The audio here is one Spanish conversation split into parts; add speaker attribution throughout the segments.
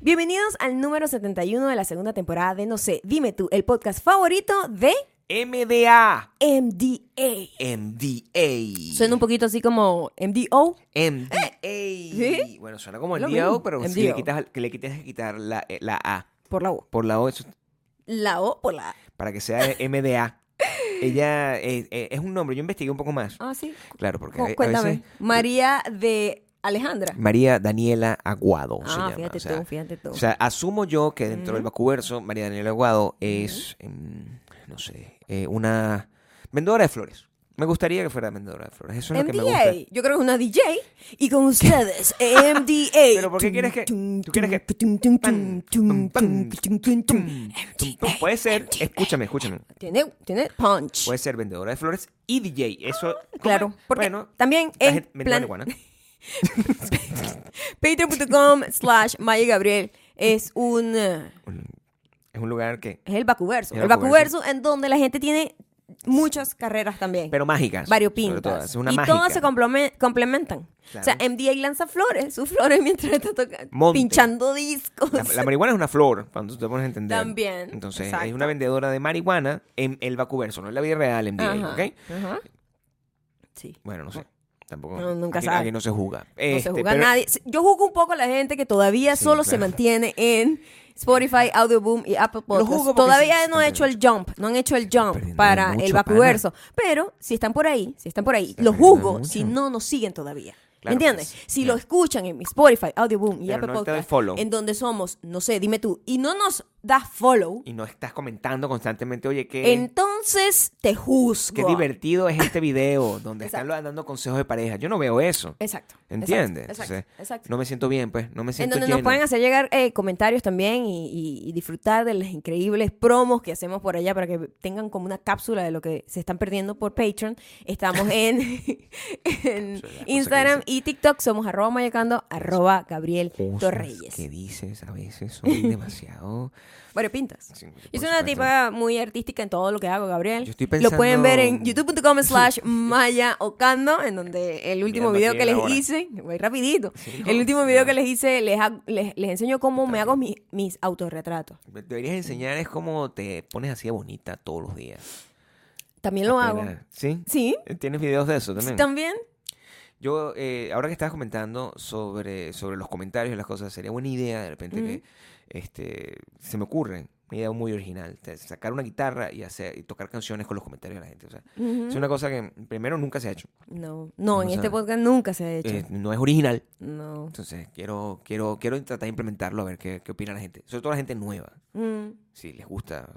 Speaker 1: Bienvenidos al número 71 de la segunda temporada de No sé, dime tú, el podcast favorito de
Speaker 2: MDA.
Speaker 1: MDA.
Speaker 2: MDA.
Speaker 1: Suena un poquito así como MDO.
Speaker 2: MDA.
Speaker 1: ¿Sí?
Speaker 2: Bueno, suena como el
Speaker 1: Lo
Speaker 2: DO,
Speaker 1: mismo,
Speaker 2: pero si
Speaker 1: MDO.
Speaker 2: le quitas, que le quitas quitar la, eh, la A
Speaker 1: por la O.
Speaker 2: por la O, eso-
Speaker 1: La O por la A.
Speaker 2: para que sea MDA. Ella eh, eh, es un nombre, yo investigué un poco más.
Speaker 1: Ah, sí.
Speaker 2: Claro, porque
Speaker 1: Oh,
Speaker 2: a- a
Speaker 1: cuéntame.
Speaker 2: veces-
Speaker 1: María de Alejandra.
Speaker 2: María Daniela Aguado se
Speaker 1: Ah,
Speaker 2: llama,
Speaker 1: fíjate
Speaker 2: o sea,
Speaker 1: tú, fíjate tú.
Speaker 2: O sea, asumo yo que dentro del
Speaker 1: Ujú.
Speaker 2: vacuverso, María Daniela Aguado es, em, no sé, eh, una vendedora de flores. Me gustaría que fuera vendedora de flores. Eso es lo que me gusta.
Speaker 1: MDA. Yo creo que es una DJ. Y con ustedes, MDA.
Speaker 2: ¿Pero por qué quieres que- tú quieres que- Pam, pam, pam, Tum, pues. tum, Puede ser, escúchame, escúchame.
Speaker 1: Tiene, tiene punch.
Speaker 2: Puede ser vendedora de flores y DJ. Eso, Pues, ¿cómo?
Speaker 1: Ah, claro. Porque
Speaker 2: bueno,
Speaker 1: también
Speaker 2: la
Speaker 1: es
Speaker 2: gente vendió
Speaker 1: plan-
Speaker 2: marihuana.
Speaker 1: Patreon.com slash Maya Gabriel es un... eh,
Speaker 2: Es un lugar que.
Speaker 1: Es el Bacuverso.
Speaker 2: El
Speaker 1: El
Speaker 2: Bacuverso.
Speaker 1: Bacuverso en donde la gente tiene muchas carreras también.
Speaker 2: Pero mágicas. sobre todo,
Speaker 1: variopintas.
Speaker 2: Es una
Speaker 1: y
Speaker 2: mágica.
Speaker 1: todas se complome- complementan. O sea,
Speaker 2: Claro.
Speaker 1: MDA lanza flores, sus flores mientras está toca-
Speaker 2: Monte.
Speaker 1: pinchando discos.
Speaker 2: La, la marihuana es una flor, cuando tú te pones a entender.
Speaker 1: También,
Speaker 2: Entonces, hay
Speaker 1: exacto.
Speaker 2: una vendedora de marihuana en el vacuverso, no en la vida real, en DJ,
Speaker 1: Ajá,
Speaker 2: ¿ok?
Speaker 1: ajá. Sí.
Speaker 2: Bueno, no sé. Tampoco.
Speaker 1: No, nunca
Speaker 2: aquí,
Speaker 1: sabe.
Speaker 2: aquí no se juzga.
Speaker 1: No
Speaker 2: Este,
Speaker 1: se juzga a
Speaker 2: pero-
Speaker 1: nadie. Yo juzgo un poco a la gente que todavía
Speaker 2: Sí,
Speaker 1: solo se
Speaker 2: claro.
Speaker 1: mantiene en Spotify, Audioboom y Apple
Speaker 2: juzgo
Speaker 1: Podcasts.
Speaker 2: porque
Speaker 1: Todavía
Speaker 2: sí,
Speaker 1: no han
Speaker 2: están
Speaker 1: hecho el jump, no han hecho el jump
Speaker 2: perdiendo
Speaker 1: para
Speaker 2: mucho,
Speaker 1: el
Speaker 2: pana.
Speaker 1: vacuverso. Pero si están por ahí, si están por ahí, los
Speaker 2: perdiendo
Speaker 1: juzgo
Speaker 2: mucho.
Speaker 1: si no nos siguen todavía. ¿Me
Speaker 2: Claro que
Speaker 1: entiendes?
Speaker 2: sí,
Speaker 1: Si
Speaker 2: claro.
Speaker 1: lo escuchan en mi Spotify, Audioboom y
Speaker 2: Pero
Speaker 1: Apple
Speaker 2: no te doy
Speaker 1: Podcasts,
Speaker 2: follow.
Speaker 1: en donde somos, no sé, dime tú, y no nos das follow,
Speaker 2: Y no estás comentando constantemente, oye, qué,
Speaker 1: entonces te juzgo.
Speaker 2: qué divertido es este video donde están lo- dando consejos de pareja. Yo no veo eso.
Speaker 1: Exacto. exacto,
Speaker 2: ¿Entiendes?
Speaker 1: Exacto.
Speaker 2: Entonces,
Speaker 1: exacto.
Speaker 2: No me siento bien, pues. No me
Speaker 1: En
Speaker 2: siento
Speaker 1: donde nos
Speaker 2: lleno.
Speaker 1: pueden hacer llegar eh, comentarios también y, y- y disfrutar de las increíbles promos que hacemos por allá para que tengan como una cápsula de lo que se están perdiendo por Patreon. Estamos en, en
Speaker 2: Cápsula, cosa que
Speaker 1: Instagram
Speaker 2: dice.
Speaker 1: y TikTok. Somos arroba mayacando, arroba Gabriel
Speaker 2: Cosas
Speaker 1: Torreyes.
Speaker 2: que dices a veces son demasiado...
Speaker 1: Bueno, pintas.
Speaker 2: Sí, por
Speaker 1: Yo soy una
Speaker 2: supuesto.
Speaker 1: tipa muy artística en todo lo que hago, Gabriel.
Speaker 2: Yo estoy
Speaker 1: Lo pueden ver en
Speaker 2: pensando-
Speaker 1: youtube.com slash maya ocando, en donde el último
Speaker 2: Mirando
Speaker 1: video
Speaker 2: aquí
Speaker 1: que
Speaker 2: la
Speaker 1: les
Speaker 2: hora.
Speaker 1: hice, voy rapidito,
Speaker 2: Sí, no,
Speaker 1: el último
Speaker 2: sí,
Speaker 1: video
Speaker 2: no.
Speaker 1: que les hice les, ha- les, les enseño cómo me hago mi- mis autorretratos.
Speaker 2: Deberías enseñar es cómo te pones así de bonita todos los días.
Speaker 1: También lo hago.
Speaker 2: Apenas- ¿Sí? Eh,
Speaker 1: ¿Sí?
Speaker 2: ¿Tienes videos de eso también?
Speaker 1: ¿También?
Speaker 2: Yo, eh, ahora que estabas comentando sobre, sobre los comentarios y las cosas, sería buena idea de repente que este, se me ocurre, una idea muy original, te- sacar una guitarra y, hacer, y tocar canciones con los comentarios de la gente. O sea,
Speaker 1: Ujú.
Speaker 2: Es una cosa que primero nunca se ha hecho,
Speaker 1: No, no, en
Speaker 2: O sea,
Speaker 1: este podcast nunca se ha hecho.
Speaker 2: eh, no es original,
Speaker 1: no.
Speaker 2: entonces quiero, quiero, quiero tratar de implementarlo a ver qué, qué opina la gente, sobre todo la gente nueva,
Speaker 1: Mm.
Speaker 2: si les gusta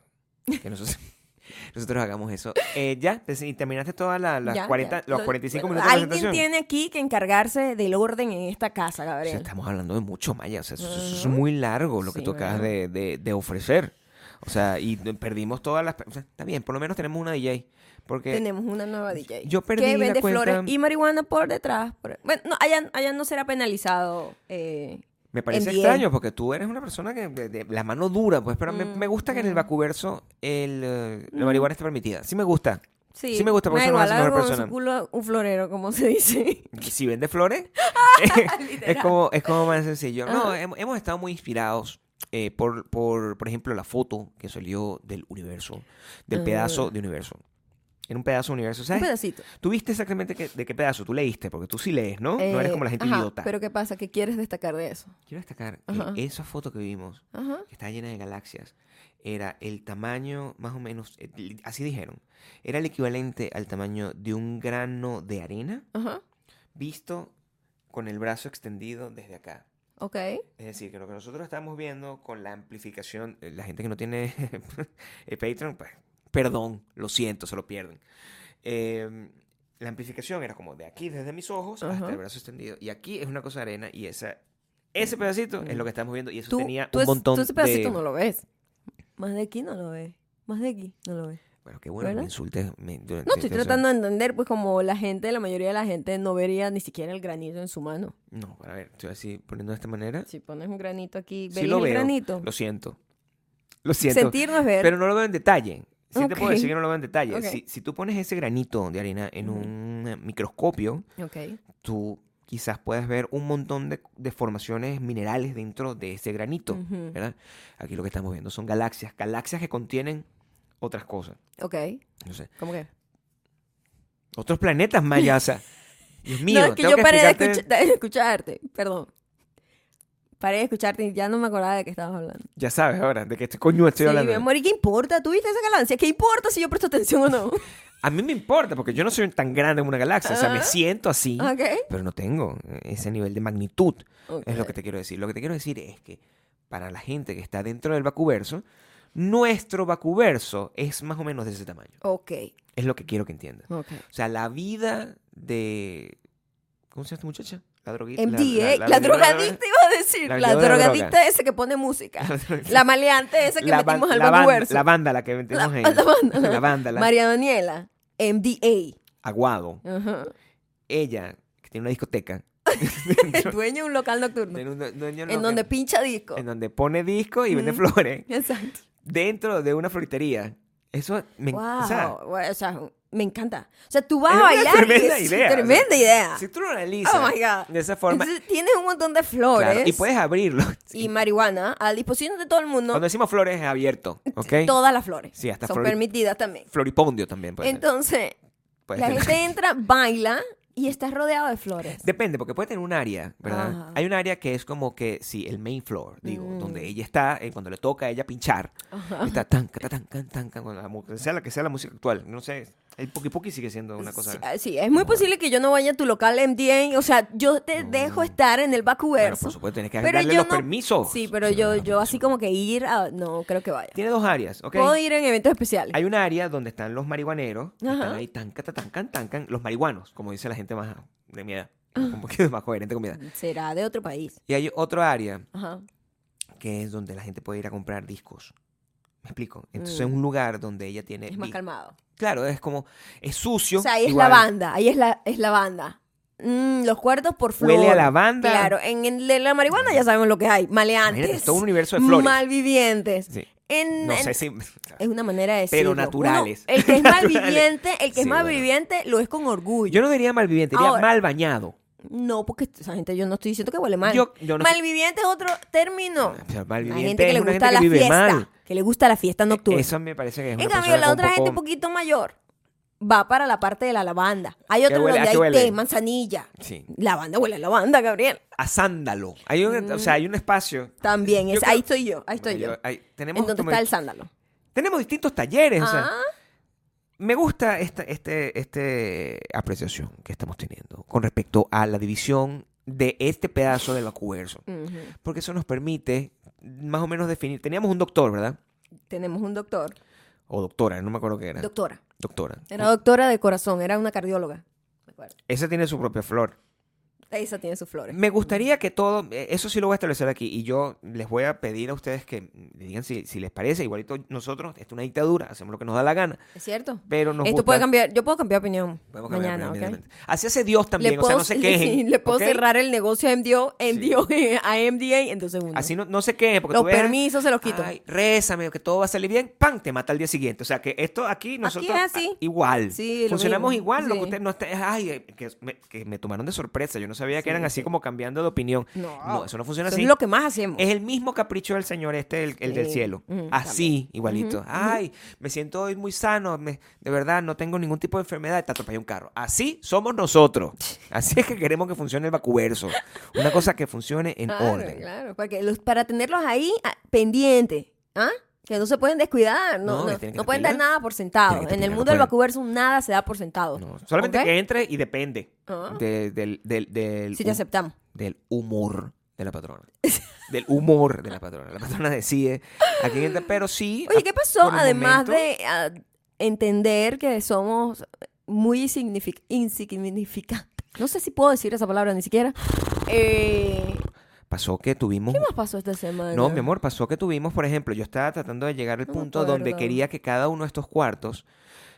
Speaker 2: que nosotros, nosotros hagamos eso. Eh, ya, te- y terminaste todas la- las
Speaker 1: Ya,
Speaker 2: 40
Speaker 1: ya.
Speaker 2: los
Speaker 1: Lo-
Speaker 2: 45
Speaker 1: bueno,
Speaker 2: minutos de
Speaker 1: Alguien
Speaker 2: presentación.
Speaker 1: tiene aquí que encargarse del orden en esta casa,
Speaker 2: O sea,
Speaker 1: Gabriel.
Speaker 2: estamos hablando de mucho, Maya. O sea, eso, eso es
Speaker 1: Ujú.
Speaker 2: muy largo lo que
Speaker 1: Sí,
Speaker 2: tú acabas de, de- de ofrecer. O sea, y de- perdimos todas las... o sea, está bien, por lo menos tenemos una DJ. Porque
Speaker 1: Tenemos una nueva DJ.
Speaker 2: yo perdí
Speaker 1: Que
Speaker 2: la
Speaker 1: vende
Speaker 2: cuenta-
Speaker 1: flores y marihuana por detrás. por- Bueno, no, allá, allá no será penalizado. eh,
Speaker 2: me parece
Speaker 1: NBA.
Speaker 2: extraño porque tú eres una persona que... De, de la mano dura, pues. Pero me,
Speaker 1: Mm,
Speaker 2: me gusta que en el
Speaker 1: mm.
Speaker 2: vacuverso el, eh, la marihuana esté permitida. Sí me gusta.
Speaker 1: sí,
Speaker 2: Sí me gusta, porque
Speaker 1: da
Speaker 2: eso no hace
Speaker 1: igual,
Speaker 2: mejor
Speaker 1: algo con
Speaker 2: persona.
Speaker 1: su culo un florero, como se dice. Ah,
Speaker 2: Si vende flores, es, como, es como más sencillo. No,
Speaker 1: Ajá.
Speaker 2: hem- hemos, estado muy inspirados eh, por, por, por ejemplo, la foto que salió del universo. Del
Speaker 1: Ah.
Speaker 2: pedazo de universo. Era un pedazo de universo.
Speaker 1: Un
Speaker 2: ¿Sabes?
Speaker 1: pedacito.
Speaker 2: ¿Tú viste exactamente qué- de qué pedazo? Tú leíste, porque tú sí lees, ¿no? no eres
Speaker 1: Eh,
Speaker 2: como la gente
Speaker 1: ajá,
Speaker 2: idiota.
Speaker 1: Pero ¿qué pasa? ¿Qué quieres destacar de eso?
Speaker 2: Quiero destacar
Speaker 1: Ajá.
Speaker 2: que esa foto que vimos,
Speaker 1: Ajá.
Speaker 2: que está llena de galaxias, era el tamaño, más o menos, eh, li- así dijeron, era el equivalente al tamaño de un grano de arena
Speaker 1: Ajá.
Speaker 2: visto con el brazo extendido desde acá.
Speaker 1: Ok.
Speaker 2: Es decir, que lo que nosotros estamos viendo con la amplificación, eh, la gente que no tiene el Patreon, pues, perdón, lo siento, se lo pierden. Eh, la amplificación era como de aquí, desde mis ojos, hasta
Speaker 1: Ajá.
Speaker 2: el brazo extendido. Y aquí es una cosa de arena y esa, ese pedacito es lo que estamos viendo y eso
Speaker 1: Tú,
Speaker 2: tenía
Speaker 1: tú
Speaker 2: un
Speaker 1: es-
Speaker 2: montón
Speaker 1: tú ese pedacito
Speaker 2: de...
Speaker 1: no lo ves. Más de aquí no lo ves. Más de aquí no lo ves.
Speaker 2: Bueno, qué bueno, que
Speaker 1: ¿Verdad?
Speaker 2: me insultes. me- durante
Speaker 1: No, estoy
Speaker 2: este-
Speaker 1: tratando de entender, pues como la gente, la mayoría de la gente no vería ni siquiera el granito en su mano.
Speaker 2: No, a ver, estoy así poniendo de esta manera.
Speaker 1: Si pones un granito aquí,
Speaker 2: Sí
Speaker 1: ¿verías
Speaker 2: lo
Speaker 1: el
Speaker 2: veo,
Speaker 1: granito?
Speaker 2: lo siento. Lo siento.
Speaker 1: Sentir no es ver.
Speaker 2: Pero no lo veo en detalle. Sí te puedo
Speaker 1: Ok.
Speaker 2: decir que no lo veo en detalle.
Speaker 1: Ok.
Speaker 2: Si, si tú pones ese granito de arena en
Speaker 1: Ujú.
Speaker 2: un eh, microscopio,
Speaker 1: Ok.
Speaker 2: tú quizás puedas ver un montón de, de formaciones minerales dentro de ese granito,
Speaker 1: Ujú.
Speaker 2: ¿verdad? Aquí lo que estamos viendo son galaxias, galaxias que contienen otras cosas.
Speaker 1: Ok.
Speaker 2: No sé,
Speaker 1: ¿Cómo que?
Speaker 2: otros planetas mayasa. Dios mío,
Speaker 1: no, es que
Speaker 2: tengo
Speaker 1: yo
Speaker 2: que
Speaker 1: paré de,
Speaker 2: explicarte-
Speaker 1: escucha- de escucharte. Perdón. Paré de escucharte y ya no me acordaba de qué estabas hablando.
Speaker 2: Ya sabes ahora, de qué este coño estoy
Speaker 1: sí,
Speaker 2: hablando.
Speaker 1: mi amor, ¿y qué importa? ¿Tú viste esa galaxia? ¿Qué importa si yo presto atención o no?
Speaker 2: A mí me importa, porque yo no soy tan grande como una galaxia. O sea, me
Speaker 1: Ajá.
Speaker 2: siento así,
Speaker 1: ok.
Speaker 2: pero no tengo ese nivel de magnitud.
Speaker 1: Ok.
Speaker 2: Es lo que te quiero decir. Lo que te quiero decir es que para la gente que está dentro del vacuverso, nuestro vacuverso es más o menos de ese tamaño.
Speaker 1: Ok.
Speaker 2: Es lo que quiero que entiendan.
Speaker 1: Ok.
Speaker 2: O sea, la vida de... ¿Cómo se llama esta muchacha? La droguita.
Speaker 1: MD, ¿eh? La, drogadicta iba a decir.
Speaker 2: la
Speaker 1: La,
Speaker 2: vendedora de
Speaker 1: drogadicta
Speaker 2: droga.
Speaker 1: esa que pone música. la maleante esa que
Speaker 2: la, ban-
Speaker 1: metimos al
Speaker 2: la, ban-
Speaker 1: vacuverso.
Speaker 2: la banda, la que metimos
Speaker 1: La-
Speaker 2: en...
Speaker 1: la banda, la-
Speaker 2: la banda, la-
Speaker 1: María Daniela, MDA.
Speaker 2: Aguado.
Speaker 1: Ajá.
Speaker 2: Ella, que tiene una discoteca.
Speaker 1: El dueño de un local nocturno.
Speaker 2: tiene un due- dueño
Speaker 1: En
Speaker 2: local.
Speaker 1: donde pincha disco.
Speaker 2: en donde pone disco y vende
Speaker 1: Ujú.
Speaker 2: flores
Speaker 1: Exacto.
Speaker 2: dentro de una floritería. Eso me
Speaker 1: Wow.
Speaker 2: o sea,
Speaker 1: Bueno, o sea, me encanta. O sea, tú vas
Speaker 2: Es
Speaker 1: a
Speaker 2: una
Speaker 1: bailar. y
Speaker 2: tremenda
Speaker 1: es
Speaker 2: idea, o sea,
Speaker 1: Tremenda idea.
Speaker 2: si tú lo analizas
Speaker 1: Oh my God.
Speaker 2: de esa forma,
Speaker 1: Entonces, tienes un montón de flores.
Speaker 2: claro, y puedes abrirlo.
Speaker 1: y marihuana a disposición de todo el mundo.
Speaker 2: Cuando decimos flores es abierto, ¿ok?
Speaker 1: Todas las flores.
Speaker 2: Sí, hasta
Speaker 1: Son
Speaker 2: flori-
Speaker 1: permitidas también.
Speaker 2: Floripondio también puede ser.
Speaker 1: Entonces,
Speaker 2: Puede
Speaker 1: la
Speaker 2: ser.
Speaker 1: gente entra, baila y estás rodeado de flores.
Speaker 2: Depende, porque puede tener un área, ¿verdad?
Speaker 1: Ajá.
Speaker 2: Hay un área que es como que, sí, el main floor, digo,
Speaker 1: Mm.
Speaker 2: donde ella está, eh, cuando le toca a ella pinchar, está tan, ca, ta, tan, can, tan, can, con la mu- sea la que sea la música actual, no sé, el poki poki sigue siendo una cosa...
Speaker 1: Sí, ah, sí, es muy posible que yo no vaya a tu local MDN. O sea, yo te dejo estar en el
Speaker 2: Bueno,
Speaker 1: vacuverso.
Speaker 2: por supuesto, tienes que
Speaker 1: pero
Speaker 2: darle
Speaker 1: yo
Speaker 2: los
Speaker 1: no-
Speaker 2: permisos.
Speaker 1: Sí, pero
Speaker 2: Sí,
Speaker 1: yo,
Speaker 2: bueno,
Speaker 1: yo así como que ir a... No, creo que vaya.
Speaker 2: Tiene dos áreas, ¿ok?
Speaker 1: Puedo ir en eventos especiales.
Speaker 2: Hay un área donde están los marihuaneros, que están
Speaker 1: Ajá.
Speaker 2: ahí tanca, ta, tancan, tancan, los marihuanos, como dice la gente más de mi edad,
Speaker 1: Ah.
Speaker 2: un poquito más coherente con mi edad.
Speaker 1: Será de otro país.
Speaker 2: Y hay otro área
Speaker 1: Ajá.
Speaker 2: que es donde la gente puede ir a comprar discos. ¿Me explico? Entonces
Speaker 1: Mm.
Speaker 2: es un lugar donde ella tiene...
Speaker 1: Es más
Speaker 2: di-
Speaker 1: calmado.
Speaker 2: Claro, es como, es sucio.
Speaker 1: O sea, ahí es
Speaker 2: igual
Speaker 1: la banda. Ahí es la, es la banda. Mm, los cuartos por flor.
Speaker 2: Huele a lavanda.
Speaker 1: Claro. En, en de la marihuana ya sabemos lo que hay.
Speaker 2: Imagínate,
Speaker 1: Maleantes.
Speaker 2: es todo un universo de flores.
Speaker 1: Malvivientes.
Speaker 2: Sí.
Speaker 1: En,
Speaker 2: No
Speaker 1: Mm, en-
Speaker 2: sé si...
Speaker 1: Es una manera de
Speaker 2: Pero
Speaker 1: decirlo. Uno-
Speaker 2: naturales.
Speaker 1: el que es
Speaker 2: Naturales.
Speaker 1: malviviente, el que
Speaker 2: Sí,
Speaker 1: es
Speaker 2: bueno.
Speaker 1: malviviente lo es con orgullo.
Speaker 2: Yo no diría malviviente, diría
Speaker 1: Ahora-
Speaker 2: mal bañado.
Speaker 1: No, porque esa gente yo no estoy diciendo que huele mal.
Speaker 2: Yo- yo no-
Speaker 1: malviviente es otro término.
Speaker 2: O sea,
Speaker 1: Hay
Speaker 2: malviviente
Speaker 1: gente que
Speaker 2: es
Speaker 1: le
Speaker 2: una
Speaker 1: gusta
Speaker 2: gente
Speaker 1: la
Speaker 2: que vive
Speaker 1: fiesta,
Speaker 2: mal. Eh,
Speaker 1: que le gusta la fiesta nocturna.
Speaker 2: Eso me parece que es una
Speaker 1: en cambio,
Speaker 2: persona
Speaker 1: la
Speaker 2: con
Speaker 1: otra
Speaker 2: un
Speaker 1: gente un
Speaker 2: poco-
Speaker 1: poquito mayor va para la parte de la lavanda. Hay otros
Speaker 2: huele? ¿A
Speaker 1: donde
Speaker 2: qué
Speaker 1: hay
Speaker 2: huele?
Speaker 1: té, manzanilla.
Speaker 2: Sí.
Speaker 1: Lavanda huele a lavanda, Gabriel.
Speaker 2: a sándalo. Hay un, O sea, hay un espacio.
Speaker 1: También
Speaker 2: Yo
Speaker 1: es,
Speaker 2: creo-
Speaker 1: ahí estoy yo, ahí estoy
Speaker 2: Bueno,
Speaker 1: yo.
Speaker 2: yo- hay- tenemos,
Speaker 1: En donde
Speaker 2: como-
Speaker 1: está el sándalo.
Speaker 2: tenemos distintos talleres. o sea,
Speaker 1: Ah,
Speaker 2: me gusta esta este, este apreciación que estamos teniendo con respecto a la división de este pedazo del vacuverso.
Speaker 1: ujú.
Speaker 2: Porque eso nos permite más o menos definir. Teníamos un doctor, ¿verdad?
Speaker 1: Tenemos un doctor,
Speaker 2: O doctora, no me acuerdo qué era.
Speaker 1: doctora.
Speaker 2: doctora.
Speaker 1: Era doctora de corazón, era una cardióloga. Me acuerdo.
Speaker 2: Esa tiene su propia flor.
Speaker 1: Esa tiene sus flores.
Speaker 2: Me gustaría que todo, eh, eso sí lo voy a establecer aquí, y yo les voy a pedir a ustedes que me digan si, si les parece, igualito nosotros, esto es una dictadura, hacemos lo que nos da la gana,
Speaker 1: ¿Es cierto?
Speaker 2: pero nos
Speaker 1: Esto
Speaker 2: gusta-
Speaker 1: puede cambiar, yo puedo cambiar opinión
Speaker 2: podemos cambiar
Speaker 1: mañana, ¿ok?
Speaker 2: inmediatamente. Así hace Dios también,
Speaker 1: le
Speaker 2: o sea,
Speaker 1: puedo,
Speaker 2: no se
Speaker 1: le-
Speaker 2: quejen.
Speaker 1: sí, le puedo
Speaker 2: ¿ok?
Speaker 1: cerrar el negocio a MDO, MDO a MDA en dos segundos.
Speaker 2: Así no, no se quejen, porque
Speaker 1: Los
Speaker 2: tú ves,
Speaker 1: permisos se los quito.
Speaker 2: Ay, rézame, que todo va a salir bien, ¡pam! Te mata al día siguiente. O sea, que esto aquí nosotros
Speaker 1: es así.
Speaker 2: ah, igual.
Speaker 1: Sí, lo
Speaker 2: Funcionamos
Speaker 1: mismo.
Speaker 2: igual, lo que
Speaker 1: Sí.
Speaker 2: ustedes no están, ay, eh, que me, que me tomaron de sorpresa, yo no sabía que
Speaker 1: Sí,
Speaker 2: eran así
Speaker 1: sí.
Speaker 2: como cambiando de opinión. eso no funciona
Speaker 1: Eso
Speaker 2: así.
Speaker 1: Es lo que más hacemos.
Speaker 2: Es el mismo capricho del Señor este, el, el del
Speaker 1: Sí. Mm,
Speaker 2: cielo.
Speaker 1: Ujú,
Speaker 2: Así, igualito. Ay, me siento hoy muy sano, me- de verdad, no tengo ningún tipo de enfermedad, te atropellé un carro. Así somos nosotros. Así es que queremos que funcione el vacuverso. Una cosa que funcione en
Speaker 1: claro,
Speaker 2: orden.
Speaker 1: claro, para, que los- para tenerlos ahí ah, pendiente, ¿ah? Que no se pueden descuidar, no,
Speaker 2: No,
Speaker 1: no,
Speaker 2: les tienen que
Speaker 1: no pueden dar
Speaker 2: apelar.
Speaker 1: nada por
Speaker 2: Tienen
Speaker 1: sentado. En
Speaker 2: que
Speaker 1: el
Speaker 2: apelar,
Speaker 1: mundo del
Speaker 2: pueden.
Speaker 1: vacuverso nada se da por sentado.
Speaker 2: No, solamente
Speaker 1: ¿Ok?
Speaker 2: que entre y depende
Speaker 1: Ah.
Speaker 2: de- del, del- del
Speaker 1: Si
Speaker 2: hu-
Speaker 1: te aceptamos.
Speaker 2: del humor de la patrona. del humor de la patrona. La patrona decide a quién entra, pero sí.
Speaker 1: Oye, ¿qué pasó
Speaker 2: ah, por el
Speaker 1: además
Speaker 2: momento-
Speaker 1: de ah, entender que somos muy insignific- insignificantes? No sé si puedo decir esa palabra ni siquiera. Eh,
Speaker 2: Pasó que tuvimos
Speaker 1: ¿Qué más pasó esta semana?
Speaker 2: No, mi amor, pasó que tuvimos, por ejemplo, yo estaba tratando de llegar al
Speaker 1: No me
Speaker 2: punto donde
Speaker 1: acuerdo.
Speaker 2: quería que cada uno de estos cuartos,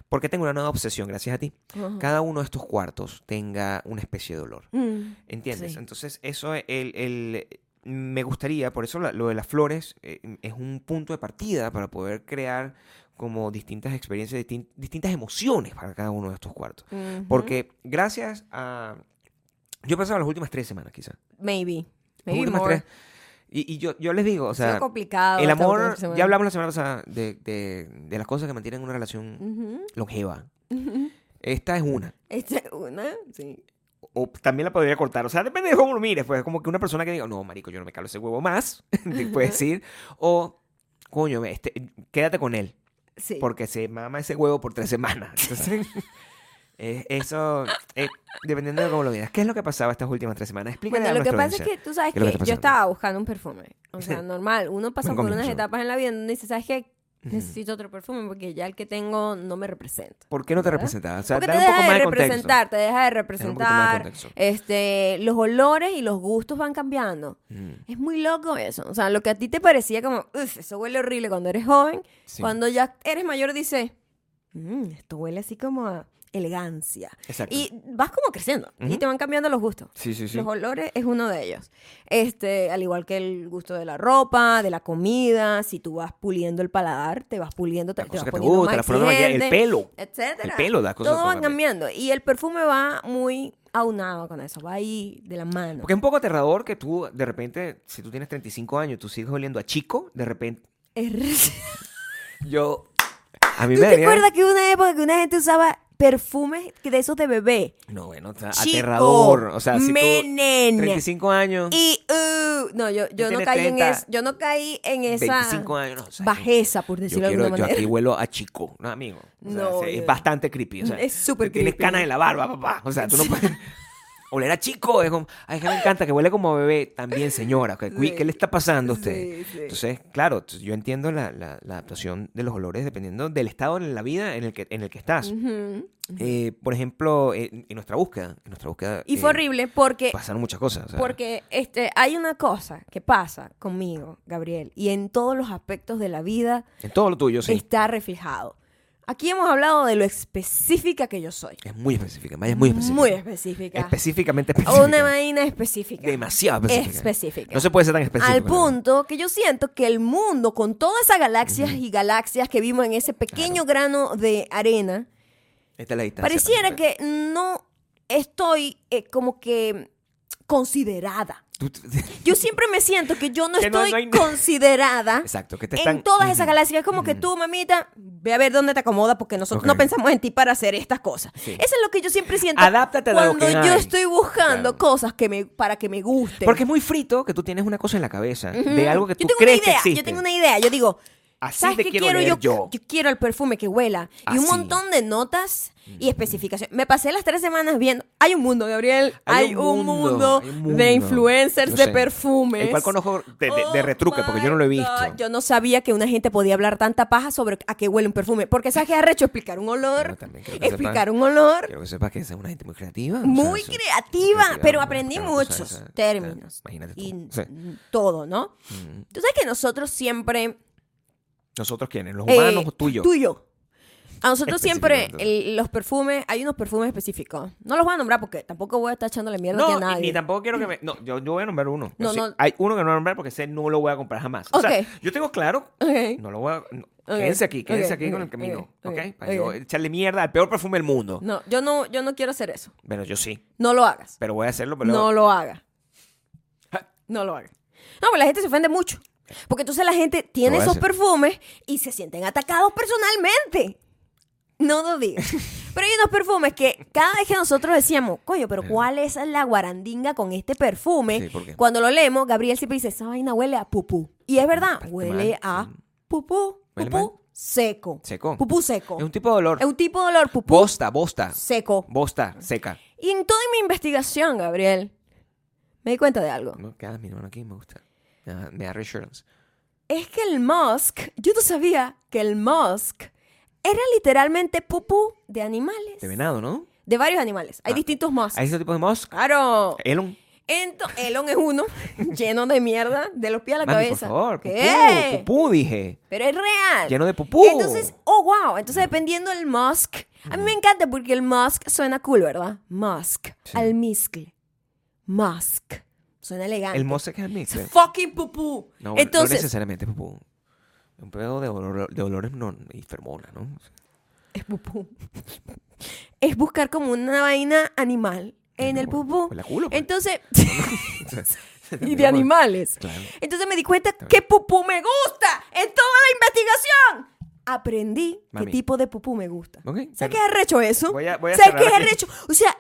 Speaker 2: porque tengo una nueva obsesión, gracias a ti,
Speaker 1: Ajá.
Speaker 2: cada uno de estos cuartos tenga una especie de olor.
Speaker 1: Mm,
Speaker 2: ¿Entiendes?
Speaker 1: Sí.
Speaker 2: Entonces, eso es el, el- me gustaría, por eso la- lo de las flores eh, es un punto de partida para poder crear como distintas experiencias, distin- distintas emociones para cada uno de estos cuartos.
Speaker 1: ujú.
Speaker 2: Porque gracias a Yo pensaba en las últimas tres semanas, quizás.
Speaker 1: Maybe.
Speaker 2: Las
Speaker 1: Maybe
Speaker 2: últimas
Speaker 1: more.
Speaker 2: tres. Y, y yo, yo les digo, o
Speaker 1: Ha sido
Speaker 2: sea,
Speaker 1: complicado.
Speaker 2: el
Speaker 1: esta última
Speaker 2: amor,
Speaker 1: semana.
Speaker 2: ya hablamos la semana pasada de, de, de las cosas que mantienen una relación
Speaker 1: Ujú.
Speaker 2: longeva. Esta es una.
Speaker 1: Esta es una, sí.
Speaker 2: O también la podría cortar. O sea, depende de cómo lo mires. Pues como que una persona que diga, no, marico, yo no me calo ese huevo más. te puede decir. O, coño, este, quédate con él.
Speaker 1: Sí.
Speaker 2: Porque se mama ese huevo por tres semanas. Entonces, eh, eso, eh, dependiendo de cómo lo veas. ¿Qué es lo que pasaba estas últimas tres semanas? Explícale
Speaker 1: Bueno,
Speaker 2: a
Speaker 1: lo que
Speaker 2: nuestra
Speaker 1: pasa es
Speaker 2: audiencia.
Speaker 1: que tú sabes
Speaker 2: ¿Qué
Speaker 1: que
Speaker 2: es lo que está
Speaker 1: yo
Speaker 2: pasando?
Speaker 1: estaba buscando un perfume. O sea, normal. Uno pasa
Speaker 2: Buen
Speaker 1: por unas
Speaker 2: comienzo.
Speaker 1: etapas en la vida donde dice, ¿sabes qué?
Speaker 2: Ujú.
Speaker 1: Necesito otro perfume porque ya el que tengo no me representa.
Speaker 2: ¿Por qué no te
Speaker 1: ¿verdad?
Speaker 2: representaba? O sea,
Speaker 1: porque
Speaker 2: dar
Speaker 1: te
Speaker 2: un poco
Speaker 1: deja
Speaker 2: más
Speaker 1: de
Speaker 2: de contexto.
Speaker 1: representar, te deja de
Speaker 2: Dar un poquito más de
Speaker 1: representar.
Speaker 2: contexto.
Speaker 1: Este, los olores y los gustos van cambiando.
Speaker 2: Mm,
Speaker 1: Es muy loco eso. O sea, lo que a ti te parecía como, uff, eso huele horrible cuando eres joven,
Speaker 2: sí.
Speaker 1: cuando ya eres mayor dices, "Mm, esto huele así como a elegancia.
Speaker 2: Exacto.
Speaker 1: Y vas como creciendo y
Speaker 2: Ujú.
Speaker 1: te van cambiando los gustos.
Speaker 2: sí, sí, sí.
Speaker 1: Los olores es uno de ellos. Este, al igual que el gusto de la ropa, de la comida, si tú vas puliendo el paladar, te vas puliendo, te,
Speaker 2: Las
Speaker 1: te vas
Speaker 2: cosas que te
Speaker 1: poniendo
Speaker 2: gustan,
Speaker 1: más
Speaker 2: las formas de maquillar, el
Speaker 1: exigente,
Speaker 2: pelo.
Speaker 1: etcétera.
Speaker 2: El pelo, las cosas.
Speaker 1: Todo va
Speaker 2: son-
Speaker 1: cambiando y el perfume va muy aunado con eso, va ahí de la mano.
Speaker 2: Porque es un poco aterrador que tú, de repente, si tú tienes 35 años, tú sigues oliendo a chico, de repente,
Speaker 1: Es re-
Speaker 2: yo... A mí
Speaker 1: ¿Tú
Speaker 2: me
Speaker 1: te
Speaker 2: daría...
Speaker 1: acuerdas que hubo una época que una gente usaba perfumes que- de esos de bebé?
Speaker 2: No, bueno, o sea,
Speaker 1: Chico,
Speaker 2: aterrador. O sea, si tú...
Speaker 1: menen.
Speaker 2: 35 años,
Speaker 1: Y uh, no, yo, yo no
Speaker 2: tienes
Speaker 1: caí en
Speaker 2: 30,
Speaker 1: es- yo no caí en esa
Speaker 2: 25 años, no, o sea,
Speaker 1: bajeza, por
Speaker 2: yo,
Speaker 1: decirlo de
Speaker 2: quiero,
Speaker 1: alguna
Speaker 2: yo
Speaker 1: manera.
Speaker 2: aquí vuelo a chico, ¿no, amigo? O sea,
Speaker 1: No,
Speaker 2: se- es
Speaker 1: yo-
Speaker 2: bastante creepy. O sea,
Speaker 1: Es súper
Speaker 2: Tienes
Speaker 1: creepy.
Speaker 2: canas en la barba, papá. O sea, tú no puedes... Oler a chico, es como, ay, que me encanta, que huele como a bebé, también señora, que- uy, ¿qué le está pasando a usted?
Speaker 1: Sí, sí.
Speaker 2: Entonces, claro, t- yo entiendo la, la- la adaptación de los olores dependiendo del estado en la vida en el que, en el que estás.
Speaker 1: Ujú.
Speaker 2: Eh, por ejemplo, en, en nuestra búsqueda, en nuestra búsqueda
Speaker 1: Y fue
Speaker 2: eh,
Speaker 1: horrible porque,
Speaker 2: pasaron muchas cosas. o sea,
Speaker 1: porque este, hay una cosa que pasa conmigo, Gabriel, y en todos los aspectos de la vida
Speaker 2: en todo lo tuyo, sí. Es,
Speaker 1: está reflejado. Aquí hemos hablado de lo específica que yo soy.
Speaker 2: muy específica, Maya, es muy específica.
Speaker 1: Muy específica.
Speaker 2: Específicamente específica.
Speaker 1: Una vaina específica.
Speaker 2: Demasiado específica.
Speaker 1: Específica.
Speaker 2: No se puede ser tan específica.
Speaker 1: Al punto que yo siento que el mundo, con todas esas galaxias y galaxias que vimos en ese pequeño grano de arena,
Speaker 2: Esta es la distancia.
Speaker 1: pareciera que no estoy eh, como que considerada.
Speaker 2: Tú-
Speaker 1: Yo siempre me siento que yo no
Speaker 2: Que no-
Speaker 1: estoy
Speaker 2: no hay-
Speaker 1: considerada
Speaker 2: Exacto, que te están...
Speaker 1: en todas esas
Speaker 2: Ujú.
Speaker 1: galaxias. Es como que tú, mamita, ve a ver dónde te acomoda porque nosotros
Speaker 2: Ok.
Speaker 1: no pensamos en ti para hacer estas cosas.
Speaker 2: Sí.
Speaker 1: Eso es lo que yo siempre siento
Speaker 2: Adáptate a lo
Speaker 1: cuando
Speaker 2: que
Speaker 1: yo
Speaker 2: hay.
Speaker 1: estoy buscando
Speaker 2: Claro.
Speaker 1: cosas que me, para que me gusten.
Speaker 2: Porque es muy frito que tú tienes una cosa en la cabeza de algo que tú
Speaker 1: yo tengo
Speaker 2: crees
Speaker 1: una idea,
Speaker 2: que existe.
Speaker 1: yo tengo una idea, yo digo,
Speaker 2: Así
Speaker 1: ¿sabes
Speaker 2: te
Speaker 1: qué
Speaker 2: quiero
Speaker 1: quiero
Speaker 2: oler
Speaker 1: yo?
Speaker 2: yo.
Speaker 1: quiero el perfume que huela y un
Speaker 2: Así.
Speaker 1: montón de notas y especificaciones. Me pasé las tres semanas viendo, hay un mundo, Gabriel, hay, un, mundo,
Speaker 2: hay un mundo.
Speaker 1: de influencers
Speaker 2: Yo
Speaker 1: de
Speaker 2: sé.
Speaker 1: perfumes.
Speaker 2: El cual conozco de, de- de
Speaker 1: Oh
Speaker 2: retruque, porque yo no
Speaker 1: my
Speaker 2: lo he visto.
Speaker 1: God, Yo no sabía que una gente podía hablar tanta paja sobre a qué huele un perfume. Porque sabes que arrecho explicar un
Speaker 2: Pero
Speaker 1: olor,
Speaker 2: también quiero que
Speaker 1: explicar
Speaker 2: sepan-
Speaker 1: un olor.
Speaker 2: Quiero que sepas que esa es una gente muy creativa. o sea,
Speaker 1: Muy
Speaker 2: eso-
Speaker 1: creativa, pero
Speaker 2: ¿no?
Speaker 1: aprendí
Speaker 2: Claro, o sea,
Speaker 1: muchos
Speaker 2: esa-
Speaker 1: términos.
Speaker 2: Imagínate tú.
Speaker 1: Y
Speaker 2: Sí.
Speaker 1: n- todo, ¿no?
Speaker 2: Mm.
Speaker 1: Tú sabes que nosotros siempre
Speaker 2: ¿Nosotros quiénes? ¿Los
Speaker 1: eh,
Speaker 2: humanos o tú y yo?
Speaker 1: Tuyo. A nosotros siempre
Speaker 2: Específicamente.
Speaker 1: el- los perfumes, hay unos perfumes específicos. No los voy a nombrar porque tampoco voy a estar echándole mierda aquí
Speaker 2: No,
Speaker 1: a nadie.
Speaker 2: y- ni tampoco quiero que me. No, yo, yo voy a nombrar uno. Yo
Speaker 1: No,
Speaker 2: sé-
Speaker 1: no.
Speaker 2: Hay uno que no voy a nombrar porque sé no lo voy a comprar jamás. O sea,
Speaker 1: Ok.
Speaker 2: yo tengo claro.
Speaker 1: Ok.
Speaker 2: No lo voy a. no,
Speaker 1: Ok,
Speaker 2: Quédense aquí, quédense
Speaker 1: ok,
Speaker 2: aquí con
Speaker 1: ok,
Speaker 2: el camino.
Speaker 1: ok,
Speaker 2: ¿Ok?
Speaker 1: ok,
Speaker 2: Para yo
Speaker 1: ok.
Speaker 2: echarle mierda al peor perfume del mundo.
Speaker 1: No, yo no, yo no quiero hacer eso.
Speaker 2: Bueno, yo sí.
Speaker 1: No lo hagas.
Speaker 2: Pero voy a hacerlo. Pero
Speaker 1: No lo hagas.
Speaker 2: Ja.
Speaker 1: No lo hagas. No, pues la gente se ofende mucho. Porque entonces la gente tiene
Speaker 2: voy a
Speaker 1: esos
Speaker 2: hacer.
Speaker 1: perfumes y se sienten atacados personalmente. No lo digas. Pero hay unos perfumes que cada vez que nosotros decíamos, coño, pero ¿cuál es la guarandinga con este perfume?
Speaker 2: Sí, ¿por qué?
Speaker 1: Cuando lo leemos, Gabriel siempre dice, esa vaina huele a pupú. Y es verdad,
Speaker 2: Bastante
Speaker 1: huele
Speaker 2: mal,
Speaker 1: a
Speaker 2: sí.
Speaker 1: pupú,
Speaker 2: Huele
Speaker 1: pupú seco.
Speaker 2: Seco.
Speaker 1: Pupú seco.
Speaker 2: Es un tipo de olor.
Speaker 1: Es un tipo de olor pupú
Speaker 2: Bosta, bosta.
Speaker 1: seco.
Speaker 2: Bosta, seca.
Speaker 1: Y en toda mi investigación, Gabriel, me di cuenta de algo.
Speaker 2: No, que, ah, mi hermano aquí me gusta. Ah, me da reassurance.
Speaker 1: Es que el musk, yo no sabía que el musk era literalmente pupú de animales.
Speaker 2: De venado, ¿no?
Speaker 1: De varios animales. Hay
Speaker 2: Ah.
Speaker 1: distintos musks.
Speaker 2: Hay ese tipo de musk.
Speaker 1: Claro.
Speaker 2: Elon.
Speaker 1: Ento- Elon es uno, lleno de mierda, de los pies a la
Speaker 2: Mami, por
Speaker 1: cabeza.
Speaker 2: favor.
Speaker 1: ¿Qué?
Speaker 2: Pupú, pupú, dije.
Speaker 1: Pero es real.
Speaker 2: Lleno de pupú. Ah. Mm.
Speaker 1: Entonces, oh, wow. Entonces, dependiendo del musk, a mí me encanta porque el musk suena cool, ¿verdad? Musk. Almizcle. Musk. Suena elegante.
Speaker 2: El musk es el mix.
Speaker 1: Es
Speaker 2: ¿eh?
Speaker 1: fucking pupú.
Speaker 2: No, no
Speaker 1: Entonces,
Speaker 2: necesariamente pupú. Un pedo de, olor, de olores no, y fermona, ¿no?
Speaker 1: es pupú. Es buscar como una vaina animal en el pupú.
Speaker 2: Pues la culo. pues.
Speaker 1: Entonces, y
Speaker 2: Tenemos-
Speaker 1: de animales.
Speaker 2: Claro.
Speaker 1: Entonces me di cuenta que pupú me gusta en toda la investigación. Aprendí
Speaker 2: Mami.
Speaker 1: qué tipo de pupú me gusta.
Speaker 2: Ok, pero-
Speaker 1: ¿Sabes qué es arrecho eso?
Speaker 2: Voy a- voy a
Speaker 1: ¿Sabes
Speaker 2: cerrar
Speaker 1: qué es
Speaker 2: aquí.
Speaker 1: arrecho? O sea,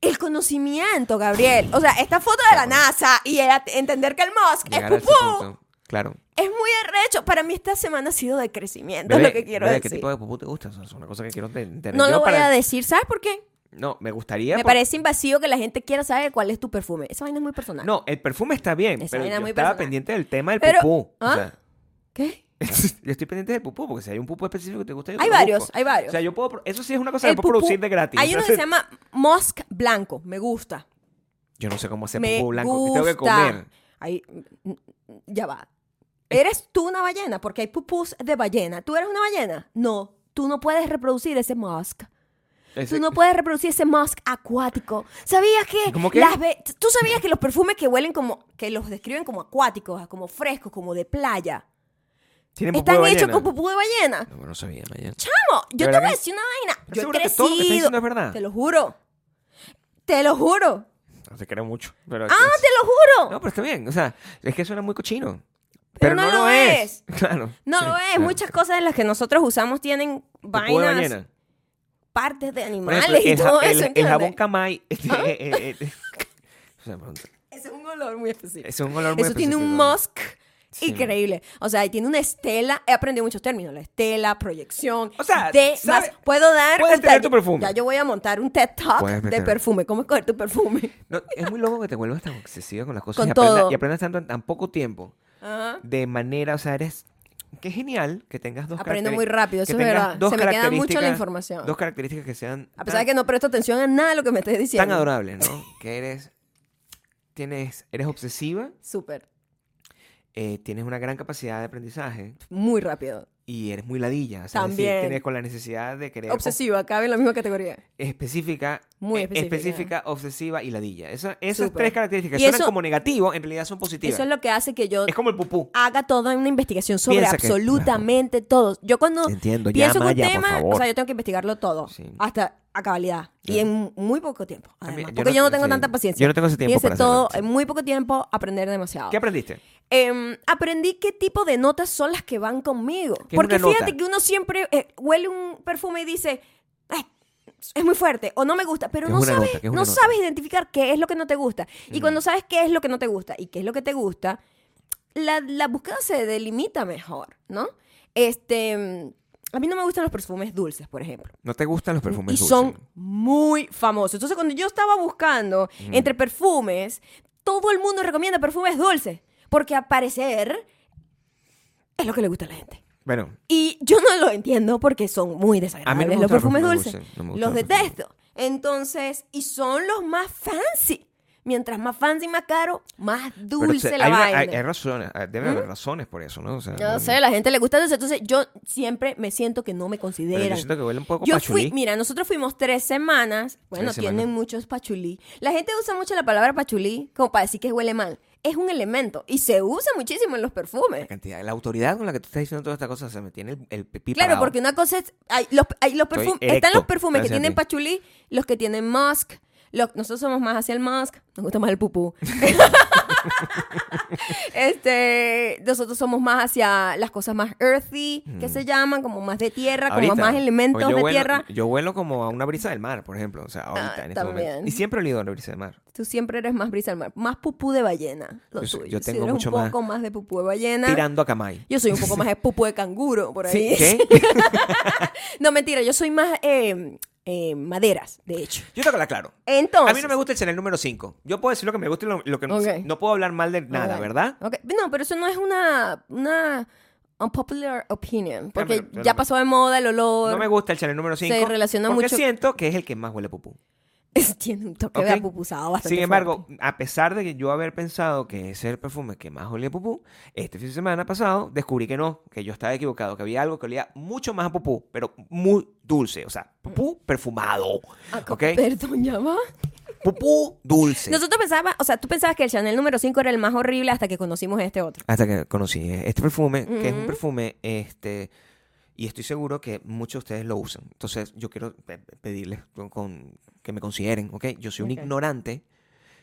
Speaker 1: el conocimiento, Gabriel. O sea, esta foto de la NASA y el at- entender que el Musk
Speaker 2: Llegar a
Speaker 1: es
Speaker 2: ese
Speaker 1: pupú
Speaker 2: punto. Claro.
Speaker 1: es muy arrecho. Para mí esta semana ha sido de crecimiento,
Speaker 2: Bebé,
Speaker 1: es lo que quiero
Speaker 2: bebé, ¿Qué
Speaker 1: decir.
Speaker 2: tipo de pupú te gusta? Eso es una cosa que quiero te- entender.
Speaker 1: No
Speaker 2: Yo
Speaker 1: lo voy
Speaker 2: para- pues.
Speaker 1: a decir, ¿sabes por qué?
Speaker 2: No, me gustaría.
Speaker 1: Me
Speaker 2: por-
Speaker 1: parece invasivo que la gente quiera saber cuál es tu perfume. Esa vaina es muy personal.
Speaker 2: No, el perfume está bien,
Speaker 1: Esa
Speaker 2: pero yo
Speaker 1: vaina es
Speaker 2: estaba
Speaker 1: muy personal.
Speaker 2: pendiente del tema del
Speaker 1: Pero-
Speaker 2: pupú. O
Speaker 1: ¿Ah?
Speaker 2: sea,
Speaker 1: ¿Qué?
Speaker 2: yo estoy pendiente del pupú, porque si hay un pupú específico que te gusta, yo te
Speaker 1: Hay
Speaker 2: lo busco.
Speaker 1: varios, hay varios.
Speaker 2: O sea, yo puedo... pro- Eso sí es una cosa
Speaker 1: El
Speaker 2: que puedo
Speaker 1: pupú.
Speaker 2: producir de gratis.
Speaker 1: Hay
Speaker 2: O sea,
Speaker 1: uno que se llama Musk Blanco. Me gusta.
Speaker 2: Yo no sé cómo hacer
Speaker 1: me
Speaker 2: pupú blanco. y
Speaker 1: gusta.
Speaker 2: Tengo que comer.
Speaker 1: Ahí- ya va. ¿Eres tú una ballena? Porque hay pupús de ballena. ¿Tú eres una ballena? No. Tú no puedes reproducir ese musk.
Speaker 2: Ese-
Speaker 1: Tú no puedes reproducir ese musk acuático. ¿Sabías que,
Speaker 2: ¿Cómo qué?
Speaker 1: las ve- tú sabías que los perfumes que huelen como que los describen como acuáticos, ah, como frescos, como de playa,
Speaker 2: ¿Tienen pupú
Speaker 1: están
Speaker 2: de
Speaker 1: hechos
Speaker 2: ballena?
Speaker 1: con pupú de ballena?
Speaker 2: No, no sabía, Mayan.
Speaker 1: Chamo,
Speaker 2: ¿De
Speaker 1: yo te
Speaker 2: verdad
Speaker 1: voy a
Speaker 2: que-
Speaker 1: decir una vaina.
Speaker 2: ¿Estás
Speaker 1: Yo he
Speaker 2: segura que todo lo que estás
Speaker 1: crecido.
Speaker 2: diciendo es verdad?
Speaker 1: Te lo juro. Te lo juro.
Speaker 2: No te creo mucho. Pero
Speaker 1: ¡Ah, te lo juro!
Speaker 2: No, pero está bien. O sea, es que suena muy cochino.
Speaker 1: Pero no lo
Speaker 2: es. Claro.
Speaker 1: No
Speaker 2: Sí,
Speaker 1: lo es.
Speaker 2: claro.
Speaker 1: Muchas cosas de las que nosotros usamos tienen
Speaker 2: Pupú de
Speaker 1: vainas,
Speaker 2: ballena.
Speaker 1: partes de
Speaker 2: Por
Speaker 1: animales
Speaker 2: ejemplo,
Speaker 1: y
Speaker 2: el, ja-
Speaker 1: todo
Speaker 2: el-
Speaker 1: eso. ¿Ah?
Speaker 2: el
Speaker 1: ¿entiendes?
Speaker 2: jabón Kamai. este, eh, eh, eh, o sea, perdón,
Speaker 1: Ese es un olor muy específico.
Speaker 2: es un olor muy
Speaker 1: eso tiene un
Speaker 2: específico.
Speaker 1: musk
Speaker 2: Sí.
Speaker 1: increíble. O sea, tiene una estela. He aprendido muchos términos. La estela, proyección.
Speaker 2: O sea,
Speaker 1: de
Speaker 2: ¿sabe?
Speaker 1: más. Puedo dar.
Speaker 2: Puedes
Speaker 1: o sea,
Speaker 2: tener tu
Speaker 1: yo-
Speaker 2: perfume.
Speaker 1: Ya yo voy a montar un TED Talk
Speaker 2: Puedes
Speaker 1: de
Speaker 2: meter-
Speaker 1: perfume. ¿Cómo escoger tu perfume?
Speaker 2: No, es muy loco que te vuelvas tan obsesiva con las cosas
Speaker 1: Con
Speaker 2: y, aprendas,
Speaker 1: todo.
Speaker 2: y aprendas tanto en tan poco tiempo.
Speaker 1: Ajá.
Speaker 2: De manera, o sea, eres. Que es genial que tengas dos
Speaker 1: Aprendo
Speaker 2: caracteri-
Speaker 1: muy rápido, eso
Speaker 2: que
Speaker 1: es
Speaker 2: tengas
Speaker 1: verdad.
Speaker 2: dos
Speaker 1: Se me queda mucho la
Speaker 2: características-
Speaker 1: información.
Speaker 2: Dos características que sean.
Speaker 1: A pesar de
Speaker 2: tan-
Speaker 1: que no presto atención a nada de lo que me estés diciendo.
Speaker 2: tan adorable, ¿no? Que eres, tienes, eres obsesiva,
Speaker 1: Súper.
Speaker 2: eh, tienes una gran capacidad de aprendizaje
Speaker 1: Muy rápido.
Speaker 2: y eres muy ladilla. O sea, es decir,
Speaker 1: También.
Speaker 2: tienes con la necesidad de querer
Speaker 1: Obsesiva, cabe en la misma categoría.
Speaker 2: específica,
Speaker 1: Muy
Speaker 2: eh,
Speaker 1: específica.
Speaker 2: obsesiva y ladilla. Esa- esas
Speaker 1: Súper.
Speaker 2: tres características
Speaker 1: Y
Speaker 2: suenan
Speaker 1: eso-
Speaker 2: como negativo, en realidad son positivas.
Speaker 1: Eso es lo que hace que yo
Speaker 2: Es como el pupú.
Speaker 1: haga toda una investigación sobre
Speaker 2: Piensa que-
Speaker 1: absolutamente todo. Yo cuando
Speaker 2: Entiendo,
Speaker 1: pienso en
Speaker 2: llama
Speaker 1: un
Speaker 2: ya, por
Speaker 1: tema,
Speaker 2: favor.
Speaker 1: o sea, yo tengo que investigarlo todo,
Speaker 2: Sí.
Speaker 1: hasta a cabalidad, y
Speaker 2: Ya.
Speaker 1: en muy poco tiempo,
Speaker 2: mí-
Speaker 1: además,
Speaker 2: yo
Speaker 1: porque
Speaker 2: no-
Speaker 1: yo no tengo
Speaker 2: sí,
Speaker 1: tanta paciencia.
Speaker 2: yo no tengo ese tiempo
Speaker 1: Fíjense
Speaker 2: para hacerlo,
Speaker 1: todo,
Speaker 2: sí.
Speaker 1: en muy poco tiempo, aprender demasiado.
Speaker 2: ¿Qué aprendiste?
Speaker 1: Em, aprendí qué tipo de notas son las que van conmigo.
Speaker 2: ¿Qué es
Speaker 1: Porque
Speaker 2: una nota?
Speaker 1: fíjate que uno siempre eh, huele un perfume y dice, "Ay, es muy fuerte o no me gusta, pero
Speaker 2: ¿Qué es
Speaker 1: no
Speaker 2: una
Speaker 1: sabes,
Speaker 2: nota? ¿Qué es una
Speaker 1: no
Speaker 2: nota?
Speaker 1: sabes identificar qué es lo que no te gusta. Y cuando sabes qué es lo que no te gusta y qué es lo que te gusta, la, la búsqueda se delimita mejor, ¿no? Este, em, a mí no me gustan los perfumes dulces, por ejemplo.
Speaker 2: No te gustan los perfumes
Speaker 1: Y
Speaker 2: dulces.
Speaker 1: son muy famosos. Entonces, cuando yo estaba buscando
Speaker 2: Mm.
Speaker 1: entre perfumes, todo el mundo recomienda perfumes dulces. Porque a parecer es lo que le gusta a la gente.
Speaker 2: Bueno,
Speaker 1: Y yo no lo entiendo porque son muy desagradables.
Speaker 2: gustan
Speaker 1: los
Speaker 2: los
Speaker 1: perfumes
Speaker 2: perfumes
Speaker 1: dulces.
Speaker 2: dulces, no me
Speaker 1: los
Speaker 2: gustan los perfumes.
Speaker 1: detesto. Entonces, y son los más fancy. Mientras más fancy, más caro, más
Speaker 2: pero, o
Speaker 1: dulce
Speaker 2: sea,
Speaker 1: la
Speaker 2: hay, una-
Speaker 1: vaina. ¿Mm?
Speaker 2: hay- hay razones, eh, debe haber razones por eso, ¿no? O sea,
Speaker 1: Yo
Speaker 2: no-
Speaker 1: no sé, la gente le gusta dulce. Entonces, yo siempre me siento que no me
Speaker 2: pero yo
Speaker 1: consideran.
Speaker 2: siento que huele un poco
Speaker 1: Yo
Speaker 2: pachulí.
Speaker 1: fui, mira, nosotros fuimos tres semanas. Bueno,
Speaker 2: Tres
Speaker 1: tienen
Speaker 2: semanas.
Speaker 1: muchos pachulí. La gente usa mucho la palabra pachulí como para decir que huele mal. Es un elemento y se usa muchísimo en los perfumes.
Speaker 2: La cantidad, la autoridad con la que tú estás diciendo toda esta cosa, se me tiene el, el pipí
Speaker 1: Claro,
Speaker 2: parado.
Speaker 1: porque una cosa es. Hay los, hay los
Speaker 2: Estoy
Speaker 1: perfum-
Speaker 2: erecto,
Speaker 1: están los perfumes que
Speaker 2: gracias a
Speaker 1: tienen
Speaker 2: ti.
Speaker 1: pachulí, los que tienen musk. los- nosotros somos más hacia el musk. Nos gusta más el pupú. este, nosotros somos más hacia las cosas más earthy, que se llaman, como más de tierra,
Speaker 2: Mm. Ahorita,
Speaker 1: como más elementos
Speaker 2: yo
Speaker 1: de
Speaker 2: vuelo-
Speaker 1: tierra.
Speaker 2: Yo vuelo como a una brisa del mar, por ejemplo. O sea, ahorita
Speaker 1: Ah,
Speaker 2: en este
Speaker 1: también.
Speaker 2: momento. Y siempre he olido a una brisa del mar.
Speaker 1: Tú siempre eres más brisa al mar, más pupú de ballena. Lo
Speaker 2: Pues, Yo sé-
Speaker 1: tuyo.
Speaker 2: yo
Speaker 1: Sí,
Speaker 2: tengo
Speaker 1: eres
Speaker 2: mucho
Speaker 1: un
Speaker 2: más-
Speaker 1: poco más de pupú de ballena.
Speaker 2: Tirando a Kamai.
Speaker 1: Yo soy un poco más de pupú de canguro por ahí.
Speaker 2: ¿Sí? ¿Qué?
Speaker 1: No, mentira, yo soy más eh, eh, maderas, de hecho.
Speaker 2: Yo tengo la claro.
Speaker 1: Entonces.
Speaker 2: a mí no me gusta el Chanel número 5. Yo puedo decir lo que me gusta y lo, lo que no-
Speaker 1: Ok.
Speaker 2: no puedo hablar mal de nada,
Speaker 1: Ok.
Speaker 2: ¿verdad?
Speaker 1: Ok. No, pero eso no es una, una unpopular opinion. Porque
Speaker 2: Espérame, espérame.
Speaker 1: ya pasó de moda el olor.
Speaker 2: No me gusta el Chanel número 5.
Speaker 1: relaciona
Speaker 2: porque
Speaker 1: mucho-
Speaker 2: siento que es el que más huele a pupú.
Speaker 1: Tiene un toque de
Speaker 2: Ok.
Speaker 1: apupusado bastante
Speaker 2: Sin embargo,
Speaker 1: fuerte.
Speaker 2: a pesar de que yo haber pensado que ese era el perfume que más olía a pupú, este fin de semana pasado descubrí que no, que yo estaba equivocado, que había algo que olía mucho más a pupú, pero muy dulce, o sea, pupú perfumado,
Speaker 1: Ah, co-
Speaker 2: ¿ok?
Speaker 1: Perdón, ya va.
Speaker 2: Pupú dulce.
Speaker 1: Nosotros pensábamos, o sea, tú pensabas que el Chanel número 5 era el más horrible hasta que conocimos este otro.
Speaker 2: Hasta que conocí este perfume, que es un perfume este Y estoy seguro que muchos de ustedes lo usan. Entonces, yo quiero pe- pe- pedirles con, con- que me consideren, ¿ok? Yo soy un
Speaker 1: Ok.
Speaker 2: ignorante,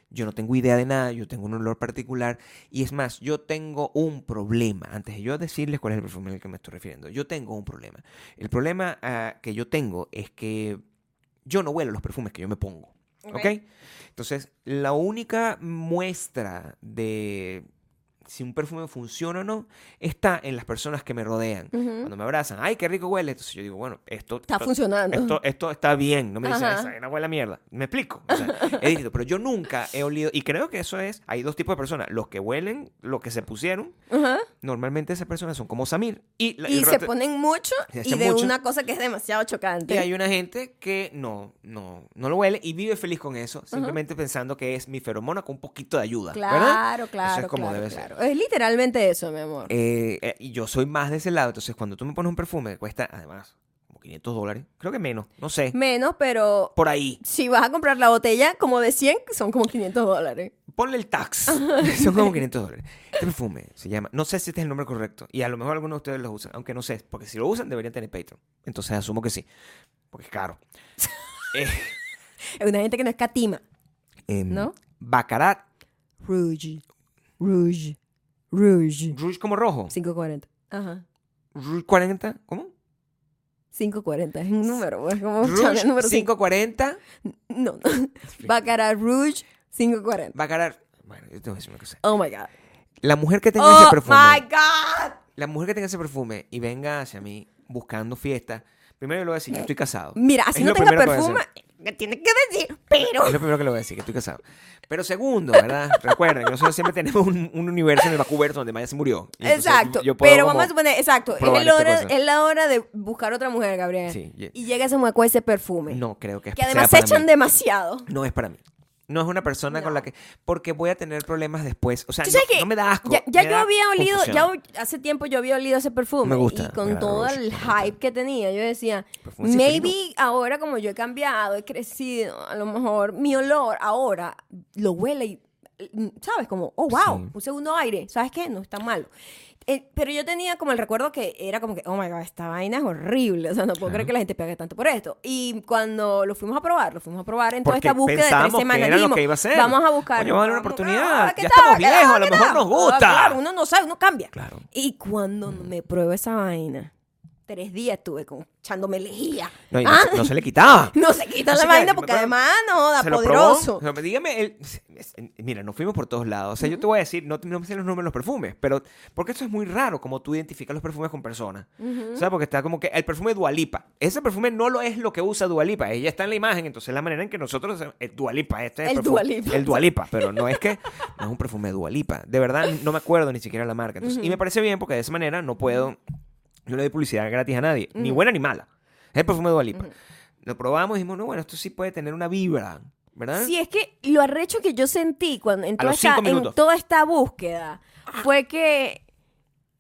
Speaker 2: yo no tengo idea de nada, yo tengo un olor particular. Y es más, yo tengo un problema. Antes de yo decirles cuál es el perfume al que me estoy refiriendo, yo tengo un problema. El problema ah, que yo tengo es que yo no huelo los perfumes que yo me pongo. ¿Ok? Entonces, la única muestra de si un perfume funciona o no está en las personas que me rodean.
Speaker 1: Ujú.
Speaker 2: Cuando me abrazan, ¡ay, qué rico huele! Entonces yo digo, bueno, esto
Speaker 1: Está
Speaker 2: esto-
Speaker 1: funcionando.
Speaker 2: Esto, esto está bien, no me dicen,
Speaker 1: Ajá.
Speaker 2: esa vaina huele a mierda. Me explico. O sea, es distinto, pero yo nunca he olido, y creo que eso es, hay dos tipos de personas, los que huelen, los que se pusieron,
Speaker 1: Ajá.
Speaker 2: normalmente esas personas son como Samir. Y, la- el
Speaker 1: Y se
Speaker 2: resto-
Speaker 1: ponen mucho
Speaker 2: Se
Speaker 1: y
Speaker 2: echan
Speaker 1: de
Speaker 2: mucho.
Speaker 1: una cosa que es demasiado chocante.
Speaker 2: y hay una gente que no, no, no lo huele y vive feliz con eso, simplemente pensando que es mi feromona con un poquito de ayuda.
Speaker 1: Claro,
Speaker 2: ¿verdad? Eso
Speaker 1: claro,
Speaker 2: es como
Speaker 1: claro,
Speaker 2: debe ser.
Speaker 1: claro. Es literalmente eso, mi amor.
Speaker 2: Eh, eh, y yo soy más de ese lado, entonces cuando tú me pones un perfume que cuesta, además, como 500 dólares, creo que menos, no sé,
Speaker 1: Menos, pero
Speaker 2: por ahí.
Speaker 1: si vas a comprar la botella como de 100, son como 500 dólares.
Speaker 2: Ponle el tax. Son como 500 dólares. Este perfume se llama. No sé si este es el nombre correcto. Y a lo mejor algunos de ustedes lo usan. Aunque no sé. Porque si lo usan, deberían tener Patreon. Entonces asumo que sí. Porque es caro. Eh,
Speaker 1: Es una gente que no es catima.
Speaker 2: em,
Speaker 1: ¿No?
Speaker 2: Baccarat.
Speaker 1: Rouge. Rouge. Rouge.
Speaker 2: Rouge como rojo.
Speaker 1: 540. Ajá.
Speaker 2: Rouge 40. ¿Cómo?
Speaker 1: 540 es un número. pues, Es como un
Speaker 2: Rouge
Speaker 1: número 5.
Speaker 2: 540.
Speaker 1: No, no. Baccarat Rouge 540.
Speaker 2: Baccarat. Bueno, yo te voy a decir una cosa.
Speaker 1: Oh my God.
Speaker 2: La mujer que tenga
Speaker 1: Oh
Speaker 2: ese perfume.
Speaker 1: my God.
Speaker 2: La mujer que tenga ese perfume y venga hacia mí buscando fiesta. Primero yo le voy a decir, yo estoy casado.
Speaker 1: Mira, así
Speaker 2: Es
Speaker 1: no
Speaker 2: lo
Speaker 1: tenga
Speaker 2: primero que voy a hacer.
Speaker 1: perfume, me tiene que decir, pero.
Speaker 2: Es lo primero que le voy a decir, que estoy casado. Pero segundo, ¿verdad? Recuerden que nosotros siempre tenemos un, un universo en el Vancouver donde Maya se murió. Y entonces
Speaker 1: Exacto.
Speaker 2: yo puedo
Speaker 1: pero
Speaker 2: como-
Speaker 1: vamos a suponer, exacto. Es,
Speaker 2: probar
Speaker 1: el
Speaker 2: esta
Speaker 1: hora,
Speaker 2: cosa.
Speaker 1: es la hora de buscar otra mujer, Gabriel.
Speaker 2: Sí, ye-
Speaker 1: Y llega esa mujer con ese perfume.
Speaker 2: No, pues, creo que,
Speaker 1: que además se echan demasiado.
Speaker 2: No es para mí. No es una persona con la que... Porque voy a tener problemas después. O sea,
Speaker 1: Tú
Speaker 2: no,
Speaker 1: sabes que
Speaker 2: no me da asco.
Speaker 1: Ya, ya
Speaker 2: me
Speaker 1: yo
Speaker 2: da
Speaker 1: había olido,
Speaker 2: confusión.
Speaker 1: ya o- hace tiempo yo había olido ese perfume.
Speaker 2: Me gusta,
Speaker 1: Y con
Speaker 2: me da
Speaker 1: todo
Speaker 2: rush,
Speaker 1: el
Speaker 2: me gusta.
Speaker 1: hype que tenía, yo decía,
Speaker 2: Perfume sí,
Speaker 1: maybe
Speaker 2: pero
Speaker 1: ahora como yo he cambiado, he crecido, a lo mejor mi olor ahora lo huele y, mm, ¿sabes? Como, oh, wow,
Speaker 2: Sí.
Speaker 1: un segundo aire. ¿Sabes qué? No está malo. Eh, pero yo tenía como el recuerdo que era como que, oh my god, esta vaina es horrible. O sea, no puedo creer que la gente pague tanto por esto. Y cuando lo fuimos a probar, lo fuimos a probar en toda
Speaker 2: Porque
Speaker 1: esta búsqueda de tres
Speaker 2: pensábamos que
Speaker 1: semanas.
Speaker 2: era lo
Speaker 1: dijimos,
Speaker 2: que iba a ser.
Speaker 1: Vamos a buscar.
Speaker 2: Coño, vamos a darle una
Speaker 1: vamos,
Speaker 2: oportunidad.
Speaker 1: ¿qué tal?
Speaker 2: Ya estamos
Speaker 1: ¿Qué tal?
Speaker 2: viejos, a lo
Speaker 1: ¿Qué
Speaker 2: mejor
Speaker 1: tal?
Speaker 2: nos gusta.
Speaker 1: Claro, uno no sabe, uno cambia.
Speaker 2: Claro. Mm.
Speaker 1: Y cuando me pruebo esa vaina, tres días estuve como echándome lejía.
Speaker 2: No, y no,
Speaker 1: ¿Ah?
Speaker 2: se- no se le quitaba.
Speaker 1: No se quita
Speaker 2: No
Speaker 1: la
Speaker 2: se
Speaker 1: vaina
Speaker 2: queda,
Speaker 1: porque
Speaker 2: me acuerdo,
Speaker 1: además no da
Speaker 2: Se lo
Speaker 1: poderoso.
Speaker 2: probó. O sea, Dígame, el- es- mira, nos fuimos por todos lados. O sea, yo te voy a decir, no, no me sé los nombres de los perfumes, pero porque eso es muy raro, como tú identificas los perfumes con personas. O sea, porque está como que el perfume Dualipa. Ese perfume no lo es lo que usa Dualipa. Ella está en la imagen, entonces la manera en que nosotros. El Dualipa, este es
Speaker 1: El
Speaker 2: perfume-
Speaker 1: Dua Lipa.
Speaker 2: El Dualipa, pero no es que. No es un perfume Dualipa. De verdad, no me acuerdo ni siquiera la marca. Entonces, Y me parece bien porque de esa manera no puedo. Yo le doy publicidad gratis a nadie, ni
Speaker 1: Mm.
Speaker 2: buena ni mala. Es el perfume de Dua Lipa. Lo probamos y dijimos, no, bueno, esto sí puede tener una vibra, ¿verdad?
Speaker 1: Sí, es que lo arrecho que yo sentí cuando en,
Speaker 2: A
Speaker 1: toda
Speaker 2: los
Speaker 1: esta,
Speaker 2: cinco
Speaker 1: en
Speaker 2: minutos. Ah.
Speaker 1: toda esta búsqueda fue que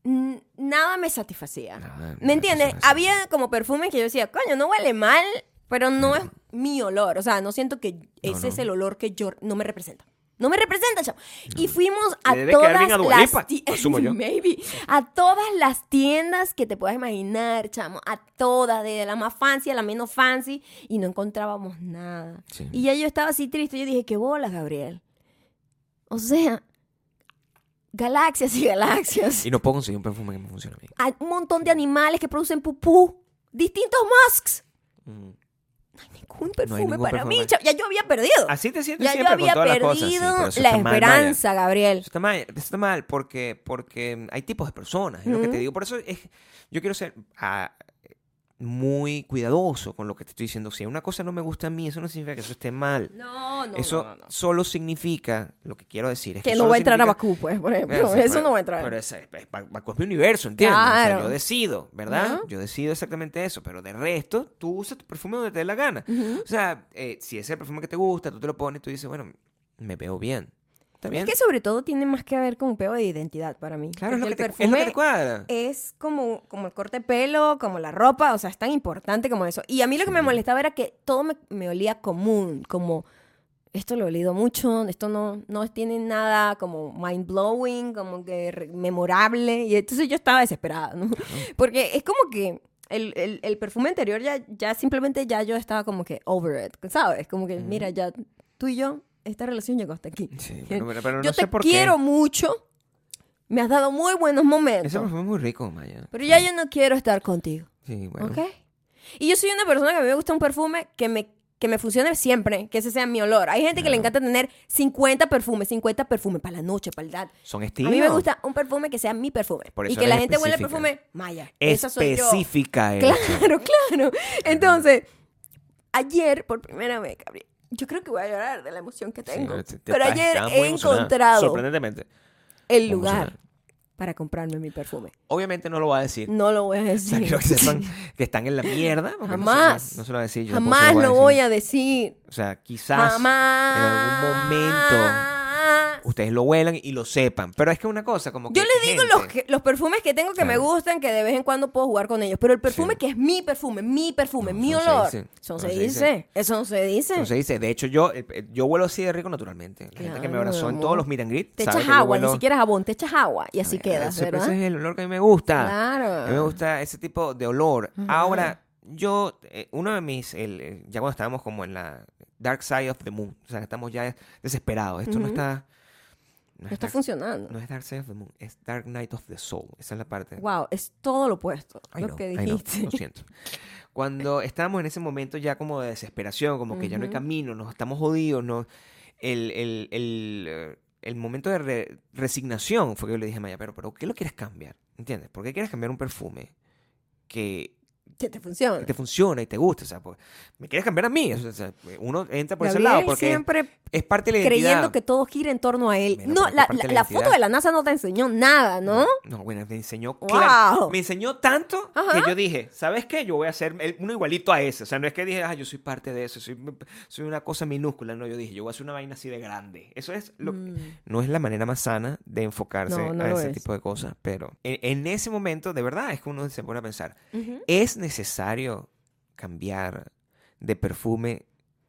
Speaker 1: mm, nada me satisfacía.
Speaker 2: Nada, nada
Speaker 1: ¿Me
Speaker 2: te
Speaker 1: entiendes?
Speaker 2: satisfacía.
Speaker 1: Había como perfumes que yo decía, coño, no huele mal, pero no es mi olor. O sea, no siento que ese
Speaker 2: no.
Speaker 1: es el olor que yo no me representa. No me representa, chavo. Y fuimos a
Speaker 2: Le debe quedar
Speaker 1: todas
Speaker 2: bien a Dua
Speaker 1: las
Speaker 2: Lipa,
Speaker 1: ti-
Speaker 2: asumo yo.
Speaker 1: Maybe. A todas las tiendas que te puedas imaginar, chamo. A todas, desde la más fancy a la menos fancy. Y no encontrábamos nada.
Speaker 2: Sí.
Speaker 1: Y ya yo estaba así triste. Yo dije, qué bolas, Gabriel. O sea, galaxias y galaxias.
Speaker 2: Y no puedo conseguir un perfume que me funcione a mí.
Speaker 1: Hay un montón de animales que producen pupú. Distintos musks.
Speaker 2: Mm.
Speaker 1: Ningún perfume
Speaker 2: ningún
Speaker 1: para
Speaker 2: perfume.
Speaker 1: mí. chavo. Ya yo había perdido.
Speaker 2: Así te sientes
Speaker 1: ya yo
Speaker 2: siempre
Speaker 1: había
Speaker 2: con todas
Speaker 1: perdido
Speaker 2: las cosas. sí, pero eso
Speaker 1: la
Speaker 2: está mal, Maya.
Speaker 1: esperanza, Gabriel.
Speaker 2: Eso está mal, eso está mal porque, porque hay tipos de personas, es lo que te digo. Por eso es, yo quiero ser ah, muy cuidadoso con lo que te estoy diciendo. Si una cosa no me gusta a mí, eso no significa que eso esté mal.
Speaker 1: No, no,
Speaker 2: eso
Speaker 1: no, no, no.
Speaker 2: solo significa, lo que quiero decir es que,
Speaker 1: Que no
Speaker 2: solo
Speaker 1: va a entrar a
Speaker 2: significa-
Speaker 1: Bakú, pues, por ejemplo.
Speaker 2: Bueno, sí,
Speaker 1: eso
Speaker 2: pero-
Speaker 1: no va a entrar.
Speaker 2: Pero es, es- es- Bakú es mi universo, ¿entiendes? O sea,
Speaker 1: Claro.
Speaker 2: yo decido, ¿verdad?
Speaker 1: Ajá.
Speaker 2: Yo decido exactamente eso, pero de resto, tú usas tu perfume donde te dé la gana. O sea, eh, si ese es el perfume que te gusta, tú te lo pones, tú dices, bueno, me veo bien. ¿Está bien?
Speaker 1: Es que sobre todo tiene más que ver con un peo de identidad para mí.
Speaker 2: claro, es lo,
Speaker 1: Porque
Speaker 2: que te,
Speaker 1: el
Speaker 2: es lo que
Speaker 1: perfume
Speaker 2: te cuadra.
Speaker 1: es como, como el corte de pelo, como la ropa, o sea, es tan importante como eso. Y a mí lo que me molestaba era que todo me, me olía común, como esto lo he olido mucho, esto no, no tiene nada como mind blowing, como que re- memorable. Y entonces yo estaba desesperada, ¿no? Porque es como que el, el- el perfume anterior ya, ya simplemente ya yo estaba como que over it, ¿sabes? Como que, mira, ya tú y yo, esta relación llegó hasta aquí.
Speaker 2: Sí, bueno, pero- pero
Speaker 1: yo
Speaker 2: no sé
Speaker 1: te
Speaker 2: por qué.
Speaker 1: quiero mucho, me has dado muy buenos momentos,
Speaker 2: Ese perfume es muy rico, Maya.
Speaker 1: pero ya yo no quiero estar contigo,
Speaker 2: Sí, bueno.
Speaker 1: ¿ok? Y yo soy una persona que a mí me gusta un perfume que me, que me funcione siempre, que ese sea mi olor. Hay gente que le encanta tener 50 perfumes, 50 perfumes para la noche, para el dad.
Speaker 2: Son estilos.
Speaker 1: A mí me gusta un perfume que sea mi perfume.
Speaker 2: Por
Speaker 1: y
Speaker 2: eso
Speaker 1: que la
Speaker 2: eres
Speaker 1: gente huela el
Speaker 2: específica.
Speaker 1: perfume, Maya. Esa soy yo.
Speaker 2: Específica eh. es.
Speaker 1: Claro, claro. Entonces, ayer, por primera vez, Gabriel, yo creo que voy a llorar de la emoción que
Speaker 2: Sí,
Speaker 1: tengo.
Speaker 2: te- te
Speaker 1: pero
Speaker 2: estás-
Speaker 1: ayer
Speaker 2: estás muy
Speaker 1: he
Speaker 2: emocionada,
Speaker 1: encontrado
Speaker 2: Sorprendentemente.
Speaker 1: el
Speaker 2: muy
Speaker 1: lugar
Speaker 2: emocionada.
Speaker 1: para comprarme mi perfume.
Speaker 2: Obviamente no lo va a decir.
Speaker 1: No lo voy a
Speaker 2: O sea,
Speaker 1: decir.
Speaker 2: quiero que sepan que están en la mierda. porque no se-
Speaker 1: Jamás.
Speaker 2: No, no se lo va a decir. yo tampoco se
Speaker 1: Jamás lo voy
Speaker 2: decir.
Speaker 1: a decir.
Speaker 2: O sea, quizás
Speaker 1: Jamás.
Speaker 2: en algún momento ustedes lo huelan y lo sepan. Pero es que una cosa, como que.
Speaker 1: Yo les digo
Speaker 2: gente-
Speaker 1: los, que- los perfumes que tengo que me
Speaker 2: Claro.
Speaker 1: gustan, que de vez en cuando puedo jugar con ellos. Pero el perfume
Speaker 2: Sí.
Speaker 1: que es mi perfume, mi perfume,
Speaker 2: No,
Speaker 1: mi
Speaker 2: eso no se
Speaker 1: olor.
Speaker 2: dice.
Speaker 1: Eso no
Speaker 2: No
Speaker 1: se
Speaker 2: se
Speaker 1: dice.
Speaker 2: dice.
Speaker 1: Eso no se dice.
Speaker 2: Entonces dice, de hecho yo, eh, eh, yo huelo así de rico naturalmente. La gente que me
Speaker 1: Claro,
Speaker 2: abrazó en
Speaker 1: amor.
Speaker 2: todos los meet and greet
Speaker 1: Te
Speaker 2: sabe
Speaker 1: echas
Speaker 2: que yo
Speaker 1: agua, ni
Speaker 2: huelo-
Speaker 1: siquiera jabón, te echas agua y así quedas,
Speaker 2: Ese,
Speaker 1: ¿verdad?
Speaker 2: ese es el olor que a mí me gusta.
Speaker 1: Claro.
Speaker 2: A mí me gusta ese tipo de olor. Ahora, yo, eh, uno de mis, el, eh, ya cuando estábamos como en la dark side of the moon, o sea, estamos ya desesperados. Esto no
Speaker 1: Ujú.
Speaker 2: está... No,
Speaker 1: No está
Speaker 2: dark-
Speaker 1: funcionando.
Speaker 2: No es dark side of the moon, es dark night of the soul. Esa es la parte...
Speaker 1: Wow, es todo lo opuesto
Speaker 2: Ay,
Speaker 1: lo
Speaker 2: no,
Speaker 1: que
Speaker 2: ay, no,
Speaker 1: dijiste.
Speaker 2: lo siento. Cuando estábamos en ese momento ya como de desesperación, como que ya no hay
Speaker 1: Ujú.
Speaker 2: camino, nos estamos jodidos, no, el, el, el, eh, el momento de re- resignación fue que yo le dije a Maya, pero, pero ¿qué lo quieres cambiar? ¿Entiendes? ¿Por qué quieres cambiar un perfume que
Speaker 1: Que te funciona.
Speaker 2: te funciona y te gusta? O sea, pues, ¿me quieres cambiar a mí? O sea, uno entra por
Speaker 1: Gabriel
Speaker 2: ese lado porque
Speaker 1: siempre
Speaker 2: es parte de la identidad.
Speaker 1: creyendo que todo gira en torno a él.
Speaker 2: Bueno,
Speaker 1: no,
Speaker 2: pero es
Speaker 1: la,
Speaker 2: parte de
Speaker 1: la-
Speaker 2: la
Speaker 1: la foto
Speaker 2: identidad.
Speaker 1: de la NASA no te enseñó nada, ¿no?
Speaker 2: No, bueno, me enseñó
Speaker 1: Wow.
Speaker 2: claro, Me enseñó tanto
Speaker 1: Ajá.
Speaker 2: que yo dije, ¿sabes qué? Yo voy a hacer el- uno igualito a ese. O sea, no es que dije, ah, yo soy parte de eso, soy, soy una cosa minúscula. No, yo dije, yo voy a hacer una vaina así de grande. Eso es lo
Speaker 1: Mm.
Speaker 2: No es la manera más sana de enfocarse
Speaker 1: No, no
Speaker 2: a
Speaker 1: lo
Speaker 2: ese
Speaker 1: es.
Speaker 2: tipo de cosas. Pero en, en ese momento, de verdad, es que uno se pone a pensar,
Speaker 1: Ujú.
Speaker 2: ¿es necesario cambiar de perfume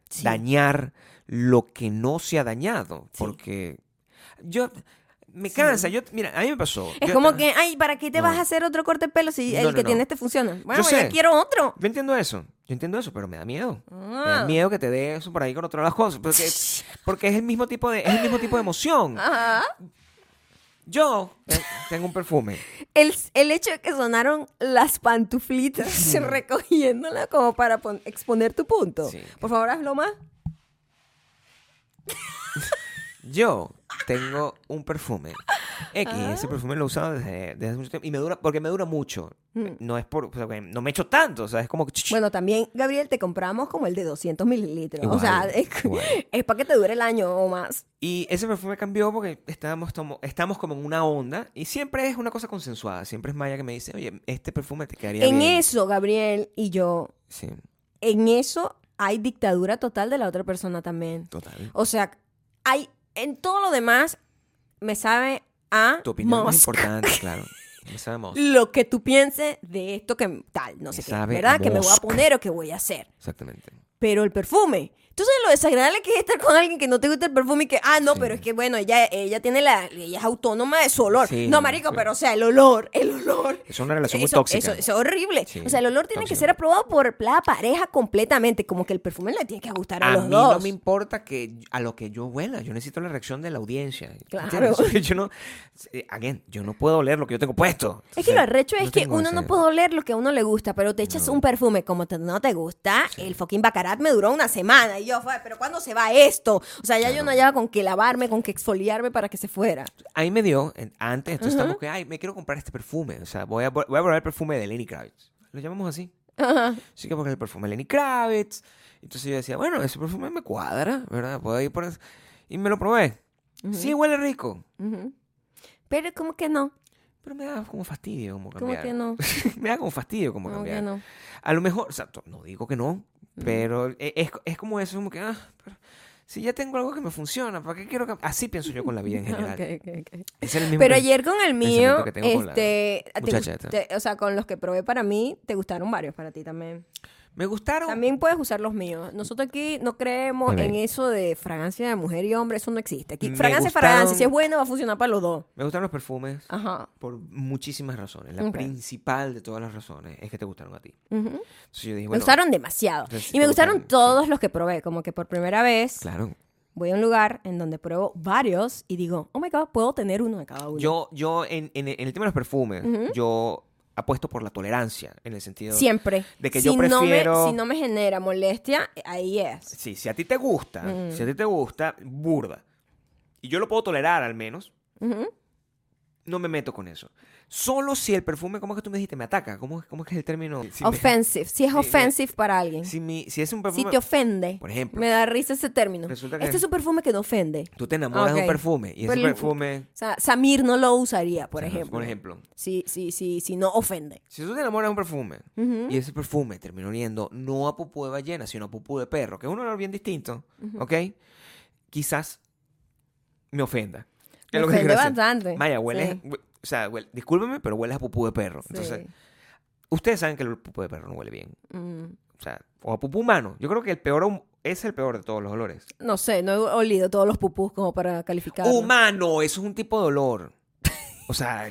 Speaker 1: Sí.
Speaker 2: dañar lo que no se ha dañado.
Speaker 1: Sí.
Speaker 2: Porque yo me
Speaker 1: Sí.
Speaker 2: cansa. Yo, mira, a mí me pasó.
Speaker 1: Es
Speaker 2: Yo- ah,
Speaker 1: como que, ay, ¿para qué te
Speaker 2: No.
Speaker 1: vas a hacer otro corte de pelo si
Speaker 2: No,
Speaker 1: el
Speaker 2: no,
Speaker 1: que
Speaker 2: no.
Speaker 1: tienes te funciona? Bueno, yo,
Speaker 2: sé.
Speaker 1: quiero otro.
Speaker 2: Yo entiendo eso. Yo entiendo eso, pero me da miedo. Me
Speaker 1: Ah.
Speaker 2: da miedo que te dé eso por ahí con otras cosas. Porque, porque es el mismo tipo de, es el mismo tipo de emoción.
Speaker 1: Ajá.
Speaker 2: Yo te- tengo un perfume.
Speaker 1: El, el hecho de que sonaron las pantuflitas recogiéndola como para pon- exponer tu punto.
Speaker 2: Sí.
Speaker 1: Por favor, hazlo más.
Speaker 2: Yo tengo un perfume. X,
Speaker 1: Ah.
Speaker 2: ese perfume lo he usado desde, desde hace mucho tiempo. Y me dura, porque me dura mucho. No es por, o sea, que no me echo tanto. O sea, es como que.
Speaker 1: Mm. Bueno, también, Gabriel, te compramos como el de 200 mililitros. o
Speaker 2: Igual,
Speaker 1: sea, es,
Speaker 2: igual.
Speaker 1: para que te dure el año o más.
Speaker 2: Y ese perfume cambió porque estábamos, tomo- estamos como en una onda y siempre es una cosa consensuada. Siempre es Maya que me dice, oye, este perfume te quedaría
Speaker 1: En
Speaker 2: bien.
Speaker 1: eso, Gabriel y yo,
Speaker 2: Sí,
Speaker 1: en eso hay dictadura total de la otra persona también.
Speaker 2: total.
Speaker 1: O sea, hay, en todo lo demás, me sabe a
Speaker 2: Tu opinión es
Speaker 1: Musk.
Speaker 2: importante, claro. Me sabe a Musk.
Speaker 1: Lo que tú pienses de esto que tal, no
Speaker 2: Me
Speaker 1: sé qué,
Speaker 2: sabe a
Speaker 1: ¿verdad? Que me voy a
Speaker 2: Musk.
Speaker 1: poner o que voy a hacer.
Speaker 2: Exactamente.
Speaker 1: pero el perfume. Entonces lo desagradable que es estar con alguien que no te gusta el perfume y que, ah, no,
Speaker 2: Sí.
Speaker 1: pero es que bueno, ella, ella tiene la, ella es autónoma de su olor.
Speaker 2: Sí,
Speaker 1: no, marico,
Speaker 2: sí.
Speaker 1: pero o sea, el olor, el olor.
Speaker 2: Es una relación muy
Speaker 1: Eso-
Speaker 2: tóxica.
Speaker 1: Eso, eso es horrible.
Speaker 2: Sí,
Speaker 1: o sea, el olor tiene que
Speaker 2: tóxica.
Speaker 1: ser aprobado por la pareja completamente. Como que el perfume le tiene que gustar a,
Speaker 2: a
Speaker 1: los
Speaker 2: mí
Speaker 1: dos.
Speaker 2: no me importa que a lo que yo huela, yo necesito la reacción de la audiencia.
Speaker 1: Claro.
Speaker 2: ¿entiendes? O sea, Yo no, eh, again, yo no puedo oler lo que yo tengo puesto.
Speaker 1: es que lo arrecho es que uno no puede
Speaker 2: puedo
Speaker 1: oler lo que a uno le gusta, pero te echas un perfume como te- no te gusta. El fucking Bacarat me duró una semana y yo, fue, pero ¿cuándo se va esto? O sea, ya yo no hallaba con que lavarme, con que exfoliarme para que se fuera.
Speaker 2: Ahí me dio, en- antes, entonces estamos que, ay, me quiero comprar este perfume. O sea, voy a, voy a probar el perfume de Lenny Kravitz. Lo llamamos así. Así que porque el perfume de Lenny Kravitz. Entonces yo decía, bueno, ese perfume me cuadra, ¿verdad? Puedo ir por eso. Y me lo probé. Sí, huele rico.
Speaker 1: Ujú. Pero como que no,
Speaker 2: Pero me da como fastidio como
Speaker 1: como
Speaker 2: cambiar.
Speaker 1: que no,
Speaker 2: me da como fastidio como
Speaker 1: como
Speaker 2: cambiar.
Speaker 1: que no.
Speaker 2: A lo mejor, o sea, to- no digo que no, pero e- es, es como eso, como que, ah, pero si ya tengo algo que me funciona, ¿para qué quiero cambiar? Así pienso yo con la vida en general.
Speaker 1: Ok, ok, ok.
Speaker 2: Ese era el mismo
Speaker 1: Pero
Speaker 2: pens-
Speaker 1: ayer con el mío,
Speaker 2: que tengo con la
Speaker 1: este, te
Speaker 2: muchacha
Speaker 1: gust- te- o sea, con los que probé para mí, te gustaron varios para ti también.
Speaker 2: Me gustaron.
Speaker 1: También puedes usar los míos. Nosotros aquí no creemos
Speaker 2: Ok.
Speaker 1: en eso de fragancia de mujer y hombre, eso no existe. Aquí,
Speaker 2: Me
Speaker 1: fragancia es
Speaker 2: gustaron-
Speaker 1: fragancia, si es bueno va a funcionar para los dos.
Speaker 2: Me gustaron los perfumes
Speaker 1: Ajá.
Speaker 2: por muchísimas razones. La
Speaker 1: Ah. Ok.
Speaker 2: principal de todas las razones es que te gustaron a ti.
Speaker 1: Ujú.
Speaker 2: Entonces yo dije,
Speaker 1: me
Speaker 2: bueno,
Speaker 1: gustaron demasiado.
Speaker 2: entonces
Speaker 1: Y me
Speaker 2: te
Speaker 1: gustaron
Speaker 2: gustaron,
Speaker 1: todos los que probé. Como que por primera vez
Speaker 2: claro.
Speaker 1: voy a un lugar en donde pruebo varios y digo, oh my god, puedo tener uno de cada uno.
Speaker 2: Yo, yo en, en- en el tema de los perfumes, yo apuesto por la tolerancia, en el sentido...
Speaker 1: Siempre.
Speaker 2: de que yo
Speaker 1: no me-
Speaker 2: prefiero-
Speaker 1: si no me genera molestia, ahí es.
Speaker 2: Sí, si a ti te gusta,
Speaker 1: Mm.
Speaker 2: si a ti te gusta, burda. Y yo lo puedo tolerar al menos.
Speaker 1: Ujú.
Speaker 2: No me meto con eso. Solo si el perfume, ¿cómo es que tú me dijiste? Me ataca. ¿Cómo, cómo es que es el término? Si, me-
Speaker 1: offensive. Si es
Speaker 2: Sí, me-
Speaker 1: offensive para alguien.
Speaker 2: si, mi- si es un
Speaker 1: si
Speaker 2: perfume...
Speaker 1: te ofende.
Speaker 2: Por ejemplo.
Speaker 1: Me da risa ese término.
Speaker 2: Resulta que-
Speaker 1: Este es un perfume que no ofende.
Speaker 2: Tú te enamoras
Speaker 1: Ok.
Speaker 2: de un perfume y ese
Speaker 1: Pero el-
Speaker 2: perfume...
Speaker 1: O sea, Samir no lo usaría, por
Speaker 2: o sea,
Speaker 1: ejemplo.
Speaker 2: Por ejemplo.
Speaker 1: Si, si, si, si no ofende.
Speaker 2: Si tú te enamoras de un perfume y ese perfume terminó oliendo no a pupú de ballena, sino a pupú de perro, que es un olor bien distinto, ¿ok? Quizás me ofenda.
Speaker 1: Me
Speaker 2: Es lo que te
Speaker 1: ofende
Speaker 2: quiero decir.
Speaker 1: bastante.
Speaker 2: Maya, hueles,
Speaker 1: Sí.
Speaker 2: hue- o sea, huele- discúlpeme, pero hueles a pupú de perro. Entonces,
Speaker 1: Sí.
Speaker 2: ustedes saben que el pupú de perro no huele bien.
Speaker 1: Mm.
Speaker 2: O sea, o a pupú humano. Yo creo que el peor hum- es el peor de todos los olores.
Speaker 1: No sé, no he olido todos los pupús como para calificar.
Speaker 2: Uh, Humano, eso es un tipo de olor. O sea,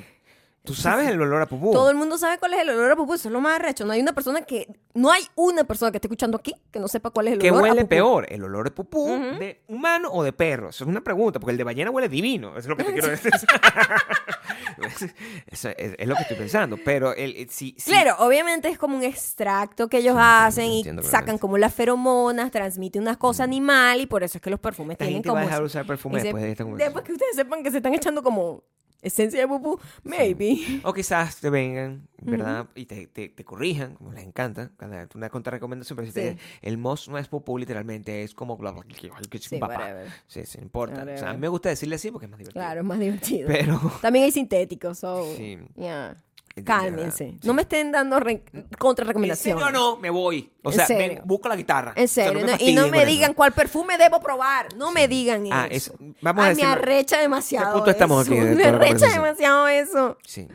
Speaker 2: tú sabes el olor a pupú.
Speaker 1: Todo el mundo sabe cuál es el olor a pupú, eso es lo más arrecho. No hay una persona que, no hay una persona que esté escuchando aquí que no sepa cuál es el
Speaker 2: ¿Qué
Speaker 1: olor a
Speaker 2: huele
Speaker 1: pupú.
Speaker 2: peor? ¿El olor de pupú
Speaker 1: Ujú.
Speaker 2: de humano o de perro? Eso es una pregunta, porque el de ballena huele divino. Eso es lo que te quiero decir. Eso es, es lo que estoy pensando. Pero el, el- si, si-
Speaker 1: Claro, obviamente es como un extracto que ellos
Speaker 2: entiendo,
Speaker 1: hacen y
Speaker 2: entiendo
Speaker 1: sacan
Speaker 2: claramente.
Speaker 1: como las feromonas, transmite una cosa animal y por eso es que los perfumes
Speaker 2: esta
Speaker 1: tienen
Speaker 2: gente va
Speaker 1: como...
Speaker 2: a dejar de
Speaker 1: ese-
Speaker 2: usar perfume
Speaker 1: ese-
Speaker 2: después de esta
Speaker 1: después
Speaker 2: conversación.
Speaker 1: que ustedes sepan que se están echando como esencia de pupú, maybe.
Speaker 2: O quizás te vengan, ¿verdad? Y te, te- te corrijan, como les encanta. Cada vez una contrarrecomendación. Pero si te-
Speaker 1: Sí.
Speaker 2: el Moss no es pupú, literalmente es como bla, bla, bla, bla, bla,
Speaker 1: Sí,
Speaker 2: papá.
Speaker 1: whatever.
Speaker 2: Sí, sí, no importa. O sea, a
Speaker 1: Whatever.
Speaker 2: mí me gusta decirle así porque es más divertido.
Speaker 1: Claro, es más divertido.
Speaker 2: Pero.
Speaker 1: También hay sintéticos, so...
Speaker 2: Sí.
Speaker 1: yeah.
Speaker 2: de verdad,
Speaker 1: Cálmense. No me estén dando re-
Speaker 2: En
Speaker 1: contrarrecomendaciones.
Speaker 2: serio no, me voy. O
Speaker 1: En
Speaker 2: sea, ven,
Speaker 1: serio.
Speaker 2: busca la guitarra.
Speaker 1: En
Speaker 2: O sea,
Speaker 1: serio,
Speaker 2: me
Speaker 1: no- y
Speaker 2: fastidien
Speaker 1: no
Speaker 2: con
Speaker 1: me
Speaker 2: eso.
Speaker 1: digan cuál perfume debo probar. No me digan
Speaker 2: Ah,
Speaker 1: eso.
Speaker 2: es- vamos a
Speaker 1: Ah,
Speaker 2: decirlo.
Speaker 1: Me arrecha demasiado.
Speaker 2: punto estamos
Speaker 1: eso.
Speaker 2: aquí
Speaker 1: Me
Speaker 2: de toda la
Speaker 1: arrecha
Speaker 2: conversación?
Speaker 1: demasiado eso.
Speaker 2: Sí.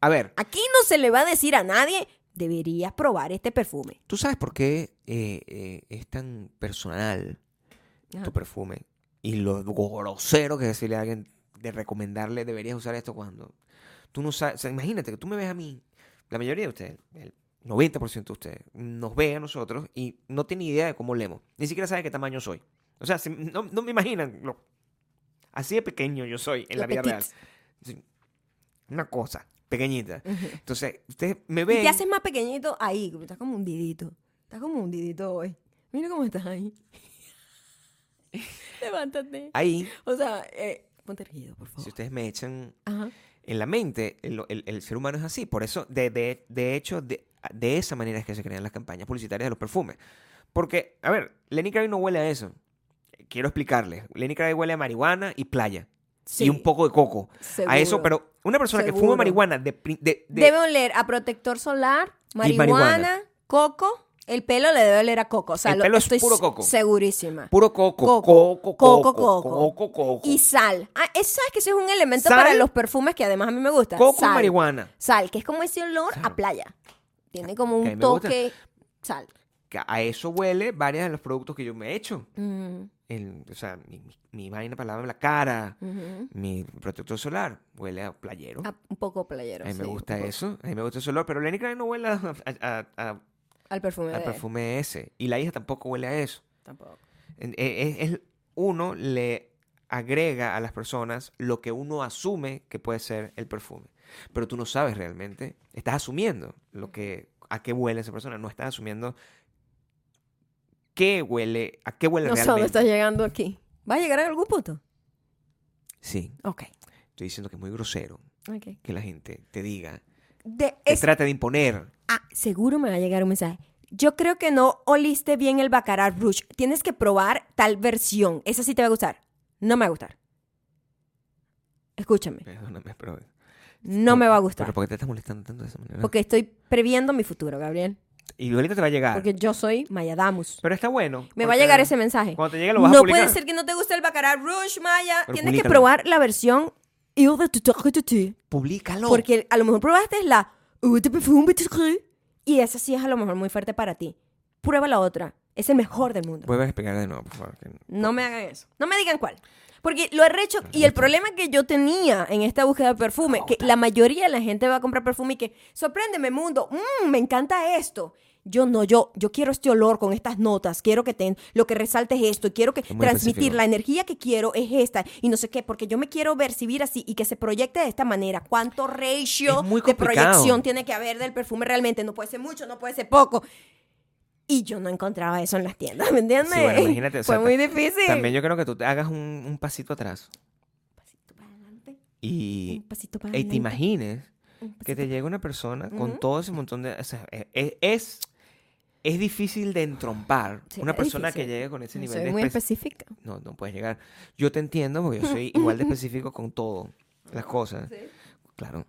Speaker 2: A ver,
Speaker 1: Aquí no se le va a decir a nadie, deberías probar este perfume.
Speaker 2: ¿tú sabes por qué eh, eh, es tan personal
Speaker 1: Ajá.
Speaker 2: tu perfume? Y lo grosero que es decirle a alguien de recomendarle deberías usar esto cuando tú no sabes. O sea, imagínate que tú me ves a mí, la mayoría de ustedes, el 90% de ustedes, nos ve a nosotros y no tiene idea de cómo leemos. Ni siquiera sabe qué tamaño soy. O sea, si- no, no me imaginan lo- así de pequeño yo soy en
Speaker 1: Lo
Speaker 2: la vida
Speaker 1: petit.
Speaker 2: real. Sí. Una cosa pequeñita.
Speaker 1: Ujú.
Speaker 2: Entonces, ustedes me
Speaker 1: Eh. Y
Speaker 2: ven.
Speaker 1: te haces más pequeñito ahí, como estás como hundidito. Estás como hundidito hoy. Mira cómo estás ahí. Levántate.
Speaker 2: Ahí,
Speaker 1: O sea, eh, ponte erguido, por favor.
Speaker 2: si ustedes me echan
Speaker 1: Ajá.
Speaker 2: en la mente, el, el- el ser humano es así. Por eso, de, de- de hecho, de, de esa manera es que se crean las campañas publicitarias de los perfumes. Porque, a ver, Lenny Kravitz no huele a eso. Quiero explicarles. Lenny Kravitz huele a marihuana y playa.
Speaker 1: Sí,
Speaker 2: Y un poco de coco. A eso,
Speaker 1: seguro.
Speaker 2: pero una persona que
Speaker 1: Seguro.
Speaker 2: fuma marihuana de... pri- de- de-
Speaker 1: Debe oler a protector solar,
Speaker 2: Y
Speaker 1: marihuana,
Speaker 2: marihuana.
Speaker 1: coco. El pelo le debe oler a coco. O sea,
Speaker 2: El
Speaker 1: lo-
Speaker 2: pelo es
Speaker 1: estoy
Speaker 2: puro coco.
Speaker 1: Segurísima.
Speaker 2: Puro coco,
Speaker 1: Coco,
Speaker 2: coco, coco,
Speaker 1: coco,
Speaker 2: coco,
Speaker 1: coco.
Speaker 2: coco,
Speaker 1: Y sal. Ah, es- ¿Sabes que ese es un elemento
Speaker 2: Sal.
Speaker 1: para los perfumes que además a mí me gusta?
Speaker 2: Coco y
Speaker 1: sal.
Speaker 2: marihuana.
Speaker 1: Sal, que es como ese olor a
Speaker 2: Claro.
Speaker 1: playa. Tiene como
Speaker 2: Que a
Speaker 1: un
Speaker 2: mí me gusta.
Speaker 1: toque sal.
Speaker 2: Que A eso huele varios de los productos que yo me he hecho.
Speaker 1: Mm,
Speaker 2: El- o sea, mi, mi- mi vaina para lavarme la cara,
Speaker 1: ujú.
Speaker 2: mi protector solar huele a playero.
Speaker 1: Ah, un poco playero.
Speaker 2: a mí me
Speaker 1: sí,
Speaker 2: gusta
Speaker 1: un poco.
Speaker 2: eso, a mí me gusta ese olor, pero Lenny Kravitz no huele a, a- a- a-
Speaker 1: Al perfume.
Speaker 2: al
Speaker 1: de-
Speaker 2: perfume ese. Y la hija tampoco huele a eso.
Speaker 1: Tampoco.
Speaker 2: En- e- e- es- uno le agrega a las personas lo que uno asume que puede ser el perfume. Pero tú no sabes realmente, estás asumiendo lo que, a qué huele esa persona, no estás asumiendo qué huele, a qué huele
Speaker 1: No sé dónde
Speaker 2: realmente.
Speaker 1: estás llegando aquí. ¿Va a llegar a algún punto?
Speaker 2: Sí,
Speaker 1: Ok.
Speaker 2: estoy diciendo que es muy grosero
Speaker 1: Ok.
Speaker 2: que la gente te diga,
Speaker 1: De,
Speaker 2: te
Speaker 1: es-
Speaker 2: trata de imponer.
Speaker 1: Ah, seguro me va a llegar un mensaje. Yo creo que no oliste bien el Baccarat Rouge. Tienes que probar tal versión. Esa sí te va a gustar. No me va a gustar. Escúchame.
Speaker 2: Perdóname, pero...
Speaker 1: No me va a gustar.
Speaker 2: Pero ¿por qué te estás molestando tanto de esa manera?
Speaker 1: Porque estoy previendo mi futuro, Gabriel.
Speaker 2: Y ahorita te va a llegar.
Speaker 1: Porque yo soy Mayadamus.
Speaker 2: Pero está bueno.
Speaker 1: Me va a
Speaker 2: porque
Speaker 1: llegar ese mensaje.
Speaker 2: Cuando te llegue lo vas a
Speaker 1: no
Speaker 2: publicar.
Speaker 1: puede ser que no te guste el Baccarat Rouge, Maya.
Speaker 2: Pero
Speaker 1: Tienes que
Speaker 2: publícalo.
Speaker 1: probar la versión Eau de Tutor de Tutu.
Speaker 2: Publícalo.
Speaker 1: Porque a lo mejor probaste la Eau de Parfum de Tutor, y esa sí es a lo mejor muy fuerte para ti. prueba la otra. Es el mejor del mundo.
Speaker 2: Vuelve a explicarla de nuevo, por favor. que-
Speaker 1: No me hagan eso. No me digan cuál. Porque lo arrecho y el problema que yo tenía en esta búsqueda de perfume, que la mayoría de la gente va a comprar perfume y que, sorpréndeme mundo, Mm, me encanta esto. Yo no, yo, yo quiero este olor con estas notas, quiero que ten, lo que resalte es esto, y quiero que
Speaker 2: Es muy
Speaker 1: transmitir
Speaker 2: específico.
Speaker 1: la energía que quiero es esta y no sé qué, porque yo me quiero percibir así y que se proyecte de esta manera. ¿Cuánto ratio
Speaker 2: Es muy
Speaker 1: de
Speaker 2: complicado.
Speaker 1: proyección tiene que haber del perfume realmente? No puede ser mucho, no puede ser poco. Y yo no encontraba eso en las tiendas, ¿me entiendes?
Speaker 2: Sí, bueno, imagínate, o
Speaker 1: Fue
Speaker 2: sea,
Speaker 1: muy
Speaker 2: ta-
Speaker 1: difícil.
Speaker 2: También yo creo que tú te hagas un, un pasito atrás
Speaker 1: Un pasito para adelante,
Speaker 2: y,
Speaker 1: un pasito para
Speaker 2: y te
Speaker 1: adelante,
Speaker 2: imagines
Speaker 1: un pasito-
Speaker 2: que te llega una persona con
Speaker 1: Ujú.
Speaker 2: todo ese montón de... o sea, e- e- es, es difícil de entrompar
Speaker 1: Sí,
Speaker 2: una
Speaker 1: es
Speaker 2: persona
Speaker 1: difícil.
Speaker 2: que llegue con ese
Speaker 1: Yo
Speaker 2: nivel
Speaker 1: Soy
Speaker 2: de...
Speaker 1: muy
Speaker 2: espe-
Speaker 1: específica.
Speaker 2: no, no puedes llegar. Yo te entiendo porque yo soy igual de específico con todo, las cosas. Claro.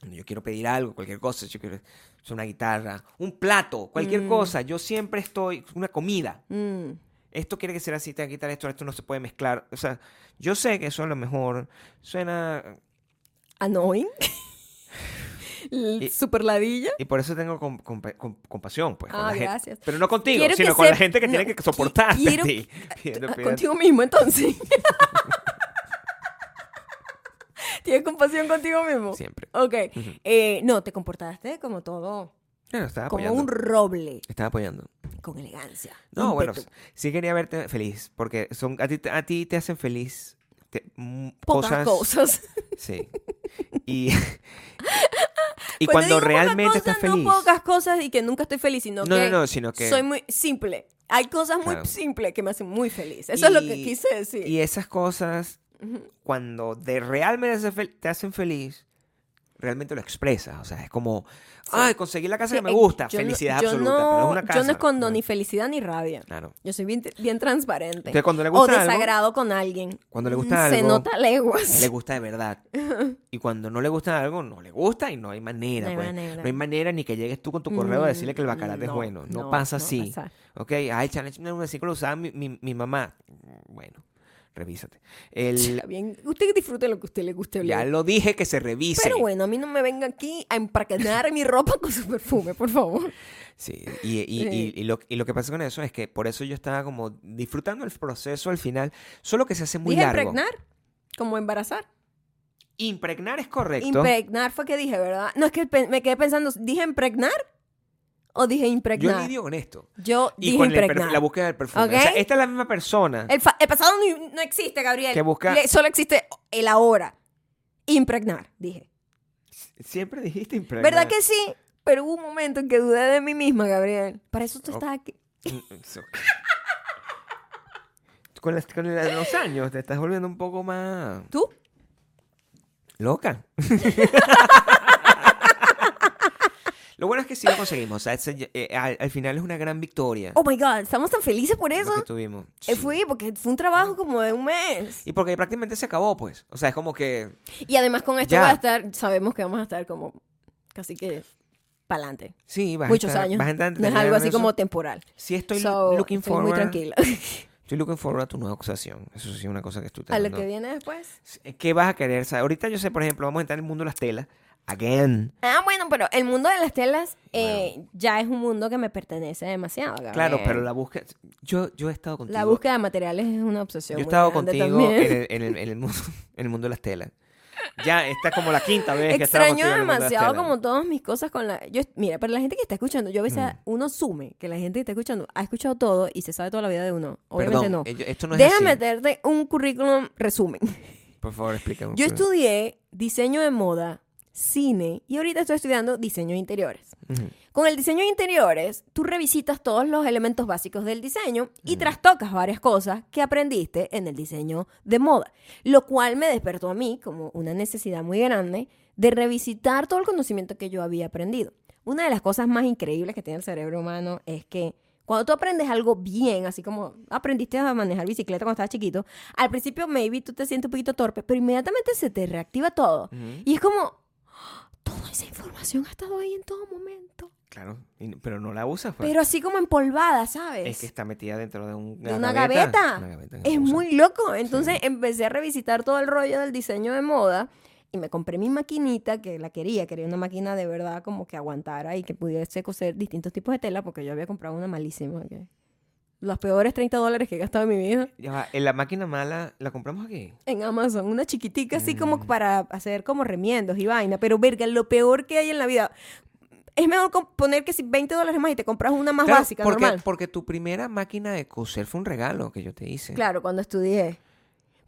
Speaker 2: Cuando yo quiero pedir algo, cualquier cosa, yo quiero es una guitarra, un plato, cualquier cosa. Yo siempre estoy, una comida.
Speaker 1: Mm,
Speaker 2: Esto quiere que sea así, te que quitar esto, esto no se puede mezclar. O sea, yo sé que eso a lo mejor suena...
Speaker 1: Annoying.
Speaker 2: Y-
Speaker 1: Super ladilla.
Speaker 2: Y por eso tengo comp- compa- comp- compasión, pues, con
Speaker 1: Ah,
Speaker 2: la gente.
Speaker 1: gracias.
Speaker 2: Pero no contigo,
Speaker 1: Quiero que
Speaker 2: sino con la
Speaker 1: sep-
Speaker 2: gente que
Speaker 1: no,
Speaker 2: tiene que
Speaker 1: qui-
Speaker 2: soportarte a
Speaker 1: quiero-
Speaker 2: ti. Pidiendo-
Speaker 1: Ah,
Speaker 2: pidiendo-
Speaker 1: Contigo mismo, entonces. ¿Tienes compasión contigo mismo?
Speaker 2: Siempre.
Speaker 1: Ok. Eh, no, te comportaste como todo.
Speaker 2: Claro, estaba
Speaker 1: como
Speaker 2: apoyando.
Speaker 1: un roble.
Speaker 2: Estaba apoyando.
Speaker 1: Con elegancia.
Speaker 2: No, bueno,
Speaker 1: ímpetu.
Speaker 2: sí quería verte feliz, porque son a ti, te- a ti te hacen feliz te- mm,
Speaker 1: Pocas
Speaker 2: cosas,
Speaker 1: cosas.
Speaker 2: Sí. Y, y
Speaker 1: Cuando
Speaker 2: cuando,
Speaker 1: Pues digo pocas
Speaker 2: realmente
Speaker 1: cosas,
Speaker 2: estás feliz.
Speaker 1: No pocas cosas y que nunca estoy feliz, sino
Speaker 2: No,
Speaker 1: que.
Speaker 2: no, no, sino que-
Speaker 1: Soy muy simple. Hay cosas muy
Speaker 2: Claro.
Speaker 1: simples que me hacen muy feliz. Eso es lo que
Speaker 2: Y-
Speaker 1: quise decir.
Speaker 2: Y esas cosas, cuando de realmente te hacen fel- te hacen feliz, realmente lo expresas. O sea, es como, ay, conseguí la casa
Speaker 1: Sí,
Speaker 2: que me
Speaker 1: eh,
Speaker 2: gusta,
Speaker 1: yo no-
Speaker 2: felicidad
Speaker 1: yo
Speaker 2: absoluta.
Speaker 1: No,
Speaker 2: pero es una casa.
Speaker 1: yo no escondo ni felicidad ni rabia.
Speaker 2: Claro.
Speaker 1: Yo soy bien, bien transparente.
Speaker 2: Entonces, cuando le
Speaker 1: o
Speaker 2: gusta algo-
Speaker 1: desagrado con alguien. Mm,
Speaker 2: Cuando le gusta
Speaker 1: Se
Speaker 2: algo,
Speaker 1: nota leguas.
Speaker 2: Le gusta de verdad. Y cuando no le gusta algo, no le gusta y no hay manera.
Speaker 1: No hay
Speaker 2: pues.
Speaker 1: manera.
Speaker 2: No hay manera ni que llegues tú con tu correo a decirle que el
Speaker 1: Mm,
Speaker 2: bacalao es
Speaker 1: no,
Speaker 2: bueno. No,
Speaker 1: no,
Speaker 2: pasa
Speaker 1: no
Speaker 2: así.
Speaker 1: pasa.
Speaker 2: Ok, ay, challenge un versículo lo usaba mi, mi- mi mamá. Bueno, revísate. El,
Speaker 1: Está bien. Usted disfrute lo que a usted le guste
Speaker 2: ya
Speaker 1: oler.
Speaker 2: lo dije que se revise.
Speaker 1: Pero bueno, a mí no me venga aquí a empaquetar mi ropa con su perfume, por favor.
Speaker 2: Sí, y, y- y-
Speaker 1: Sí.
Speaker 2: y lo, y lo que pasa con eso es que por eso yo estaba como disfrutando el proceso al final, solo que se hace muy
Speaker 1: dije
Speaker 2: largo.
Speaker 1: impregnar, como embarazar.
Speaker 2: Impregnar es correcto.
Speaker 1: Impregnar fue que dije, ¿verdad? No, es que pe- me quedé pensando, ¿dije impregnar o dije
Speaker 2: yo
Speaker 1: impregnar? Yo,
Speaker 2: lidio con esto. Y
Speaker 1: dije
Speaker 2: con el perf-
Speaker 1: impregnar.
Speaker 2: la búsqueda del perfume.
Speaker 1: ¿Ok?
Speaker 2: O sea, esta es la misma persona.
Speaker 1: El, fa- el pasado ni- no existe, Gabriel.
Speaker 2: Que busca-
Speaker 1: Le- solo existe el ahora. Impregnar, dije.
Speaker 2: Siempre dijiste impregnar.
Speaker 1: ¿Verdad que sí? Pero hubo un momento en que dudé de mí misma, Gabriel. Para eso tú
Speaker 2: Oh.
Speaker 1: estás aquí.
Speaker 2: Mm, it's okay. con, las- con la- los años te estás volviendo un poco más
Speaker 1: ¿Tú?
Speaker 2: loca. Lo bueno es que sí lo conseguimos. o sea, ese- eh, al, al final es una gran victoria
Speaker 1: Oh my God, estamos tan felices por
Speaker 2: lo
Speaker 1: eso.
Speaker 2: que tuvimos.
Speaker 1: Eh,
Speaker 2: Sí. Ah.
Speaker 1: Fui, porque fue un trabajo como de un mes.
Speaker 2: Y porque prácticamente se acabó, pues. O sea, es como que
Speaker 1: Y además con esto
Speaker 2: Ya.
Speaker 1: va a estar, sabemos que vamos a estar como casi que para adelante.
Speaker 2: sí, vas a
Speaker 1: Muchos
Speaker 2: estar-
Speaker 1: años.
Speaker 2: vas a estar
Speaker 1: no es
Speaker 2: entretenida
Speaker 1: algo
Speaker 2: con
Speaker 1: así
Speaker 2: eso.
Speaker 1: como temporal.
Speaker 2: Sí, estoy
Speaker 1: So,
Speaker 2: looking
Speaker 1: estoy muy
Speaker 2: forward.
Speaker 1: tranquila.
Speaker 2: Estoy looking forward a tu nueva acusación. Eso sí es una cosa que tú te
Speaker 1: a lo que viene después.
Speaker 2: ¿Qué vas a querer? O sea, ahorita yo sé, por ejemplo, vamos a entrar en el mundo de las telas. Again.
Speaker 1: Ah, bueno, pero el mundo de las telas eh, ya es un mundo que me pertenece demasiado. Gabriel.
Speaker 2: Claro, pero la búsqueda. Yo, yo he estado contigo.
Speaker 1: La búsqueda de materiales es una obsesión.
Speaker 2: Yo he
Speaker 1: muy
Speaker 2: estado
Speaker 1: grande
Speaker 2: contigo en
Speaker 1: también.
Speaker 2: el, en el- en el mundo, en el mundo de las telas. Ya, esta es como la quinta vez que he estado
Speaker 1: Extraño
Speaker 2: contigo. en el mundo de las
Speaker 1: demasiado
Speaker 2: telas.
Speaker 1: como todas mis cosas con la... Yo, mira, pero la gente que está escuchando, yo a veces
Speaker 2: Mm.
Speaker 1: uno asume que la gente que está escuchando ha escuchado todo y se sabe toda la vida de uno. Obviamente
Speaker 2: Perdón,
Speaker 1: no.
Speaker 2: eh, yo- esto no es
Speaker 1: Déjame
Speaker 2: así.
Speaker 1: meterte un currículum resumen.
Speaker 2: Por favor, explícame.
Speaker 1: Yo
Speaker 2: por-
Speaker 1: estudié diseño de moda, cine y ahorita estoy estudiando diseño de interiores.
Speaker 2: Ujú.
Speaker 1: Con el diseño de interiores, tú revisitas todos los elementos básicos del diseño y trastocas varias cosas que aprendiste en el diseño de moda, lo cual me despertó a mí como una necesidad muy grande de revisitar todo el conocimiento que yo había aprendido. Una de las cosas más increíbles que tiene el cerebro humano es que cuando tú aprendes algo bien, así como aprendiste a manejar bicicleta cuando estabas chiquito, al principio maybe tú te sientes un poquito torpe, pero inmediatamente se te reactiva todo. Y es como, "¡Ah! toda esa información ha estado ahí en todo momento.
Speaker 2: Claro, y no- pero no la usas. pues.
Speaker 1: Pero así como empolvada, ¿sabes?
Speaker 2: es que está metida dentro de un-
Speaker 1: de una gaveta.
Speaker 2: Una gaveta que
Speaker 1: es
Speaker 2: no usas.
Speaker 1: muy loco. Entonces empecé a revisitar todo el rollo del diseño de moda y me compré mi maquinita que la quería, quería una máquina de verdad como que aguantara y que pudiese coser distintos tipos de tela porque yo había comprado una malísima. que- Los peores 30 dólares que he gastado en mi vida
Speaker 2: Ya va, en la máquina mala, ¿la compramos aquí?
Speaker 1: en Amazon, una chiquitica así
Speaker 2: Mm.
Speaker 1: como para hacer como remiendos y vaina, pero verga, lo peor que hay en la vida. Es mejor com- poner que si 20 dólares más y te compras una más
Speaker 2: Claro,
Speaker 1: básica,
Speaker 2: porque,
Speaker 1: normal.
Speaker 2: Porque tu primera máquina de coser fue un regalo que yo te hice.
Speaker 1: Claro, cuando estudié.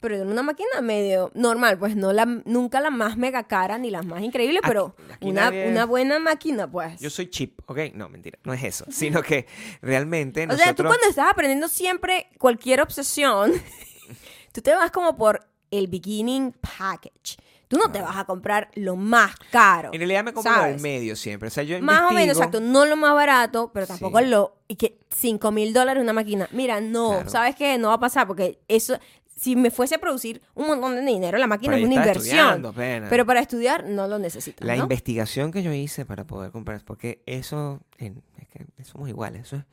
Speaker 1: Pero era una máquina medio normal, pues no la, nunca la más mega cara ni las más increíbles,
Speaker 2: Aquí-
Speaker 1: pero
Speaker 2: aquí
Speaker 1: una,
Speaker 2: nadie-
Speaker 1: una buena máquina, pues.
Speaker 2: Yo soy chip, ¿ok? No, mentira, no es eso. Sino que realmente
Speaker 1: O sea, tú
Speaker 2: nosotros-
Speaker 1: cuando estás aprendiendo siempre cualquier obsesión, tú te vas como por el beginning package. Tú no te vas a comprar lo más caro.
Speaker 2: En realidad me compro lo del
Speaker 1: ¿sabes?
Speaker 2: medio siempre. O sea, yo
Speaker 1: Más o menos,
Speaker 2: investigo-
Speaker 1: exacto. No lo más barato, pero tampoco
Speaker 2: Sí.
Speaker 1: lo... Y que 5 mil dólares una máquina. Mira, no,
Speaker 2: Claro.
Speaker 1: ¿sabes qué? No va a pasar porque eso... Si me fuese a producir un montón de dinero, la máquina
Speaker 2: Pero
Speaker 1: es
Speaker 2: ahí
Speaker 1: una
Speaker 2: estás
Speaker 1: inversión.
Speaker 2: estudiando, pena.
Speaker 1: Pero para estudiar no lo necesito.
Speaker 2: La
Speaker 1: ¿no?
Speaker 2: investigación que yo hice para poder comprar, porque eso, en- es que somos iguales, eso es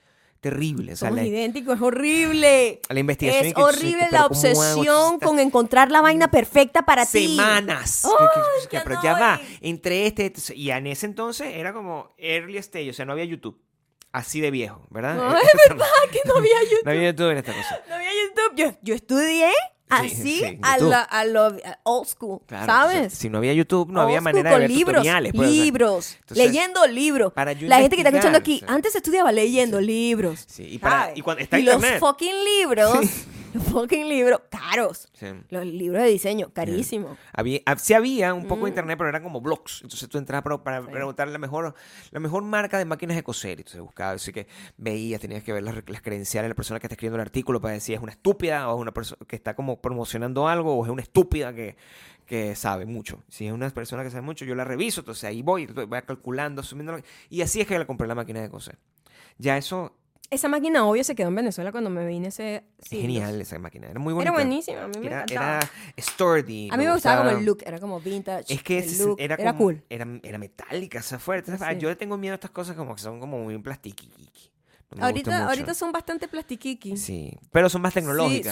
Speaker 2: terrible. O sea,
Speaker 1: Somos
Speaker 2: la,
Speaker 1: idénticos, es horrible.
Speaker 2: la investigación
Speaker 1: Es
Speaker 2: que-
Speaker 1: horrible
Speaker 2: pero
Speaker 1: la
Speaker 2: ¿cómo hago?
Speaker 1: obsesión
Speaker 2: Está-
Speaker 1: con encontrar la vaina perfecta para ti.
Speaker 2: semanas.
Speaker 1: ¡Ay,
Speaker 2: Que- que- que-
Speaker 1: ya
Speaker 2: pero
Speaker 1: no
Speaker 2: ya va,
Speaker 1: hay!
Speaker 2: entre este, este- y en ese entonces era como early stage, o sea, no había YouTube. Así de viejo, ¿verdad?
Speaker 1: No, es
Speaker 2: verdad
Speaker 1: Que no había YouTube.
Speaker 2: No había YouTube en esta cosa.
Speaker 1: No había YouTube. Yo, yo estudié así
Speaker 2: sí,
Speaker 1: a,
Speaker 2: YouTube.
Speaker 1: la- a lo a old school,
Speaker 2: Claro, o sea,
Speaker 1: ¿sabes?
Speaker 2: si no había YouTube, no
Speaker 1: Old
Speaker 2: había
Speaker 1: school
Speaker 2: manera de
Speaker 1: con
Speaker 2: ver
Speaker 1: libros,
Speaker 2: tutoriales. pues, o sea,
Speaker 1: libros,
Speaker 2: entonces,
Speaker 1: leyendo libros.
Speaker 2: para yo
Speaker 1: la gente que está
Speaker 2: investigar,
Speaker 1: escuchando aquí,
Speaker 2: o sea,
Speaker 1: antes estudiaba leyendo libros.
Speaker 2: sí, y para-
Speaker 1: ¿sabes?
Speaker 2: y cuando está
Speaker 1: los
Speaker 2: internet.
Speaker 1: fucking libros, los fucking libros caros.
Speaker 2: sí.
Speaker 1: Los libros de diseño, carísimos.
Speaker 2: Había, hab- sí había un poco de internet, pero eran como blogs. Entonces tú entrabas para, para preguntar la mejor, la mejor marca de máquinas de coser. Y tú se buscabas, así que veías, tenías que ver las, las credenciales de la persona que está escribiendo el artículo para decir si es una estúpida o es una persona que está como promocionando algo o es una estúpida que, que sabe mucho. Si es una persona que sabe mucho, yo la reviso. Entonces ahí voy, voy calculando, asumiendo. lo- Y así es que la compré la máquina de coser. Ya eso
Speaker 1: Esa máquina, obvio, se quedó en Venezuela cuando me vine ese.
Speaker 2: es genial, esa máquina. Era muy bonita.
Speaker 1: Era buenísima, a mí me
Speaker 2: Era,
Speaker 1: encantaba.
Speaker 2: era sturdy.
Speaker 1: A mí me gustaba como el
Speaker 2: look
Speaker 1: look, era como vintage.
Speaker 2: Es que
Speaker 1: el
Speaker 2: ese-
Speaker 1: look,
Speaker 2: era,
Speaker 1: era,
Speaker 2: como-
Speaker 1: cool.
Speaker 2: Era, era metálica, esa fuerte. esa- ah,
Speaker 1: Sí.
Speaker 2: Yo le tengo miedo a estas cosas como que son como muy plastiquiqui. No me gustan
Speaker 1: Ahorita,
Speaker 2: mucho.
Speaker 1: ahorita son bastante plastiquiqui.
Speaker 2: Sí, pero son más tecnológicas.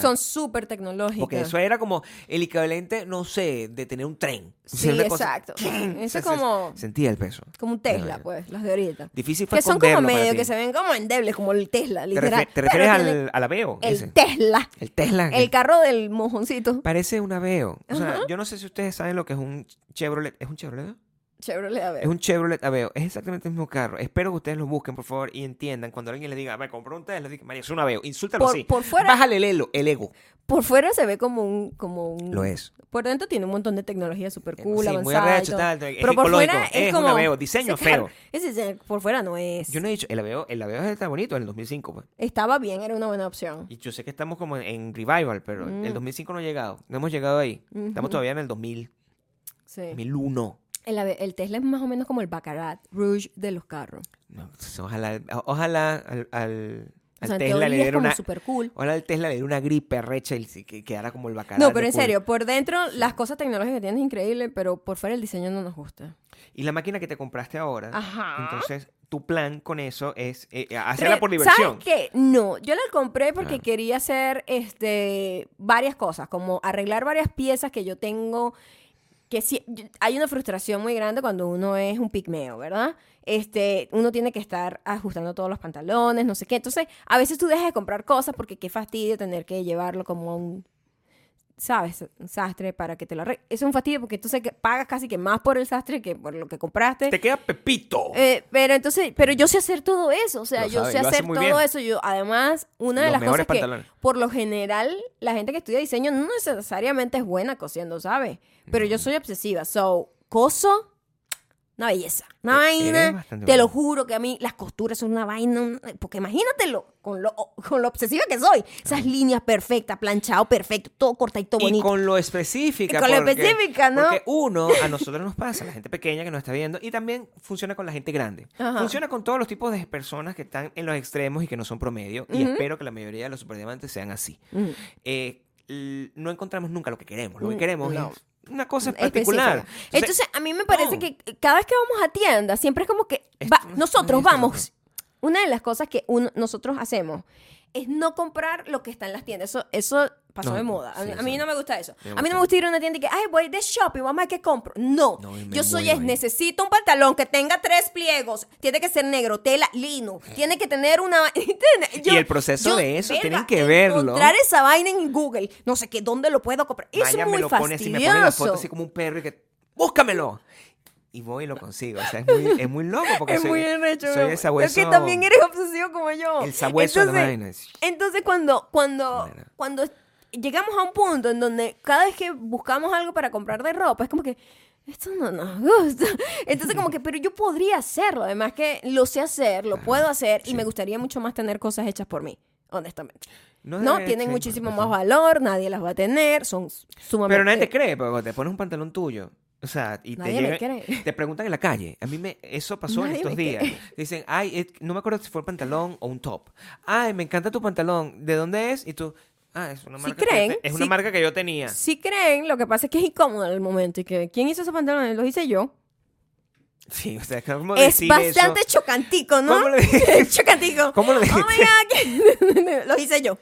Speaker 1: Sí, son súper tecnológicas.
Speaker 2: Porque eso era como el equivalente, no sé, de tener un tren. O sea,
Speaker 1: Sí,
Speaker 2: una cosa-
Speaker 1: exacto.
Speaker 2: O
Speaker 1: Eso
Speaker 2: sea,
Speaker 1: es
Speaker 2: se-
Speaker 1: como,
Speaker 2: Sentía el peso.
Speaker 1: como un
Speaker 2: Era-
Speaker 1: Tesla, pues, los de ahorita.
Speaker 2: Difícil fue
Speaker 1: Que son como
Speaker 2: esconderlo para
Speaker 1: medio
Speaker 2: ti.
Speaker 1: que se ven como endebles, como el Tesla,
Speaker 2: ¿Te,
Speaker 1: literal.
Speaker 2: refi- te refieres
Speaker 1: Pero
Speaker 2: al, Ah,
Speaker 1: tienen
Speaker 2: al Aveo? ese?
Speaker 1: El Tesla.
Speaker 2: El Tesla. que-
Speaker 1: El carro del mojoncito.
Speaker 2: Parece un Aveo. O sea, yo no sé si ustedes saben lo que es un Chevrolet. ¿Es un Chevrolet?
Speaker 1: Chevrolet, a ver.
Speaker 2: Es un Chevrolet Aveo. Es exactamente el mismo carro. Espero que ustedes lo busquen, por favor, y entiendan. Cuando alguien le diga, me compró un Tesla, diga, María, es un Aveo. Insúltalo
Speaker 1: Por-
Speaker 2: así.
Speaker 1: por fuera-
Speaker 2: Bájale el elo, el ego.
Speaker 1: Por fuera se ve como un... Como un
Speaker 2: Lo es.
Speaker 1: Por dentro tiene un montón de tecnología súper
Speaker 2: Eh,
Speaker 1: cool,
Speaker 2: sí, muy
Speaker 1: avanzada
Speaker 2: arrecho,
Speaker 1: y todo.
Speaker 2: tal, es
Speaker 1: Pero por
Speaker 2: ecológico,
Speaker 1: fuera es,
Speaker 2: es un
Speaker 1: como...
Speaker 2: Aveo, diseño
Speaker 1: ese carro-
Speaker 2: feo.
Speaker 1: ese- ese- por fuera no es.
Speaker 2: Yo no he dicho, el Aveo, el Aveo está bonito, en el 2005. pues.
Speaker 1: Estaba bien, era una buena opción.
Speaker 2: Y yo sé que estamos como en, en revival, pero
Speaker 1: Mm.
Speaker 2: el 2005 no ha llegado. No hemos llegado ahí. Estamos todavía en el 2000,
Speaker 1: Sí.
Speaker 2: 2001.
Speaker 1: El, ave- el Tesla es más o menos como el Baccarat Rouge de los carros.
Speaker 2: No, entonces, ojalá, o- ojalá al,
Speaker 1: O
Speaker 2: al, al
Speaker 1: sea, en
Speaker 2: Tesla le
Speaker 1: teoría es
Speaker 2: diera
Speaker 1: como
Speaker 2: una...
Speaker 1: súper cool.
Speaker 2: Ojalá al Tesla le diera una gripe recha y se- que quedara como el bacalao.
Speaker 1: No, pero en serio, por dentro las cosas tecnológicas que tienes es increíble, pero por fuera el diseño no nos gusta.
Speaker 2: Y la máquina que te compraste ahora,
Speaker 1: Ajá.
Speaker 2: entonces tu plan con eso es eh, eh, hacerla
Speaker 1: Pero,
Speaker 2: por diversión.
Speaker 1: ¿Sabes qué? No, yo la compré porque
Speaker 2: Claro.
Speaker 1: quería hacer este, varias cosas, como arreglar varias piezas que yo tengo. Que sí, yo- hay una frustración muy grande cuando uno es un pigmeo, ¿verdad? Este, uno tiene que estar ajustando todos los pantalones, no sé qué. Entonces, a veces tú dejas de comprar cosas porque qué fastidio tener que llevarlo como a un, ¿sabes? Un sastre para que te lo arregle. Es un fastidio porque entonces que- pagas casi que más por el sastre que por lo que compraste.
Speaker 2: Te queda Pepito.
Speaker 1: Eh, pero entonces, pero yo sé hacer todo eso, o sea,
Speaker 2: Lo
Speaker 1: yo
Speaker 2: sabe,
Speaker 1: sé
Speaker 2: lo hace
Speaker 1: hacer
Speaker 2: muy
Speaker 1: todo
Speaker 2: bien.
Speaker 1: eso. Yo, además, una de
Speaker 2: Los
Speaker 1: las
Speaker 2: mejores
Speaker 1: cosas que
Speaker 2: pantalones.
Speaker 1: por lo general la gente que estudia diseño no necesariamente es buena cosiendo, ¿sabes? Pero
Speaker 2: Mm.
Speaker 1: yo soy obsesiva, so coso una belleza, una
Speaker 2: E- eres
Speaker 1: vaina. Te
Speaker 2: bastante
Speaker 1: lo
Speaker 2: buena.
Speaker 1: juro que a mí las costuras son una vaina, un- porque imagínatelo con lo con lo obsesiva que soy, esas líneas perfectas, planchado perfecto, todo cortadito
Speaker 2: y
Speaker 1: bonito.
Speaker 2: con lo específica.
Speaker 1: Y con lo
Speaker 2: porque-
Speaker 1: específica, ¿no?
Speaker 2: Porque uno, a nosotros nos pasa, la gente pequeña que nos está viendo, y también funciona con la gente grande.
Speaker 1: Ajá.
Speaker 2: Funciona con todos los tipos de personas que están en los extremos y que no son promedio, y espero que la mayoría de los superdiamantes sean así.
Speaker 1: Ujú.
Speaker 2: Eh, l- no encontramos nunca lo que queremos. Lo que
Speaker 1: Mm,
Speaker 2: queremos
Speaker 1: no.
Speaker 2: es una cosa en particular.
Speaker 1: específica. Entonces, a mí me parece
Speaker 2: no.
Speaker 1: que cada vez que vamos a tienda, siempre es como que
Speaker 2: Es-
Speaker 1: va-
Speaker 2: no es-
Speaker 1: nosotros
Speaker 2: no es eso,
Speaker 1: vamos. Una de las cosas que uno- nosotros hacemos es no comprar lo que está en las tiendas. Eso, eso pasó
Speaker 2: No,
Speaker 1: de moda. A,
Speaker 2: sí,
Speaker 1: mí- a
Speaker 2: sí.
Speaker 1: mí no me gusta eso.
Speaker 2: Me
Speaker 1: A mí
Speaker 2: gusta.
Speaker 1: no me gusta ir a una tienda y que, ay, voy de shopping, vamos a ver qué compro. No,
Speaker 2: No, me
Speaker 1: yo soy
Speaker 2: muero
Speaker 1: es,
Speaker 2: ahí.
Speaker 1: necesito un pantalón que tenga tres pliegos, tiene que ser negro, tela, lino, tiene que tener una... ¿entiendes?
Speaker 2: el proceso de eso,
Speaker 1: verga,
Speaker 2: tienen que verlo.
Speaker 1: Encontrar esa vaina en Google, no sé qué, dónde lo puedo comprar. Es
Speaker 2: Maya
Speaker 1: muy
Speaker 2: me lo pone así,
Speaker 1: fastidioso.
Speaker 2: me pone la foto así como un perro y que, ¡búscamelo! Y voy y lo consigo. O sea, es muy, es muy loco porque
Speaker 1: es
Speaker 2: soy,
Speaker 1: muy enrecho, mi
Speaker 2: soy
Speaker 1: amor.
Speaker 2: el sabueso.
Speaker 1: Es que también eres obsesivo como yo.
Speaker 2: El sabueso de la vaina.
Speaker 1: Entonces, cuando, cuando,
Speaker 2: Bueno.
Speaker 1: cuando llegamos a un punto en donde cada vez que buscamos algo para comprar de ropa, es como que esto no nos gusta. Entonces, como que, pero yo podría hacerlo. Además que lo sé hacer, lo puedo hacer y me gustaría mucho más tener cosas hechas por mí. Honestamente.
Speaker 2: No,
Speaker 1: No,
Speaker 2: eh,
Speaker 1: tienen
Speaker 2: sí,
Speaker 1: muchísimo
Speaker 2: ajá.
Speaker 1: más valor, nadie las va a tener, son sumamente...
Speaker 2: Pero nadie te cree, porque cuando te pones un pantalón tuyo. O sea, y te,
Speaker 1: Nadie me
Speaker 2: llegan-
Speaker 1: cree.
Speaker 2: te preguntan en la calle. A mí me eso pasó en
Speaker 1: Nadie
Speaker 2: estos
Speaker 1: me
Speaker 2: días.
Speaker 1: cree.
Speaker 2: Dicen, ay, eh, no me acuerdo si fue el pantalón o un top. Ay, me encanta tu pantalón. ¿De dónde es? Y tú, ah, es una
Speaker 1: Sí
Speaker 2: marca. que yo
Speaker 1: creen,
Speaker 2: te- es una
Speaker 1: sí-
Speaker 2: marca que yo tenía.
Speaker 1: Si creen, lo que pasa es que es incómodo en el momento y que ¿quién hizo esos pantalones? Los hice yo.
Speaker 2: Sí, o sea, ¿cómo
Speaker 1: Es
Speaker 2: decir eso?
Speaker 1: bastante chocantico, ¿no?
Speaker 2: ¿Cómo lo dijiste?
Speaker 1: chocantico.
Speaker 2: ¿Cómo lo
Speaker 1: Oh my
Speaker 2: dijiste?
Speaker 1: God, que- lo hice yo.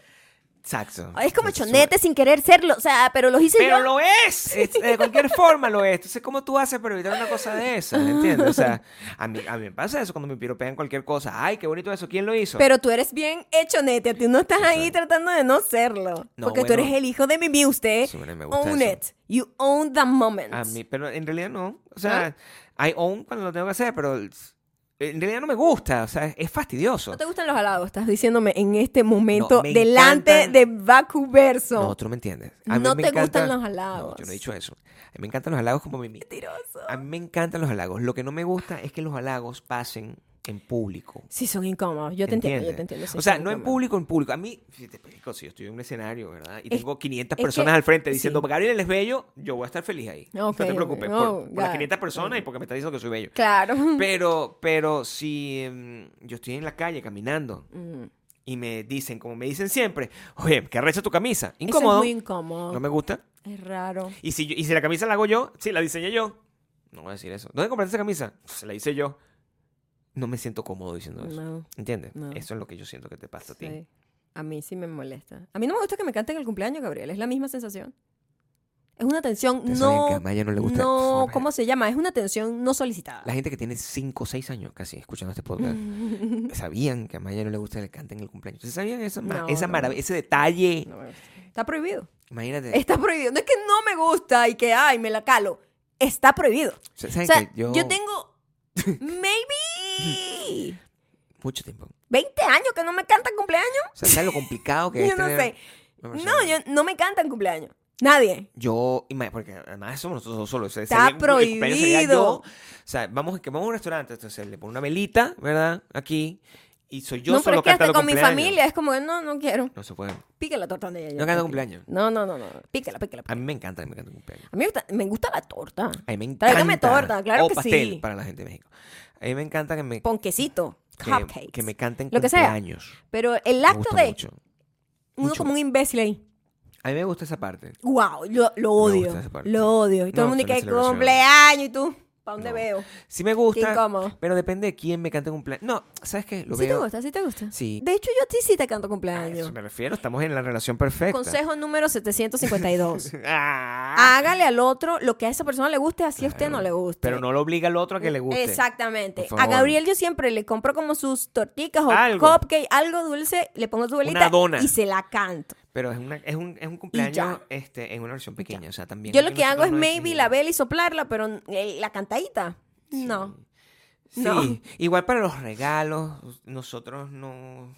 Speaker 2: Exacto.
Speaker 1: Es como
Speaker 2: Eso es
Speaker 1: chonete sin querer serlo, o sea, pero lo hice
Speaker 2: Ah, Pero
Speaker 1: yo.
Speaker 2: lo es. Es- De cualquier forma lo es. Entonces, ¿cómo tú haces para evitar una cosa de esas? ¿Entiendes? O sea, a mí, a mí me pasa eso cuando me piropean cualquier cosa. Ay, qué bonito eso. ¿Quién lo hizo?
Speaker 1: Pero tú eres bien hechonete, tú no estás ahí tratando de no serlo.
Speaker 2: No,
Speaker 1: porque tú
Speaker 2: bueno.
Speaker 1: eres el hijo de mi usted.
Speaker 2: Sí, bueno, me gusta
Speaker 1: own
Speaker 2: eso. Ah,
Speaker 1: it. You own the moment.
Speaker 2: A mí, pero en realidad no. O sea,
Speaker 1: ¿Ah?
Speaker 2: I own cuando lo tengo que hacer, pero en realidad no me gusta. O sea, es fastidioso.
Speaker 1: No te gustan los halagos, estás diciéndome en este momento,
Speaker 2: me
Speaker 1: delante
Speaker 2: encantan-
Speaker 1: de Baku Verso.
Speaker 2: No, tú no me entiendes. A mí
Speaker 1: No
Speaker 2: me
Speaker 1: te
Speaker 2: encanta-
Speaker 1: gustan los
Speaker 2: No,
Speaker 1: halagos.
Speaker 2: yo no he dicho eso. A mí me encantan los halagos como mi
Speaker 1: Mentiroso.
Speaker 2: A mí me encantan los halagos. Lo que no me gusta es que los halagos pasen en público.
Speaker 1: Sí, son incómodos. Yo te entiendo, yo te
Speaker 2: ¿Entiendes?
Speaker 1: entiendo. sí,
Speaker 2: O sea,
Speaker 1: son
Speaker 2: no en
Speaker 1: incómodos.
Speaker 2: público, en público. A mí, si te explico, si yo estoy en un escenario, ¿verdad? Y
Speaker 1: Es-
Speaker 2: tengo 500
Speaker 1: es
Speaker 2: personas
Speaker 1: que-
Speaker 2: al frente diciendo,
Speaker 1: sí.
Speaker 2: Gabriel es bello, yo voy a estar feliz ahí. no
Speaker 1: Ok,
Speaker 2: te preocupes,
Speaker 1: no,
Speaker 2: por, por las
Speaker 1: ya.
Speaker 2: 500 personas y porque me está diciendo que soy bello.
Speaker 1: Claro.
Speaker 2: Pero, pero si em, yo estoy en la calle caminando
Speaker 1: Mm.
Speaker 2: y me dicen, como me dicen siempre, oye, que arrecha tu camisa.
Speaker 1: Eso es
Speaker 2: Incómodo.
Speaker 1: muy incómodo.
Speaker 2: no me gusta.
Speaker 1: Es raro.
Speaker 2: Y si, yo- y si la camisa la hago yo, si la diseñé yo. No voy a decir eso. ¿Dónde compraste esa camisa? Se la hice yo. No me siento cómodo diciendo eso.
Speaker 1: No.
Speaker 2: ¿Entiendes?
Speaker 1: No.
Speaker 2: Eso es lo que yo siento que te pasa a ti.
Speaker 1: Sí. A mí sí me molesta. A mí no me gusta que me canten el cumpleaños, Gabriel. Es la misma sensación. Es una tensión
Speaker 2: Ustedes saben que a
Speaker 1: no.
Speaker 2: Maya no le gusta.
Speaker 1: no,
Speaker 2: Maya.
Speaker 1: ¿cómo se llama? Es una tensión no solicitada.
Speaker 2: La gente que tiene 5 o 6 años casi escuchando este podcast sabían que a Maya no le gusta que le canten el cumpleaños. ¿Ustedes sabían esa, ma-
Speaker 1: No,
Speaker 2: esa
Speaker 1: no.
Speaker 2: marav- ese detalle?
Speaker 1: No me gusta. Está prohibido.
Speaker 2: Imagínate.
Speaker 1: Está prohibido. No es que no me gusta y que, ay, me la calo. Está prohibido.
Speaker 2: ¿Saben
Speaker 1: O sea,
Speaker 2: que
Speaker 1: yo...
Speaker 2: yo,
Speaker 1: tengo maybe
Speaker 2: mucho tiempo.
Speaker 1: 20 años que no me cantan cumpleaños.
Speaker 2: O sea, ¿sabes lo complicado que es
Speaker 1: Yo no
Speaker 2: tener
Speaker 1: sé.
Speaker 2: una persona?
Speaker 1: No, yo, no me cantan cumpleaños. Nadie.
Speaker 2: Yo, ima- porque además somos nosotros dos solos. o sea,
Speaker 1: Está
Speaker 2: sería- el cumpleaños sería
Speaker 1: prohibido.
Speaker 2: yo. O sea, vamos, que vamos a un restaurante, entonces le pongo una velita, ¿verdad? Aquí. Y soy yo
Speaker 1: no, pero
Speaker 2: solo
Speaker 1: es que hasta
Speaker 2: cantando
Speaker 1: con mi
Speaker 2: cumpleaños.
Speaker 1: familia es como que no, no quiero.
Speaker 2: No se puede.
Speaker 1: Pica la torta de ella.
Speaker 2: No canta cumpleaños.
Speaker 1: No, no, no, no. Pícala, pícala.
Speaker 2: A mí me encanta que me canten cumpleaños.
Speaker 1: A mí me gusta, me gusta la torta.
Speaker 2: A mí me encanta.
Speaker 1: Tráigame torta, claro
Speaker 2: o
Speaker 1: que
Speaker 2: pastel
Speaker 1: sí.
Speaker 2: para la gente de México. A mí me encanta que me,
Speaker 1: Ponquecito,
Speaker 2: que,
Speaker 1: cupcakes.
Speaker 2: que me canten
Speaker 1: Lo que sea.
Speaker 2: cumpleaños.
Speaker 1: Pero el
Speaker 2: Me
Speaker 1: acto
Speaker 2: gusta
Speaker 1: de
Speaker 2: mucho.
Speaker 1: uno
Speaker 2: mucho.
Speaker 1: como un imbécil ahí.
Speaker 2: A mí me gusta esa parte.
Speaker 1: Wow, lo, lo odio.
Speaker 2: gusta esa parte.
Speaker 1: Lo odio. Y todo
Speaker 2: No,
Speaker 1: el mundo y que
Speaker 2: pero la celebración.
Speaker 1: cumpleaños y tú. ¿Para dónde
Speaker 2: No.
Speaker 1: veo?
Speaker 2: Sí me
Speaker 1: Qué
Speaker 2: gusta.
Speaker 1: incómodo.
Speaker 2: Pero depende de quién me cante cumpleaños. No, ¿sabes qué? Lo
Speaker 1: Sí te
Speaker 2: veo.
Speaker 1: gusta, sí te gusta.
Speaker 2: Sí.
Speaker 1: De hecho, yo a ti sí te canto
Speaker 2: A eso
Speaker 1: cumpleaños.
Speaker 2: me refiero. Estamos en la relación perfecta.
Speaker 1: Ah, Consejo número 752.
Speaker 2: Ah,
Speaker 1: Hágale al otro lo que a esa persona le guste, así a usted no le guste.
Speaker 2: Pero no lo obliga al otro a que le guste.
Speaker 1: Exactamente.
Speaker 2: Por
Speaker 1: A
Speaker 2: favor.
Speaker 1: Gabriel yo siempre le compro como sus torticas o
Speaker 2: Algo.
Speaker 1: cupcake, algo dulce, le pongo su velita
Speaker 2: dona.
Speaker 1: y se la canto.
Speaker 2: Pero es, una, es, un, es un cumpleaños este, en una versión pequeña. O sea, también.
Speaker 1: yo lo
Speaker 2: aquí
Speaker 1: que hago
Speaker 2: nosotros
Speaker 1: es
Speaker 2: no
Speaker 1: maybe
Speaker 2: decidimos.
Speaker 1: la vela y soplarla, pero eh, la cantadita. No.
Speaker 2: Sí,
Speaker 1: No.
Speaker 2: igual para los regalos, nosotros no.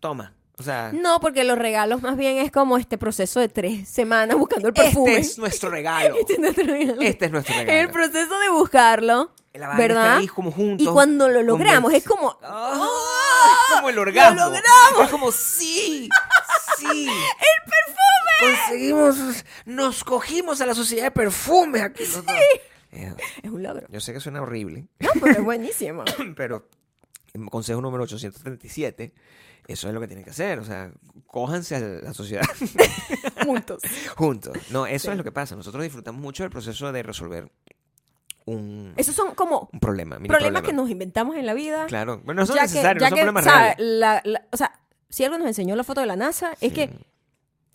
Speaker 2: Toma. O sea,
Speaker 1: No, porque los regalos más bien es como este proceso de tres semanas buscando el perfume.
Speaker 2: este es nuestro regalo.
Speaker 1: Este es nuestro regalo.
Speaker 2: Este es nuestro regalo.
Speaker 1: El proceso de buscarlo,
Speaker 2: La vaina está
Speaker 1: ¿verdad?
Speaker 2: ahí como juntos,
Speaker 1: y cuando lo logramos,
Speaker 2: convenci-
Speaker 1: es como...
Speaker 2: Ah,
Speaker 1: ¡Oh!
Speaker 2: es como el orgasmo.
Speaker 1: ¡Lo logramos!
Speaker 2: Es como sí, sí. ¡El perfume! Conseguimos, nos cogimos a la sociedad de perfume aquí. los dos. Eh,
Speaker 1: Es un logro.
Speaker 2: Yo sé que suena horrible,
Speaker 1: No, pero es buenísimo.
Speaker 2: pero consejo número 837, eso es lo que tienen que hacer. O sea, cójanse a la sociedad.
Speaker 1: Juntos.
Speaker 2: Juntos. No, eso
Speaker 1: Sí.
Speaker 2: es lo que pasa. Nosotros disfrutamos mucho del proceso de resolver un,
Speaker 1: Esos son como
Speaker 2: un problema. mini
Speaker 1: problemas
Speaker 2: problema.
Speaker 1: que nos inventamos en la vida.
Speaker 2: Claro. Bueno, no son
Speaker 1: ya que,
Speaker 2: necesarios,
Speaker 1: ya
Speaker 2: no son
Speaker 1: que,
Speaker 2: problemas
Speaker 1: o sea,
Speaker 2: reales.
Speaker 1: la- la- o sea, si algo nos enseñó la foto de la NASA es
Speaker 2: Sí.
Speaker 1: que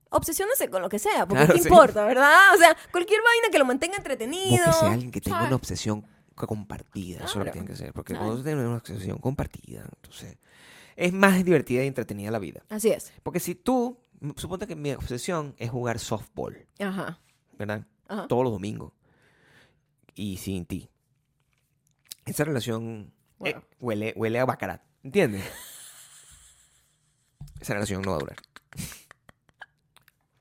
Speaker 1: obsesiónese con lo que sea, porque
Speaker 2: Claro,
Speaker 1: qué
Speaker 2: sí.
Speaker 1: importa, ¿verdad? O sea, cualquier vaina que lo mantenga
Speaker 2: Busque
Speaker 1: entretenido.
Speaker 2: sea alguien que tenga
Speaker 1: ¿sabes?
Speaker 2: una obsesión co- compartida. Eso es lo que
Speaker 1: Claro,
Speaker 2: tienen que ser. Porque
Speaker 1: claro.
Speaker 2: cuando tú tienes una obsesión compartida, entonces es más divertida y entretenida la vida.
Speaker 1: Así es.
Speaker 2: Porque si tú, m- suponte que mi obsesión es jugar softball,
Speaker 1: Ajá.
Speaker 2: ¿verdad?
Speaker 1: ajá.
Speaker 2: Todos los domingos. Y sin ti. Esa relación eh,
Speaker 1: Bueno.
Speaker 2: huele, huele a bacarat. ¿Entiendes? Esa relación no va a durar.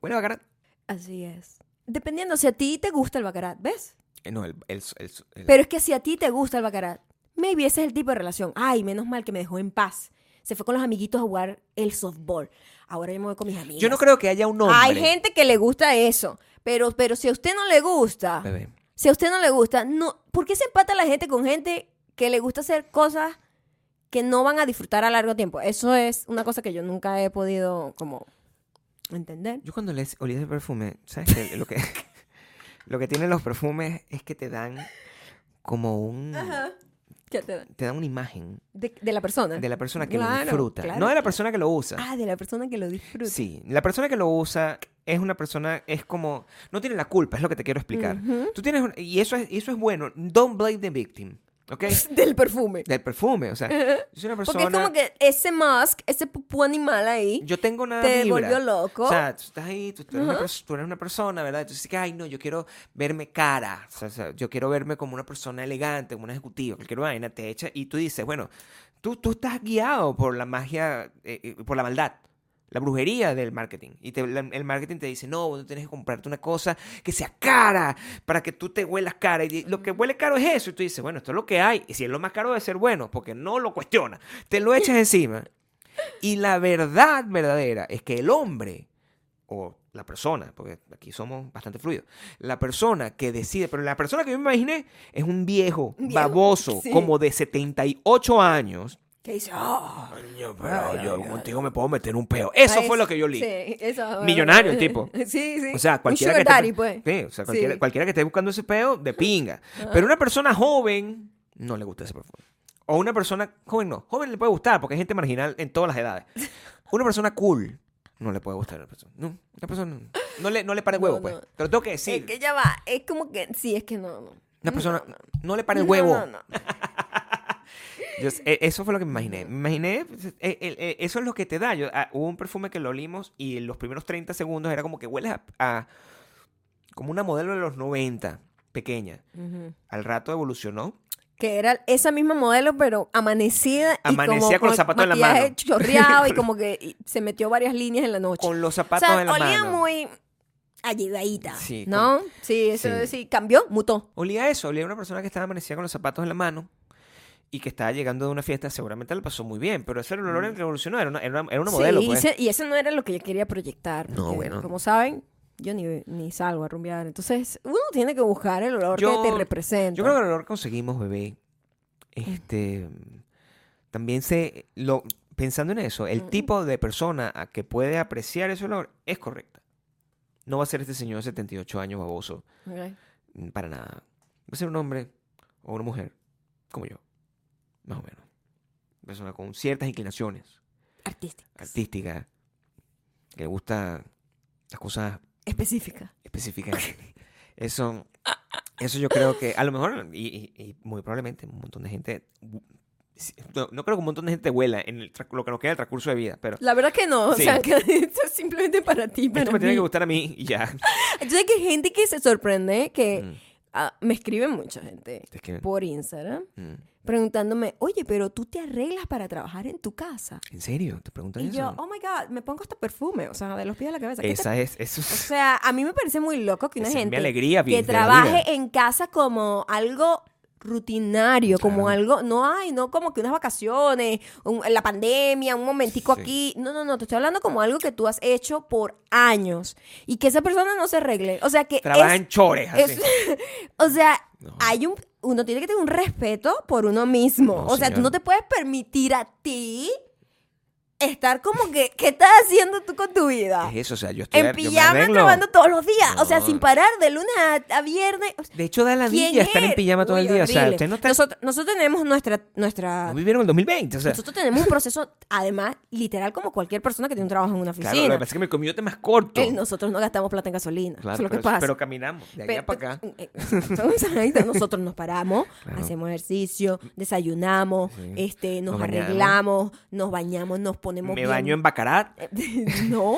Speaker 2: Huele a bacarat.
Speaker 1: Así es. Dependiendo si a ti te gusta el bacarat, ¿ves?
Speaker 2: Eh, no, el, el- el- el-
Speaker 1: Pero es que si a ti te gusta el bacarat, maybe ese es el tipo de relación. Ay, menos mal que me dejó en paz. Se fue con los amiguitos a jugar el softball. Ahora yo me voy con mis amigos.
Speaker 2: yo no creo que haya un hombre.
Speaker 1: Hay gente que le gusta eso. Pero, pero si a usted no le gusta,
Speaker 2: Bebé.
Speaker 1: si a usted no le gusta, no, ¿por qué se empata la gente con gente que le gusta hacer cosas que no van a disfrutar a largo tiempo? Eso es una cosa que yo nunca he podido como entender.
Speaker 2: Yo cuando les olí ese perfume, ¿sabes qué? Lo que, lo que tienen los perfumes es que te dan como un...
Speaker 1: ¿Qué te da?
Speaker 2: Te dan una imagen
Speaker 1: De, de la persona.
Speaker 2: de la persona que lo
Speaker 1: Ah, Claro,
Speaker 2: disfruta.
Speaker 1: claro,
Speaker 2: no de la
Speaker 1: claro.
Speaker 2: persona que lo usa.
Speaker 1: Ah, de la persona que lo disfruta.
Speaker 2: Sí, la persona que lo usa es una persona, es como, no tiene la culpa, es lo que te quiero explicar.
Speaker 1: Ujú.
Speaker 2: Tú tienes, un- y eso es, eso es bueno, don't blame the victim, ¿ok?
Speaker 1: Del perfume.
Speaker 2: Del perfume, o sea, yo soy una
Speaker 1: Porque
Speaker 2: persona,
Speaker 1: es como que ese mask, ese pupú animal ahí,
Speaker 2: yo tengo una
Speaker 1: te
Speaker 2: vibra.
Speaker 1: volvió loco.
Speaker 2: O sea, tú estás ahí, tú, tú eres una pers- tú eres una persona, ¿verdad? Entonces dices que, ay, no, yo quiero verme cara, o sea, o sea, yo quiero verme como una persona elegante, como una ejecutiva, cualquier vaina, te echa y tú dices, bueno, tú, tú estás guiado por la magia, eh, eh, por la maldad. La brujería del marketing. Y te- la- el marketing te dice, no, tú tienes que comprarte una cosa que sea cara para que tú te huelas cara. Y di- lo que huele caro es eso. Y tú dices, bueno, esto es lo que hay. Y si es lo más caro debe ser bueno, porque no lo cuestiona. Te lo echas encima. Y la verdad verdadera es que el hombre, o la persona, porque aquí somos bastante fluidos, la persona que decide, pero la persona que yo me imaginé es un viejo,
Speaker 1: Un viejo,
Speaker 2: baboso,
Speaker 1: sí.
Speaker 2: como de 78 años.
Speaker 1: que dice, "Oh,
Speaker 2: Coño,
Speaker 1: Ay,
Speaker 2: pero yo
Speaker 1: ay, ay.
Speaker 2: contigo me puedo meter un peo. Eso
Speaker 1: es-
Speaker 2: fue lo que yo leí.
Speaker 1: Pues, sí, eso-
Speaker 2: Millonario el tipo.
Speaker 1: Sí, sí.
Speaker 2: O sea, cualquiera
Speaker 1: Un sugar
Speaker 2: que
Speaker 1: daddy,
Speaker 2: esté,
Speaker 1: pues.
Speaker 2: Sí, o sea, cualquiera,
Speaker 1: Sí.
Speaker 2: cualquiera que esté buscando ese peo, de pinga. Pero una persona joven no le gusta ese perfume. O una persona joven no, joven le puede gustar porque hay gente marginal en todas las edades. Una persona cool no le puede gustar a una persona. No, una persona no le no le para el
Speaker 1: No,
Speaker 2: huevo,
Speaker 1: no.
Speaker 2: pues. Te lo tengo que decir.
Speaker 1: Es que ya va, es como que, sí, es que no, no.
Speaker 2: Una persona
Speaker 1: No,
Speaker 2: no,
Speaker 1: no.
Speaker 2: le para el
Speaker 1: No,
Speaker 2: huevo.
Speaker 1: no, no.
Speaker 2: Yo s- e- eso fue lo que me imaginé. Me imaginé, pues, e- e- e- eso es lo que te da. Yo, ah, hubo un perfume que lo olimos y en los primeros 30 segundos era como que hueles a, a- como una modelo de los 90, pequeña.
Speaker 1: Ujú.
Speaker 2: Al rato evolucionó.
Speaker 1: Que era esa misma modelo, pero amanecida. y como,
Speaker 2: Amanecía con los zapatos en la
Speaker 1: maquillaje
Speaker 2: mano.
Speaker 1: chorreado y como que y se metió varias líneas en la noche.
Speaker 2: Con los
Speaker 1: o
Speaker 2: zapatos
Speaker 1: sea,
Speaker 2: en la
Speaker 1: olía
Speaker 2: mano.
Speaker 1: muy ayudadita,
Speaker 2: Sí,
Speaker 1: ¿no? Sí, eso
Speaker 2: sí.
Speaker 1: sí. cambió, mutó.
Speaker 2: Olía a eso. Olía a una persona que estaba amanecida con los zapatos en la mano y que estaba llegando de una fiesta. Seguramente le pasó muy bien, pero ese era el olor en que evolucionó. Era una, era una- era una modelo,
Speaker 1: Mm. sí, y
Speaker 2: pues.
Speaker 1: se- y eso no era lo que yo quería proyectar.
Speaker 2: No,
Speaker 1: porque,
Speaker 2: bueno.
Speaker 1: Como saben, yo ni, ni salgo a rumbear. Entonces, uno tiene que buscar el olor
Speaker 2: Yo-
Speaker 1: que te representa.
Speaker 2: Yo creo que el olor que conseguimos, bebé,
Speaker 1: Mm.
Speaker 2: este, también se, lo, pensando en eso, el
Speaker 1: Mm.
Speaker 2: tipo de persona a que puede apreciar ese olor es correcta. No va a ser este señor de 78 años baboso,
Speaker 1: Ok.
Speaker 2: mm, para nada. Va a ser un hombre o una mujer, como yo, más o menos. Persona con ciertas inclinaciones
Speaker 1: Artística.
Speaker 2: artísticas, que le gusta las cosas
Speaker 1: Específica.
Speaker 2: específicamente. Eso, eso yo creo que a lo mejor, y, y- y muy probablemente un montón de gente, no, no creo que un montón de gente huela en el tra- lo que nos queda del transcurso de vida, pero
Speaker 1: La verdad que no,
Speaker 2: Sí.
Speaker 1: o sea, que esto es simplemente para ti, para
Speaker 2: esto me tiene
Speaker 1: mí.
Speaker 2: que gustar a mí y ya.
Speaker 1: Yo sé que hay gente que se sorprende que
Speaker 2: Mm,
Speaker 1: ah, me escribe mucha gente
Speaker 2: es que-
Speaker 1: por Instagram
Speaker 2: mm.
Speaker 1: preguntándome, oye, pero tú te arreglas para trabajar en tu casa.
Speaker 2: ¿En serio? ¿Te preguntan
Speaker 1: Y
Speaker 2: eso?
Speaker 1: yo, oh my God, me pongo hasta perfume, o sea, de los pies a la cabeza. ¿Qué te-
Speaker 2: Esa es, eso
Speaker 1: O
Speaker 2: es,
Speaker 1: sea, a mí me parece muy loco que una
Speaker 2: esa es mi
Speaker 1: gente
Speaker 2: alegría.
Speaker 1: que
Speaker 2: bien, de la vida.
Speaker 1: trabaje en casa como algo rutinario, como
Speaker 2: Claro.
Speaker 1: algo, no hay, no como que unas vacaciones, un- la pandemia, un momentico
Speaker 2: Sí.
Speaker 1: aquí, no, no, no, te estoy hablando como algo que tú has hecho por años y que esa persona no se arregle, o sea que
Speaker 2: Trabaja
Speaker 1: es-
Speaker 2: en chores, así.
Speaker 1: es- o sea,
Speaker 2: No.
Speaker 1: hay un, uno tiene que tener un respeto por uno mismo,
Speaker 2: No,
Speaker 1: o sea, tú
Speaker 2: señor.
Speaker 1: no te puedes permitir a ti estar como que, ¿qué estás haciendo tú con tu vida?
Speaker 2: Es eso, o sea, yo estoy...
Speaker 1: En
Speaker 2: ar- yo me
Speaker 1: pijama
Speaker 2: arreglo.
Speaker 1: trabajando todos los días, o sea,
Speaker 2: No.
Speaker 1: sin parar de lunes a, a viernes. O sea,
Speaker 2: De hecho, da la
Speaker 1: ¿quién
Speaker 2: villa estar en
Speaker 1: eres?
Speaker 2: pijama todo
Speaker 1: Uy,
Speaker 2: el día. O sea,
Speaker 1: horrible.
Speaker 2: ustedes no, están-
Speaker 1: nosotros, nosotros tenemos nuestra, nuestra
Speaker 2: no vivieron el 2020. O sea,
Speaker 1: Nosotros tenemos un proceso, además, literal, como cualquier persona que tiene un trabajo en una oficina.
Speaker 2: claro, lo que pasa es que mi commute es más corto.
Speaker 1: Eh, nosotros no gastamos plata en gasolina.
Speaker 2: Claro,
Speaker 1: eso es lo que
Speaker 2: pero,
Speaker 1: pasa.
Speaker 2: pero caminamos de allá
Speaker 1: Pe-
Speaker 2: para acá.
Speaker 1: eh, exacto, exacto. nosotros nos paramos,
Speaker 2: Claro.
Speaker 1: hacemos ejercicio, desayunamos,
Speaker 2: Sí.
Speaker 1: este, nos,
Speaker 2: Nos bañamos.
Speaker 1: arreglamos, nos bañamos, nos ponemos
Speaker 2: Me
Speaker 1: bien-
Speaker 2: baño en Bacarat.
Speaker 1: no.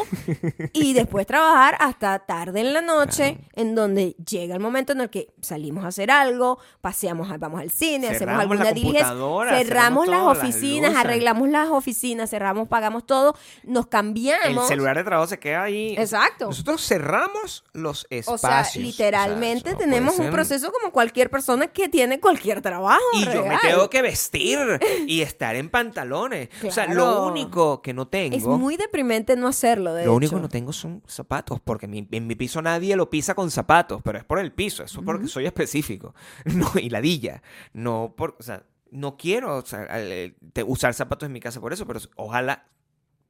Speaker 1: Y después trabajar hasta tarde en la noche, en donde llega el momento en el que salimos a hacer algo, paseamos, a- vamos al cine, hacemos
Speaker 2: Cerramos
Speaker 1: alguna
Speaker 2: la
Speaker 1: diligencia,
Speaker 2: computadora,
Speaker 1: cerramos,
Speaker 2: cerramos
Speaker 1: las
Speaker 2: todo, las
Speaker 1: oficinas,
Speaker 2: luces.
Speaker 1: arreglamos las oficinas, cerramos, pagamos todo, nos
Speaker 2: El
Speaker 1: cambiamos.
Speaker 2: celular de trabajo se queda ahí.
Speaker 1: Exacto.
Speaker 2: Nosotros cerramos los
Speaker 1: O
Speaker 2: espacios.
Speaker 1: sea,
Speaker 2: O sea,
Speaker 1: literalmente
Speaker 2: eso no
Speaker 1: tenemos
Speaker 2: puede
Speaker 1: un
Speaker 2: ser.
Speaker 1: proceso como cualquier persona que tiene cualquier trabajo.
Speaker 2: Y yo me
Speaker 1: real.
Speaker 2: tengo que vestir y estar en pantalones. O sea,
Speaker 1: Claro.
Speaker 2: lo único que no tengo.
Speaker 1: Es muy deprimente no hacerlo, de
Speaker 2: Lo único que
Speaker 1: hecho.
Speaker 2: no tengo son zapatos, porque mi- en mi piso nadie lo pisa con zapatos, pero es por el piso, eso porque soy específico. No, y ladilla. No, por, o sea, no quiero o sea, al- eh, te- usar zapatos en mi casa por eso, pero ojalá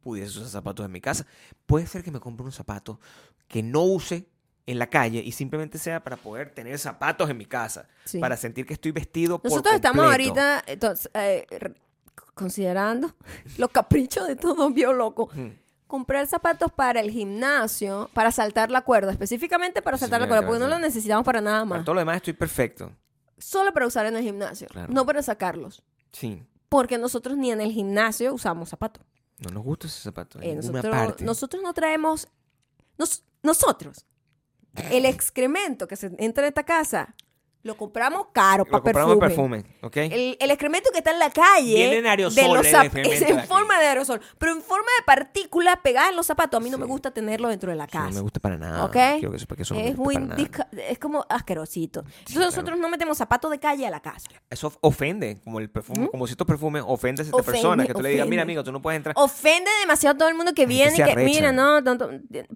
Speaker 2: pudiese usar zapatos en mi casa. Puede ser que me compre un zapato que no use en la calle y simplemente sea para poder tener zapatos en mi casa,
Speaker 1: Sí.
Speaker 2: para sentir que estoy vestido por
Speaker 1: Nosotros estamos
Speaker 2: completo.
Speaker 1: ahorita entonces, eh, re- considerando los caprichos de todos bio loco.
Speaker 2: Ujú.
Speaker 1: Comprar zapatos para el gimnasio, para saltar la cuerda, específicamente para
Speaker 2: Sí,
Speaker 1: saltar la
Speaker 2: señora,
Speaker 1: cuerda, porque no
Speaker 2: claro.
Speaker 1: lo necesitamos para nada
Speaker 2: Para
Speaker 1: más.
Speaker 2: todo lo demás estoy perfecto.
Speaker 1: Solo para usar en el gimnasio,
Speaker 2: Claro.
Speaker 1: no para sacarlos.
Speaker 2: Sí.
Speaker 1: Porque nosotros ni en el gimnasio usamos zapatos.
Speaker 2: No nos gusta ese zapato. en
Speaker 1: Eh,
Speaker 2: ninguna
Speaker 1: nosotros,
Speaker 2: parte.
Speaker 1: nosotros no traemos. nos- nosotros, el excremento que se entra en esta casa, lo compramos caro
Speaker 2: Lo
Speaker 1: para
Speaker 2: compramos
Speaker 1: perfume.
Speaker 2: perfume, ¿ok?
Speaker 1: El, el excremento que está en la calle.
Speaker 2: Viene en aerosol
Speaker 1: de los
Speaker 2: el
Speaker 1: zap-
Speaker 2: excremento
Speaker 1: es
Speaker 2: de
Speaker 1: en
Speaker 2: aquí.
Speaker 1: forma de aerosol. Pero en forma de partícula pegada en los zapatos. A mí no
Speaker 2: Sí.
Speaker 1: me gusta tenerlo dentro de la
Speaker 2: Sí, no
Speaker 1: casa.
Speaker 2: me gusta para nada.
Speaker 1: ¿Ok?
Speaker 2: Quiero que sepa que eso no me
Speaker 1: es
Speaker 2: gusta
Speaker 1: muy
Speaker 2: para nada.
Speaker 1: disca- es como asquerosito. Entonces
Speaker 2: claro.
Speaker 1: nosotros no metemos zapatos de calle a la casa.
Speaker 2: Eso ofende, como el perfume, como ciertos perfumes ofende a cierta
Speaker 1: ¿Mm? Ofende,
Speaker 2: persona. Que tú le digas,
Speaker 1: ofende.
Speaker 2: mira, amigo, tú no puedes entrar.
Speaker 1: Ofende demasiado a todo el mundo que
Speaker 2: La gente
Speaker 1: viene y
Speaker 2: se
Speaker 1: que,
Speaker 2: arrecha.
Speaker 1: mira, no, tanto,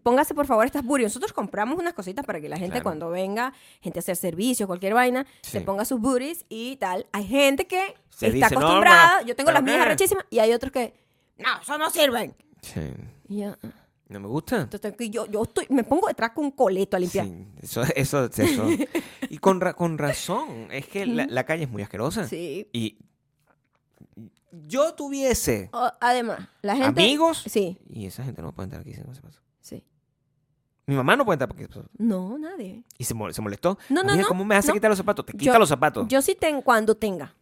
Speaker 1: póngase por favor estas burios. Nosotros compramos unas cositas para que la gente
Speaker 2: Claro.
Speaker 1: cuando venga, gente a hacer servicio, cualquier vaina,
Speaker 2: Sí.
Speaker 1: se ponga sus booties y tal. Hay gente que
Speaker 2: Se
Speaker 1: está
Speaker 2: dice, "No,
Speaker 1: acostumbrada,
Speaker 2: ma,
Speaker 1: yo tengo las
Speaker 2: ¿pero
Speaker 1: mías
Speaker 2: qué?"
Speaker 1: arrechísimas, y hay otros que, no, eso no sirven.
Speaker 2: Sí,
Speaker 1: Y yo, ah.
Speaker 2: no me gusta.
Speaker 1: Entonces, que yo, yo estoy, me pongo detrás con un coleto a limpiar.
Speaker 2: Sí, eso, eso, eso. y con, ra- con razón, es que la, la calle es muy asquerosa.
Speaker 1: ¿Mm? Sí.
Speaker 2: Y yo tuviese
Speaker 1: O- además, la gente.
Speaker 2: amigos.
Speaker 1: Sí,
Speaker 2: Y esa gente no puede entrar aquí sin ese paso.
Speaker 1: sí.
Speaker 2: Mi mamá no puede entrar porque pues,
Speaker 1: No, nadie.
Speaker 2: y se, mol- se molestó.
Speaker 1: No, no,
Speaker 2: Mira,
Speaker 1: no,
Speaker 2: ¿Cómo me hace
Speaker 1: no.
Speaker 2: quitar los zapatos? Te
Speaker 1: Yo-
Speaker 2: quita los zapatos.
Speaker 1: Yo sí tengo cuando tenga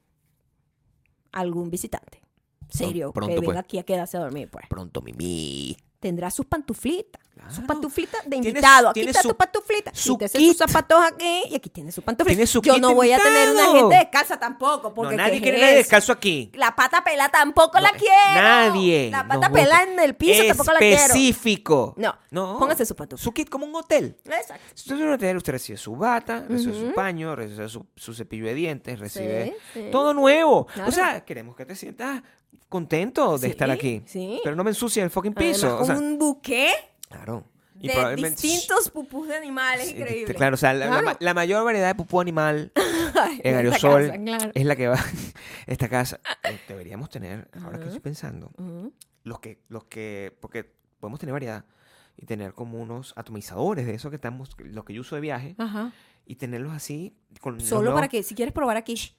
Speaker 1: algún visitante. Serio,
Speaker 2: pronto,
Speaker 1: que venga
Speaker 2: pues.
Speaker 1: aquí a quedarse a dormir, pues.
Speaker 2: Pronto, mimi.
Speaker 1: Tendrá sus pantuflitas. Sus
Speaker 2: Claro.
Speaker 1: pantuflitas de
Speaker 2: Tiene
Speaker 1: invitado.
Speaker 2: su-
Speaker 1: Aquí
Speaker 2: tiene
Speaker 1: está
Speaker 2: su-
Speaker 1: tu pantuflita.
Speaker 2: su
Speaker 1: Quítese
Speaker 2: kit.
Speaker 1: sus zapatos aquí y aquí tiene su pantuflita.
Speaker 2: Tiene su
Speaker 1: Yo
Speaker 2: kit
Speaker 1: no voy a tener una
Speaker 2: invitado.
Speaker 1: gente descalza tampoco. Porque ¿qué
Speaker 2: no, nadie
Speaker 1: es
Speaker 2: quiere nadie
Speaker 1: eso?
Speaker 2: descalzo aquí.
Speaker 1: La pata pelada tampoco la
Speaker 2: No,
Speaker 1: quiero.
Speaker 2: Nadie.
Speaker 1: La
Speaker 2: nos
Speaker 1: pata
Speaker 2: gusta.
Speaker 1: pelada en el piso tampoco la quiero.
Speaker 2: Específico.
Speaker 1: No, póngase su pantufla.
Speaker 2: Su kit como un hotel.
Speaker 1: Exacto.
Speaker 2: Si usted es un hotel, usted recibe su bata, recibe su paño, recibe su, su cepillo de dientes, recibe
Speaker 1: sí.
Speaker 2: todo nuevo.
Speaker 1: Claro.
Speaker 2: O sea, queremos que te sientas contento de
Speaker 1: Sí,
Speaker 2: estar aquí.
Speaker 1: sí.
Speaker 2: Pero no me ensucia el fucking
Speaker 1: Además,
Speaker 2: piso.
Speaker 1: con
Speaker 2: o sea,
Speaker 1: un buque
Speaker 2: Claro. Y
Speaker 1: de
Speaker 2: probablemente-
Speaker 1: distintos pupús de animales
Speaker 2: Sí,
Speaker 1: increíble.
Speaker 2: Claro, o sea, la, la
Speaker 1: Claro.
Speaker 2: ma- la mayor variedad de pupú animal
Speaker 1: Ay,
Speaker 2: en
Speaker 1: esta
Speaker 2: aerosol
Speaker 1: casa, claro.
Speaker 2: es la que va esta casa. Eh, Deberíamos tener, ahora que estoy pensando,
Speaker 1: Ujú.
Speaker 2: los que, los que, porque podemos tener variedad y tener como unos atomizadores de esos que estamos, los que yo uso de viaje,
Speaker 1: Ajá.
Speaker 2: y tenerlos así con los
Speaker 1: Solo
Speaker 2: nuevos-
Speaker 1: para que, si quieres probar aquí.
Speaker 2: Ch,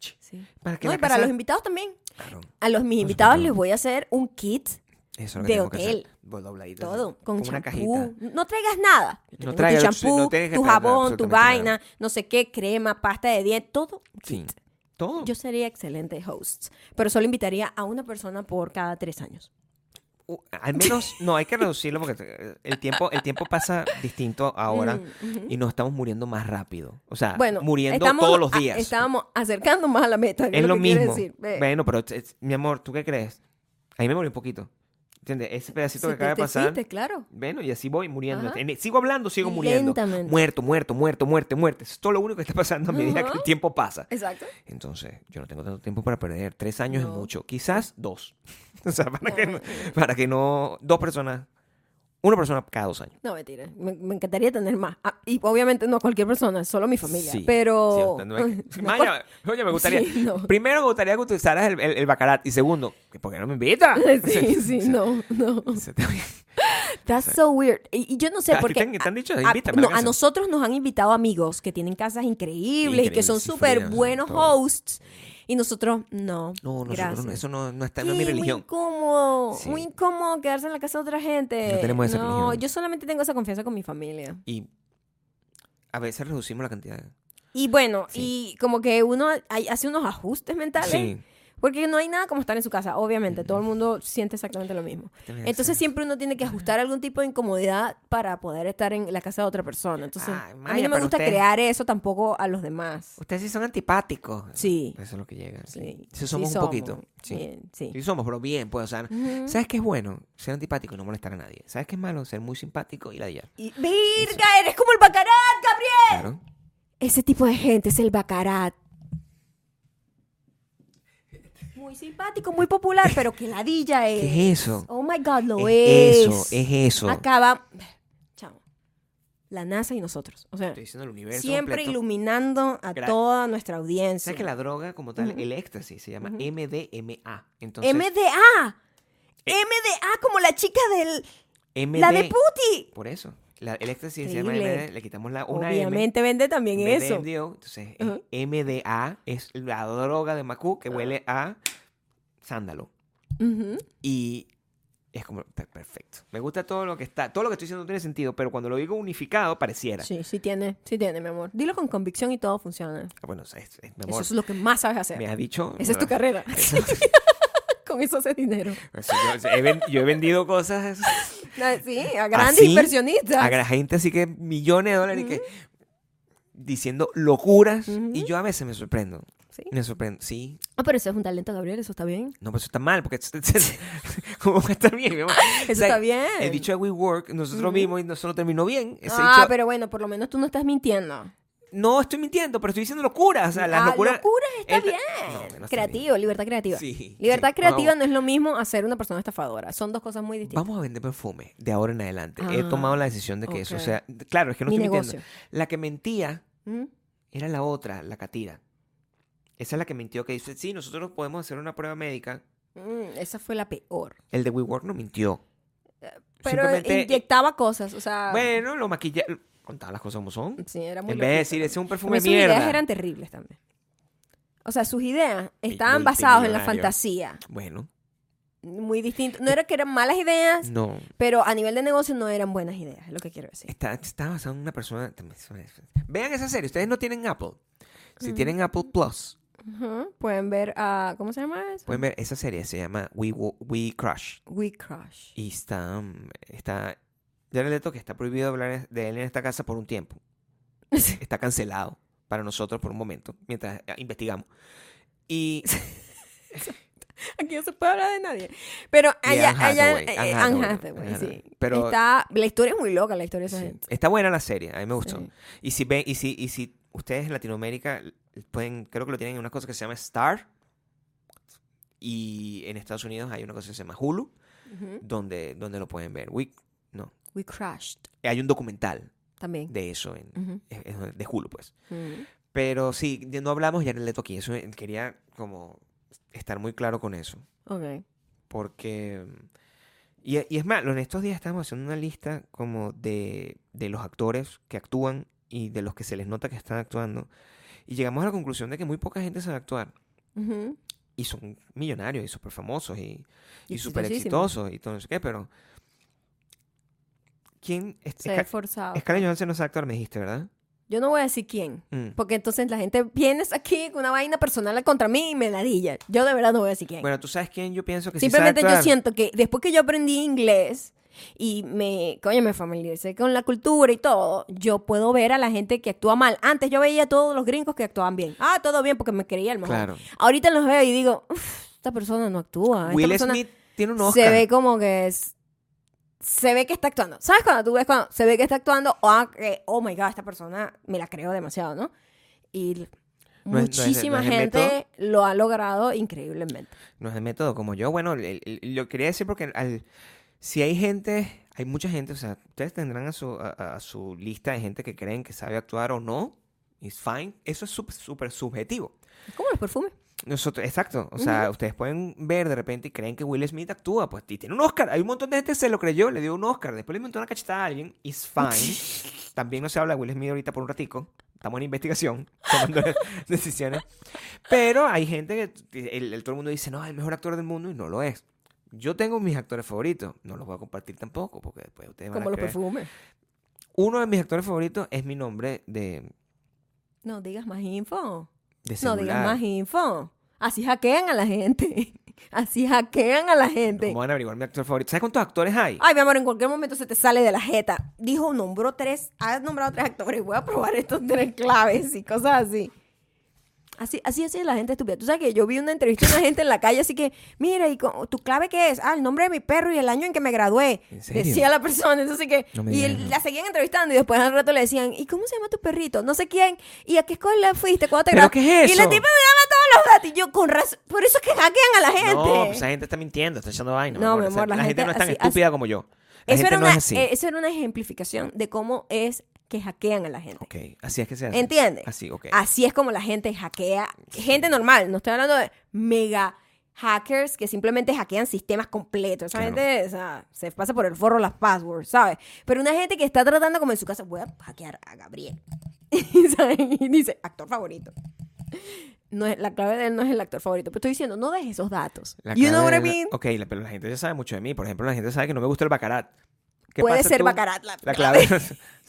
Speaker 2: ch.
Speaker 1: Sí.
Speaker 2: Para que
Speaker 1: No,
Speaker 2: la
Speaker 1: y para
Speaker 2: casa-
Speaker 1: los invitados también.
Speaker 2: Claro,
Speaker 1: A los mis
Speaker 2: Por
Speaker 1: invitados
Speaker 2: supuesto.
Speaker 1: les voy a hacer un kit,
Speaker 2: eso es lo que
Speaker 1: De
Speaker 2: tenemos que hacer.
Speaker 1: hotel.
Speaker 2: Bo- dobladito,
Speaker 1: todo,
Speaker 2: así,
Speaker 1: con,
Speaker 2: como una
Speaker 1: champú.
Speaker 2: cajita.
Speaker 1: No traigas nada. Yo
Speaker 2: No
Speaker 1: tengo
Speaker 2: traigas,
Speaker 1: tu
Speaker 2: sí, no
Speaker 1: champú,
Speaker 2: tienes que
Speaker 1: tu
Speaker 2: traer nada,
Speaker 1: jabón, tu
Speaker 2: absolutamente
Speaker 1: vaina,
Speaker 2: nada.
Speaker 1: no sé qué, crema, pasta de dientes, todo.
Speaker 2: Sí. Todo.
Speaker 1: Yo sería excelente host, pero solo invitaría a una persona por cada tres años.
Speaker 2: Uh, al menos, no, hay que reducirlo porque eh, el tiempo, el tiempo pasa distinto ahora y nos estamos muriendo más rápido. O sea,
Speaker 1: Mm, Bueno,
Speaker 2: muriendo
Speaker 1: estamos
Speaker 2: todos los
Speaker 1: a-
Speaker 2: días.
Speaker 1: estábamos acercando más a la meta.
Speaker 2: es lo
Speaker 1: que quiere
Speaker 2: mismo.
Speaker 1: decir. Ve,
Speaker 2: Bueno, pero es- es- mi amor, ¿tú qué crees? A mí me murió un poquito. ¿Entiendes? Ese pedacito
Speaker 1: se
Speaker 2: que acaba
Speaker 1: te-
Speaker 2: de
Speaker 1: te
Speaker 2: pasar.
Speaker 1: fuiste, claro.
Speaker 2: Bueno, y así voy muriendo.
Speaker 1: Ajá.
Speaker 2: En- Sigo hablando, sigo muriendo.
Speaker 1: Lentamente.
Speaker 2: Muerto, muerto, muerto, muerto, muerto. Eso es todo lo único que está pasando a medida que
Speaker 1: Ajá.
Speaker 2: el tiempo pasa.
Speaker 1: Exacto.
Speaker 2: Entonces, yo no tengo tanto tiempo para perder. Tres años
Speaker 1: No.
Speaker 2: es mucho. Quizás dos. o sea, para que, no- para que no... Dos personas Una persona cada dos años.
Speaker 1: No, mentira. Me, me encantaría tener más. Ah, y obviamente no a cualquier persona, solo mi familia.
Speaker 2: Sí, sí,
Speaker 1: pero.
Speaker 2: o sea, no me-
Speaker 1: No,
Speaker 2: Maya, oye, me gustaría.
Speaker 1: Sí, no.
Speaker 2: Primero me gustaría que utilizaras el, el, el bacarat. Y segundo, que ¿por qué no me invitas?
Speaker 1: Sí, sí, no, no.
Speaker 2: O sea, te-
Speaker 1: That's so weird. Y, y yo no sé
Speaker 2: ¿A ti
Speaker 1: por qué.
Speaker 2: te han- te han dicho?
Speaker 1: a-
Speaker 2: Invítame
Speaker 1: no,
Speaker 2: a la
Speaker 1: a
Speaker 2: casa.
Speaker 1: nosotros nos han invitado amigos que tienen casas increíbles y que
Speaker 2: Increíbles,
Speaker 1: son
Speaker 2: sí,
Speaker 1: súper
Speaker 2: frías,
Speaker 1: buenos
Speaker 2: todo.
Speaker 1: hosts. Y nosotros, no.
Speaker 2: No, no,
Speaker 1: gracias.
Speaker 2: nosotros no, eso no, no está, no es mi
Speaker 1: Sí, Muy
Speaker 2: religión.
Speaker 1: incómodo,
Speaker 2: Sí.
Speaker 1: muy incómodo quedarse en la casa de otra gente.
Speaker 2: No tenemos esa
Speaker 1: No,
Speaker 2: religión.
Speaker 1: yo solamente tengo esa confianza con mi familia.
Speaker 2: Y a veces reducimos la cantidad.
Speaker 1: Y bueno,
Speaker 2: Sí.
Speaker 1: y como que uno hay- hace unos ajustes mentales.
Speaker 2: Sí.
Speaker 1: Porque no hay nada como estar en su casa, obviamente. Todo el mundo siente exactamente lo mismo. Entonces siempre uno tiene que ajustar algún tipo de incomodidad para poder estar en la casa de otra persona. Entonces,
Speaker 2: Ay,
Speaker 1: a mí
Speaker 2: Maya,
Speaker 1: no me
Speaker 2: pero
Speaker 1: gusta
Speaker 2: ustedes-
Speaker 1: crear eso tampoco a los demás.
Speaker 2: Ustedes sí son antipáticos.
Speaker 1: Sí.
Speaker 2: Eso es lo que llega.
Speaker 1: Sí.
Speaker 2: Sí somos un poquito. Sí.
Speaker 1: Bien, sí.
Speaker 2: Sí somos, pero bien, pues, o sea, ¿sabes qué es bueno? Ser antipático y no molestar a nadie. ¿Sabes qué es malo? Ser muy simpático y ladillar.
Speaker 1: Y- ¡Virga! ¡Eres como el bacarat, Gabriel!
Speaker 2: Claro.
Speaker 1: Ese tipo de gente es el bacarat. Muy simpático, muy popular, pero que ladilla es.
Speaker 2: ¿Qué es eso?
Speaker 1: Oh my God, lo es.
Speaker 2: es eso, es eso.
Speaker 1: Acaba. Chao. La NASA y nosotros. O sea,
Speaker 2: Estoy diciendo el universo
Speaker 1: siempre
Speaker 2: completo.
Speaker 1: iluminando a
Speaker 2: Gra-
Speaker 1: toda nuestra audiencia.
Speaker 2: ¿Sabes que la droga como tal, el éxtasis, se llama MDMA? Entonces,
Speaker 1: MDA.
Speaker 2: Eh.
Speaker 1: MDA como la chica del...
Speaker 2: MD,
Speaker 1: La de Puti.
Speaker 2: Por eso. La- el éxtasis se
Speaker 1: Increíble.
Speaker 2: llama MD, le quitamos la, una M.
Speaker 1: Obviamente vende también
Speaker 2: en vez de
Speaker 1: eso.
Speaker 2: MDO, entonces eh, es
Speaker 1: Ajá.
Speaker 2: MDA es la droga de Macu que huele
Speaker 1: Ah.
Speaker 2: a sándalo.
Speaker 1: Ujú.
Speaker 2: Y es como per- perfecto. Me gusta todo lo que está. Todo lo que estoy diciendo no tiene sentido, pero cuando lo digo unificado pareciera.
Speaker 1: Sí, sí tiene, sí tiene, mi amor. Dilo con convicción y todo funciona.
Speaker 2: Ah, Bueno, es, es- mi
Speaker 1: Eso
Speaker 2: amor,
Speaker 1: es lo que más sabes hacer.
Speaker 2: me has dicho.
Speaker 1: Esa es tu carrera. Con eso haces dinero.
Speaker 2: Eso, yo, he ven- yo he vendido cosas
Speaker 1: Ah, Sí, a grandes
Speaker 2: Así,
Speaker 1: inversionistas.
Speaker 2: a gra- gente así que millones de dólares que diciendo locuras y
Speaker 1: Ujú.
Speaker 2: yo a veces me sorprendo.
Speaker 1: Sí.
Speaker 2: Me sorprendo. Sí,
Speaker 1: Ah, pero eso es un talento, Gabriel, eso está bien.
Speaker 2: No, pero eso está mal, porque ¿cómo va a estar bien, mi amor?
Speaker 1: Eso está bien.
Speaker 2: El dicho de WeWork, nosotros vimos y nosotros terminó bien. Ese
Speaker 1: ah,
Speaker 2: dicho-
Speaker 1: pero bueno, por lo menos tú no estás mintiendo.
Speaker 2: No estoy mintiendo, pero estoy diciendo locuras. O sea, las
Speaker 1: Ah,
Speaker 2: locuras.
Speaker 1: locuras está
Speaker 2: Él-
Speaker 1: bien.
Speaker 2: No, bueno, está
Speaker 1: Creativo, libertad creativa.
Speaker 2: Sí, Ah,
Speaker 1: libertad
Speaker 2: sí,
Speaker 1: creativa
Speaker 2: vamos.
Speaker 1: no es lo mismo hacer una persona estafadora. Son dos cosas muy distintas.
Speaker 2: Vamos a vender perfume de ahora en adelante. He
Speaker 1: Ah,
Speaker 2: tomado la decisión de que eso
Speaker 1: ok.
Speaker 2: sea. Claro, es que no
Speaker 1: Mi
Speaker 2: estoy
Speaker 1: negocio.
Speaker 2: mintiendo. La que mentía
Speaker 1: ¿Mm?
Speaker 2: era la otra, la catira. Esa es la que mintió, que dice, sí, nosotros podemos hacer una prueba médica.
Speaker 1: Mm, esa fue la peor.
Speaker 2: El de WeWork no mintió.
Speaker 1: Eh, Pero
Speaker 2: Simplemente-
Speaker 1: inyectaba cosas, o sea...
Speaker 2: Bueno, lo maquilla. Contaba las cosas como son.
Speaker 1: sí, era muy
Speaker 2: En vez de
Speaker 1: loquita.
Speaker 2: decir, ese es un
Speaker 1: Pero
Speaker 2: perfume
Speaker 1: sus
Speaker 2: mierda.
Speaker 1: ideas eran terribles también. O sea, sus ideas estaban
Speaker 2: multimillonario.
Speaker 1: basadas en la fantasía.
Speaker 2: Bueno,
Speaker 1: Muy distinto.
Speaker 2: Eh,
Speaker 1: No era que eran malas ideas,
Speaker 2: no.
Speaker 1: pero a nivel de negocio no eran buenas ideas, es lo que quiero decir.
Speaker 2: Está, está basado en una persona. Vean esa serie. Ustedes no tienen Apple. Si tienen Apple Plus,
Speaker 1: Ujú. Pueden ver a... ¿Cómo se llama eso?
Speaker 2: pueden ver esa serie. Se llama We, Wo- We Crush.
Speaker 1: We Crush.
Speaker 2: Y está. mm, está ya le leto que está prohibido hablar de él en esta casa por un tiempo. Está cancelado para nosotros por un momento, mientras eh, investigamos. Y
Speaker 1: Aquí no se puede hablar de nadie. Pero
Speaker 2: Y
Speaker 1: allá,
Speaker 2: Anne
Speaker 1: allá,
Speaker 2: Hathaway,
Speaker 1: eh,
Speaker 2: Anne
Speaker 1: Anne
Speaker 2: Hathaway,
Speaker 1: Hathaway,
Speaker 2: Anne
Speaker 1: sí.
Speaker 2: Hathaway. Pero-
Speaker 1: está, la historia es muy loca, la historia de esa
Speaker 2: sí,
Speaker 1: gente.
Speaker 2: está buena la serie, a mí me gustó.
Speaker 1: Sí.
Speaker 2: Y si ven, y si, y si ustedes en Latinoamérica l- pueden, creo que lo tienen en una cosa que se llama Star. Y en Estados Unidos hay una cosa que se llama Hulu,
Speaker 1: Ujú.
Speaker 2: donde, donde lo pueden ver. We- no.
Speaker 1: We Crushed
Speaker 2: Hay un documental
Speaker 1: también.
Speaker 2: de eso en,
Speaker 1: Ujú.
Speaker 2: es- es de Hulu, pues.
Speaker 1: Ujú.
Speaker 2: Pero sí, de- no hablamos ya en el Leto aquí. Eso eh, quería como estar muy claro con eso.
Speaker 1: Ok.
Speaker 2: Porque. Y, y es malo, en estos días estamos haciendo una lista como de, de los actores que actúan y de los que se les nota que están actuando. Y llegamos a la conclusión de que muy poca gente sabe actuar.
Speaker 1: Ujú.
Speaker 2: Y son millonarios y súper famosos y,
Speaker 1: Y
Speaker 2: y súper
Speaker 1: exitosísimos.
Speaker 2: exitosos y todo no sé qué, pero. ¿Quién? Es-
Speaker 1: Se
Speaker 2: Esca-
Speaker 1: ve forzado.
Speaker 2: Scarlett Johansson no sabe actuar, me dijiste, ¿verdad?
Speaker 1: Yo no voy a decir quién.
Speaker 2: Mm.
Speaker 1: Porque entonces la gente vienes aquí con una vaina personal contra mí y me ladilla. Yo de verdad no voy a decir quién.
Speaker 2: Bueno, tú sabes quién yo pienso que sí sabe
Speaker 1: Simplemente yo
Speaker 2: actuar?
Speaker 1: siento que después que yo aprendí inglés y me, coño, me familiaricé con la cultura y todo, yo puedo ver a la gente que actúa mal. Antes yo veía a todos los gringos que actuaban bien. Ah, todo bien porque me creía el mejor.
Speaker 2: Claro.
Speaker 1: Ahorita los veo y digo, "Uf, esta persona no actúa. Esta
Speaker 2: Will
Speaker 1: persona
Speaker 2: Smith tiene un Oscar.
Speaker 1: se ve como que es... Se ve que está actuando. ¿Sabes cuando tú ves cuando se ve que está actuando? Ah, que, oh my God, esta persona me la creo demasiado, ¿no? Y
Speaker 2: No es- no es- no es el
Speaker 1: muchísima gente lo ha logrado increíblemente.
Speaker 2: no es el método como yo. Bueno, el- el- el- lo quería decir porque al, si hay gente, hay mucha gente, o sea, ustedes tendrán a su, a, a su lista de gente que creen que sabe actuar o no. It's fine. Eso es sup- súper subjetivo.
Speaker 1: Es como los perfumes.
Speaker 2: Nosotros, exacto. O sea, ustedes pueden ver de repente y creen que Will Smith actúa, pues, y tiene un Oscar. Hay un montón de gente que se lo creyó, le dio un Oscar. Después le inventó una cachetada a alguien. It's fine. También no se habla de Will Smith ahorita por un ratico. Estamos en investigación, tomando decisiones. Pero hay gente que el, el- todo el mundo dice, no, es el mejor actor del mundo y no lo es. Yo tengo mis actores favoritos. No los voy a compartir tampoco, porque después ustedes van
Speaker 1: Como
Speaker 2: a
Speaker 1: los
Speaker 2: creer.
Speaker 1: perfumes.
Speaker 2: Uno de mis actores favoritos es mi nombre de,
Speaker 1: No digas más info.
Speaker 2: de
Speaker 1: No
Speaker 2: celular.
Speaker 1: digas más info. Así hackean a la gente. Así hackean a la gente.
Speaker 2: ¿Cómo van a averiguar mi actor favorito? ¿Sabes cuántos actores hay?
Speaker 1: Ay, mi amor, en cualquier momento se te sale de la jeta. Dijo, nombró tres, has nombrado tres actores, voy a probar estos tres claves y cosas así. Así, así, así es la gente estúpida. Tú sabes que yo vi una entrevista de una gente en la calle, así que, mira, ¿y co- tu clave qué es? Ah, el nombre de mi perro y el año en que me gradué.
Speaker 2: ¿En serio?
Speaker 1: Decía la persona, entonces que,
Speaker 2: No me
Speaker 1: y
Speaker 2: digas,
Speaker 1: él-
Speaker 2: no.
Speaker 1: la seguían entrevistando y después al rato le decían, ¿y cómo se llama tu perrito? No sé quién, ¿y a qué escuela fuiste? ¿Cuándo te
Speaker 2: ¿Pero
Speaker 1: gradu-?"
Speaker 2: qué es
Speaker 1: Y la
Speaker 2: eso?
Speaker 1: tipa me daba todos los datos y yo, con razón, por eso es que hackean a la gente.
Speaker 2: No, pues esa gente está mintiendo, está echando vaina.
Speaker 1: No, mi
Speaker 2: Esa-
Speaker 1: amor, la gente
Speaker 2: no es tan
Speaker 1: así-
Speaker 2: estúpida como yo. La
Speaker 1: Eso
Speaker 2: gente
Speaker 1: era,
Speaker 2: no
Speaker 1: una,
Speaker 2: es así.
Speaker 1: eh, eso era una ejemplificación de cómo es que hackean a la gente.
Speaker 2: Ok, así es que se hace.
Speaker 1: ¿Entiendes? Ah,
Speaker 2: Así, ok.
Speaker 1: Así es como la gente hackea. Gente normal, no estoy hablando de mega hackers que simplemente hackean sistemas completos. Esa
Speaker 2: Claro.
Speaker 1: gente o sea, se pasa por el forro las passwords, ¿sabes? Pero una gente que está tratando como en su casa, voy a hackear a Gabriel. ¿Sabes? y dice, actor favorito. No es, la clave de él no es el actor favorito. Pero estoy diciendo, no des esos datos.
Speaker 2: La
Speaker 1: you
Speaker 2: cara
Speaker 1: know what
Speaker 2: de
Speaker 1: I
Speaker 2: la-
Speaker 1: mean?
Speaker 2: Ok, la- pero la gente ya sabe mucho de mí. Por ejemplo, la gente sabe que no me gusta el bacarat. ¿Qué
Speaker 1: Puede
Speaker 2: pasa
Speaker 1: ser
Speaker 2: tú?
Speaker 1: Baccarat la-
Speaker 2: La clave. o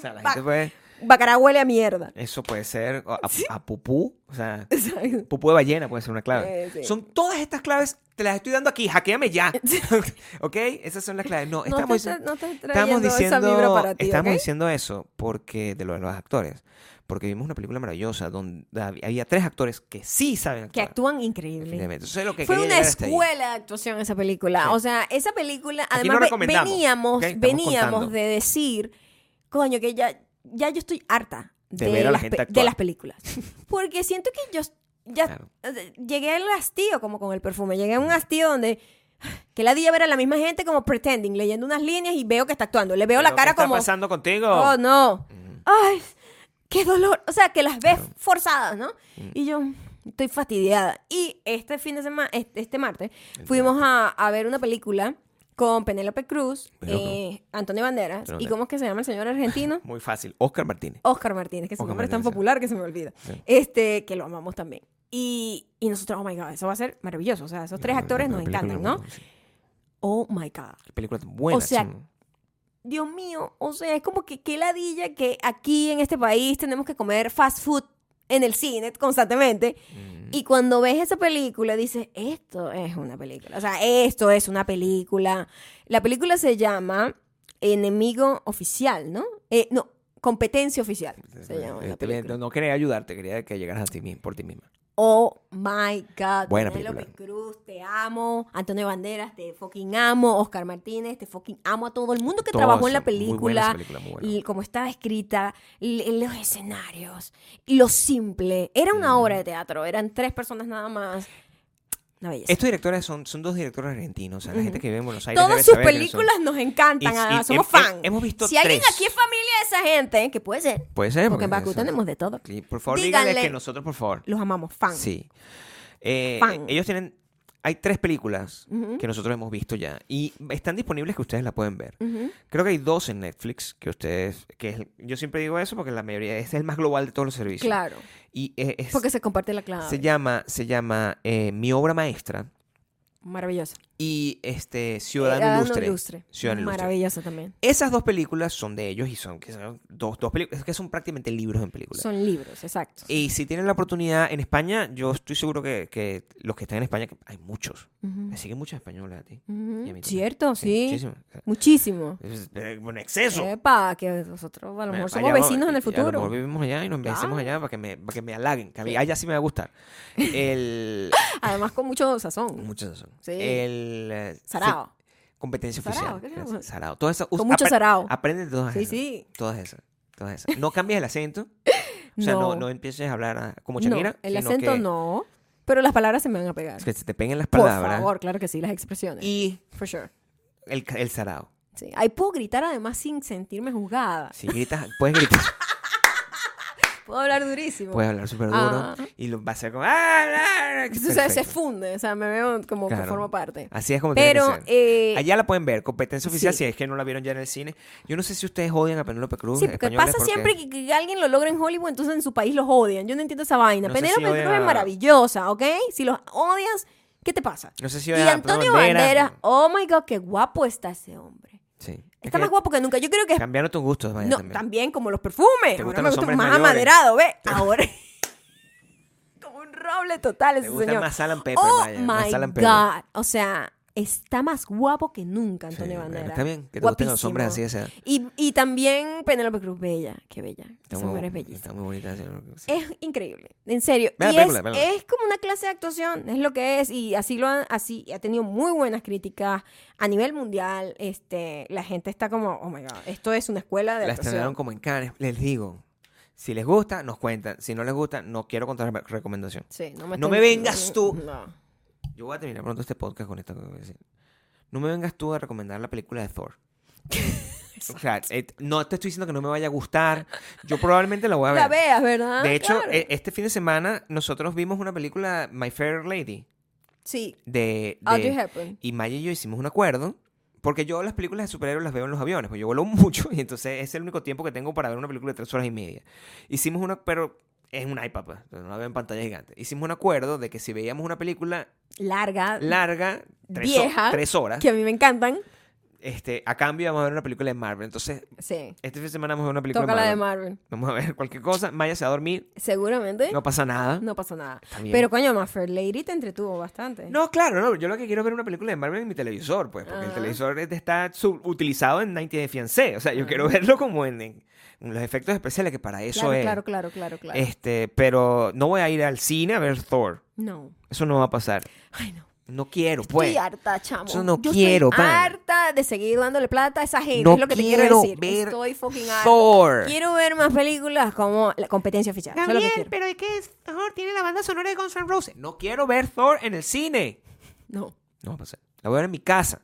Speaker 2: sea, la gente
Speaker 1: Bac-
Speaker 2: puede...
Speaker 1: Bacará huele a mierda.
Speaker 2: Eso puede ser a, a- a pupú. O sea,
Speaker 1: ¿Sabes?
Speaker 2: pupú de ballena puede ser una clave.
Speaker 1: Eh, sí.
Speaker 2: Son todas estas claves, te las estoy dando aquí. Hackeame ya. ¿Ok? Esas son las claves. No,
Speaker 1: No
Speaker 2: estamos...
Speaker 1: te, no te
Speaker 2: Estamos
Speaker 1: trayendo esa
Speaker 2: diciendo,
Speaker 1: vibra para ti,
Speaker 2: estamos
Speaker 1: ¿ok?
Speaker 2: diciendo eso porque de lo de los actores. Porque vimos una película maravillosa donde hab- había tres actores que sí saben
Speaker 1: que
Speaker 2: actuar.
Speaker 1: actúan increíble.
Speaker 2: Definitivamente. Eso es lo que
Speaker 1: Fue
Speaker 2: quería
Speaker 1: una
Speaker 2: llegar hasta ahí.
Speaker 1: escuela de actuación esa película.
Speaker 2: Sí.
Speaker 1: O sea, esa película,
Speaker 2: Aquí no
Speaker 1: además, ve-
Speaker 2: recomendamos,
Speaker 1: veníamos,
Speaker 2: ¿ok? Estamos
Speaker 1: veníamos
Speaker 2: contando.
Speaker 1: de decir, coño, que ya, ya yo estoy harta
Speaker 2: De ver a la
Speaker 1: las
Speaker 2: gente
Speaker 1: pe-
Speaker 2: actuar.
Speaker 1: de las películas. Porque siento que yo ya
Speaker 2: Claro.
Speaker 1: eh, llegué al hastío como con el perfume. Llegué a un hastío donde que la día ver a la misma gente como pretending, leyendo unas líneas y veo que está actuando. Le veo
Speaker 2: Pero,
Speaker 1: la cara
Speaker 2: ¿qué está
Speaker 1: como,
Speaker 2: pasando contigo?
Speaker 1: oh no,
Speaker 2: Mm,
Speaker 1: ay, qué dolor. O sea, que las ves
Speaker 2: Claro. Mm.
Speaker 1: forzadas, ¿no? Y yo estoy fastidiada. Y este fin de semana, este, este martes, fuimos a, a ver una película con Penélope Cruz,
Speaker 2: Penélope.
Speaker 1: eh, Antonio Banderas,
Speaker 2: Antonio
Speaker 1: y cómo es que se llama el señor argentino.
Speaker 2: Muy fácil. Oscar Martínez.
Speaker 1: Oscar Martínez, que su
Speaker 2: Oscar
Speaker 1: nombre es tan
Speaker 2: Martínez, sí.
Speaker 1: popular que se me olvida.
Speaker 2: Sí.
Speaker 1: Este, que lo amamos también. Y, y nosotros, oh my God, eso va a ser maravilloso. O sea, esos tres
Speaker 2: Una
Speaker 1: actores nos
Speaker 2: película
Speaker 1: encantan,
Speaker 2: buena,
Speaker 1: ¿no?
Speaker 2: sí.
Speaker 1: Oh my God.
Speaker 2: Qué película tan buena.
Speaker 1: O sea,
Speaker 2: chamo.
Speaker 1: Dios mío, o sea, es como que qué ladilla que aquí en este país tenemos que comer fast food en el cine constantemente.
Speaker 2: Mm.
Speaker 1: Y cuando ves esa película dices, esto es una película. O sea, esto es una película. La película se llama Enemigo Oficial, ¿no? Eh, no, Competencia Oficial. Se llama la
Speaker 2: Este,
Speaker 1: película.
Speaker 2: no- no quería ayudarte, quería que llegaras a ti mismo, por ti misma.
Speaker 1: Oh my God.
Speaker 2: Buena
Speaker 1: Penélope
Speaker 2: película.
Speaker 1: Cruz, te amo. Antonio Banderas, te fucking amo. Oscar Martínez, te fucking amo. A todo el mundo que
Speaker 2: Todos
Speaker 1: trabajó en la
Speaker 2: son Muy buena
Speaker 1: película.
Speaker 2: esa película, muy buena.
Speaker 1: Como cómo estaba escrita, l- en los escenarios, lo simple. Era una
Speaker 2: Mm.
Speaker 1: obra de teatro, eran tres personas nada más. Una belleza.
Speaker 2: Estos directores son, son dos directores argentinos. O sea, la gente que ve en Buenos Aires. debe
Speaker 1: Todas sus
Speaker 2: saber que son-
Speaker 1: películas nos encantan,
Speaker 2: Y-
Speaker 1: ah,
Speaker 2: y-
Speaker 1: somos
Speaker 2: hem-
Speaker 1: fan.
Speaker 2: hem- hemos visto
Speaker 1: si alguien
Speaker 2: tres.
Speaker 1: aquí es familia de esa gente, que puede ser,
Speaker 2: Puede ser.
Speaker 1: porque en Bakú
Speaker 2: eso-
Speaker 1: tenemos de todo.
Speaker 2: Sí, Por favor,
Speaker 1: Díganle-
Speaker 2: díganle que nosotros, por favor.
Speaker 1: Los amamos, fan.
Speaker 2: Sí. Eh,
Speaker 1: Fan.
Speaker 2: Ellos tienen. Hay tres películas que nosotros hemos visto ya y están disponibles que ustedes la pueden ver.
Speaker 1: Ujú.
Speaker 2: Creo que hay dos en Netflix que ustedes. que es- Yo siempre digo eso porque la mayoría. Este es el más global de todos los servicios.
Speaker 1: Claro,
Speaker 2: Y eh, es-
Speaker 1: porque se comparte la clave.
Speaker 2: se llama, se llama eh, Mi obra maestra
Speaker 1: Maravillosa.
Speaker 2: y este
Speaker 1: Eh,
Speaker 2: Ciudadano
Speaker 1: Adán
Speaker 2: Ilustre.
Speaker 1: Ilustre.
Speaker 2: Ciudadano Ilustre.
Speaker 1: Maravillosa también.
Speaker 2: Esas dos películas son de ellos y son, que son dos, dos películas que son prácticamente libros en películas.
Speaker 1: Son libros, exacto.
Speaker 2: Y si tienen la oportunidad en España, yo estoy seguro que, que los que están en España, que hay muchos.
Speaker 1: Ujú.
Speaker 2: Me siguen muchos españoles a ti.
Speaker 1: Ujú.
Speaker 2: Y a mí también.
Speaker 1: Cierto, sí.
Speaker 2: Muchísimo. O sea,
Speaker 1: Muchísimo.
Speaker 2: es- eh, Un exceso.
Speaker 1: Epa, que nosotros a lo
Speaker 2: Bueno,
Speaker 1: mejor
Speaker 2: allá
Speaker 1: somos
Speaker 2: vamos,
Speaker 1: vecinos en el
Speaker 2: y- y A lo mejor
Speaker 1: futuro.
Speaker 2: vivimos allá y nos envejecemos
Speaker 1: Claro.
Speaker 2: allá para que me, para que me halaguen. Que a mí allá sí me va a gustar. El,
Speaker 1: Además, con mucho sazón.
Speaker 2: muchas razones.
Speaker 1: Sí.
Speaker 2: El eh, se-
Speaker 1: Sarao.
Speaker 2: competencia
Speaker 1: Sarao,
Speaker 2: oficial.
Speaker 1: ¿qué
Speaker 2: Gracias.
Speaker 1: llama?
Speaker 2: Sarao. Todo eso, us-
Speaker 1: Con mucho
Speaker 2: apre-
Speaker 1: sarao.
Speaker 2: Aprende de todas
Speaker 1: Sí,
Speaker 2: esas.
Speaker 1: sí.
Speaker 2: Todas esas. Todas esas. No cambies el acento. O sea, no,
Speaker 1: No.
Speaker 2: no empieces a hablar ah, como
Speaker 1: No,
Speaker 2: Shakira.
Speaker 1: el
Speaker 2: sino
Speaker 1: acento
Speaker 2: que-
Speaker 1: no, pero las palabras se me van a pegar.
Speaker 2: Que se te peguen las
Speaker 1: Por
Speaker 2: palabras.
Speaker 1: favor, claro que sí, las expresiones.
Speaker 2: Y
Speaker 1: For sure.
Speaker 2: el, el sarao.
Speaker 1: Sí. Ahí puedo gritar además sin sentirme juzgada.
Speaker 2: Si gritas, puedes gritar,
Speaker 1: Puedo hablar durísimo.
Speaker 2: puedes hablar súper duro
Speaker 1: Ah.
Speaker 2: y lo vas a ser como... "Ah, ah",
Speaker 1: Entonces, o sea, se
Speaker 2: perfecto.
Speaker 1: funde, o sea, me veo como que
Speaker 2: Claro.
Speaker 1: formo parte.
Speaker 2: Así es como tiene que
Speaker 1: Pero,
Speaker 2: ser.
Speaker 1: eh,
Speaker 2: Allá la pueden ver, competencia oficial,
Speaker 1: sí.
Speaker 2: si es que no la vieron ya en el cine. Yo no sé si ustedes odian a Penélope Cruz.
Speaker 1: sí, porque
Speaker 2: españoles,
Speaker 1: pasa siempre que, que alguien lo logra en Hollywood, entonces en su país los odian. Yo no entiendo esa vaina.
Speaker 2: No sé
Speaker 1: Penélope
Speaker 2: si odian
Speaker 1: Cruz es
Speaker 2: a-
Speaker 1: maravillosa, ¿ok? Si los odias, ¿qué te pasa?
Speaker 2: No sé si
Speaker 1: Y
Speaker 2: odian a
Speaker 1: Antonio
Speaker 2: Antonio
Speaker 1: Banderas,
Speaker 2: Banderas.
Speaker 1: oh my god, qué guapo está ese hombre.
Speaker 2: Sí. Es
Speaker 1: Está
Speaker 2: que
Speaker 1: más guapo que nunca. Yo creo que es
Speaker 2: Cambiaron tus gustos, Maya,
Speaker 1: No, también.
Speaker 2: también.
Speaker 1: como los perfumes.
Speaker 2: ¿Te
Speaker 1: Ahora
Speaker 2: gustan
Speaker 1: me
Speaker 2: los
Speaker 1: gusta
Speaker 2: hombres
Speaker 1: más
Speaker 2: mayores?
Speaker 1: amaderado, ve. Ahora. como un roble total ese
Speaker 2: Te gusta
Speaker 1: señor.
Speaker 2: más Alan Pepper,
Speaker 1: oh
Speaker 2: Maya,
Speaker 1: my
Speaker 2: más Alan Pepper.
Speaker 1: God. O sea, está más guapo que nunca
Speaker 2: Sí,
Speaker 1: Antonio
Speaker 2: bueno,
Speaker 1: Banderas.
Speaker 2: Está bien, que te gusten los
Speaker 1: Guapísimo.
Speaker 2: hombres así de esa edad.
Speaker 1: Y, y también Penélope Cruz, bella. Qué bella.
Speaker 2: Está
Speaker 1: Esa
Speaker 2: muy-
Speaker 1: mujer es bellísima.
Speaker 2: Está muy bonita. señor. Sí.
Speaker 1: Es increíble, en serio.
Speaker 2: Ve la
Speaker 1: y
Speaker 2: película,
Speaker 1: es,
Speaker 2: ve la película.
Speaker 1: es como una clase de actuación, es lo que es. Y así lo han- así ha tenido muy buenas críticas a nivel mundial. Este, la gente está como, oh my god, esto es una escuela de
Speaker 2: La estrenaron
Speaker 1: actuación.
Speaker 2: como en Cannes. Les digo, si les gusta, nos cuentan. Si no les gusta, no quiero contar re- recomendación.
Speaker 1: Sí, no
Speaker 2: No
Speaker 1: estén-
Speaker 2: me vengas tú.
Speaker 1: No.
Speaker 2: Yo voy a terminar pronto este podcast con esto que voy a decir. No me vengas tú a recomendar la película de Thor. o sea, eh, no te estoy diciendo que no me vaya a gustar. Yo probablemente la voy a ver.
Speaker 1: La veas, ¿verdad?
Speaker 2: de hecho,
Speaker 1: Claro.
Speaker 2: eh, este fin de semana nosotros vimos una película, My Fair Lady,
Speaker 1: sí,
Speaker 2: de... de-
Speaker 1: Audrey Hepburn.
Speaker 2: Y Maya y yo hicimos un acuerdo. Porque yo las películas de superhéroes las veo en los aviones, pues yo vuelo mucho y entonces es el único tiempo que tengo para ver una película de tres horas y media. Hicimos una, pero es un iPad, pues, no la veo en pantalla gigante. Hicimos un acuerdo de que si veíamos una película
Speaker 1: Larga,
Speaker 2: larga, tres, ho-
Speaker 1: Vieja.
Speaker 2: tres horas,
Speaker 1: que a mí me encantan.
Speaker 2: este, a cambio íbamos a ver una película de Marvel. Entonces,
Speaker 1: Sí,
Speaker 2: este fin de semana vamos a ver una película
Speaker 1: toca
Speaker 2: de
Speaker 1: la
Speaker 2: Marvel.
Speaker 1: de Marvel.
Speaker 2: Vamos a ver cualquier cosa, Maya se va a dormir,
Speaker 1: Seguramente no,
Speaker 2: no pasa nada.
Speaker 1: pasa nada.
Speaker 2: bien.
Speaker 1: Pero coño, más Fair Lady te entretuvo bastante.
Speaker 2: No, claro, no. Yo lo que quiero es ver una película de Marvel en mi televisor, pues, porque el
Speaker 1: Ajá.
Speaker 2: televisor este está utilizado en 90 de Fiancé. O sea, yo quiero verlo como en, en los efectos especiales, que para eso
Speaker 1: claro,
Speaker 2: es.
Speaker 1: claro, claro, claro, claro.
Speaker 2: Este, pero no voy a ir al cine a ver Thor.
Speaker 1: no.
Speaker 2: Eso no va a pasar.
Speaker 1: Ay, no.
Speaker 2: No quiero, pues.
Speaker 1: estoy harta, chamo.
Speaker 2: eso no
Speaker 1: Yo
Speaker 2: quiero,
Speaker 1: estoy
Speaker 2: pana.
Speaker 1: harta de seguir dándole plata a esa gente.
Speaker 2: No
Speaker 1: es lo que te quiero
Speaker 2: quiero
Speaker 1: decir.
Speaker 2: ver
Speaker 1: estoy fucking harta.
Speaker 2: Thor.
Speaker 1: Quiero ver más películas como la competencia oficial. Eso es lo que quiero.
Speaker 2: pero es que Thor tiene la banda sonora de Guns N' Roses. No quiero ver Thor en el cine.
Speaker 1: No.
Speaker 2: No va a pasar. La voy a ver en mi casa.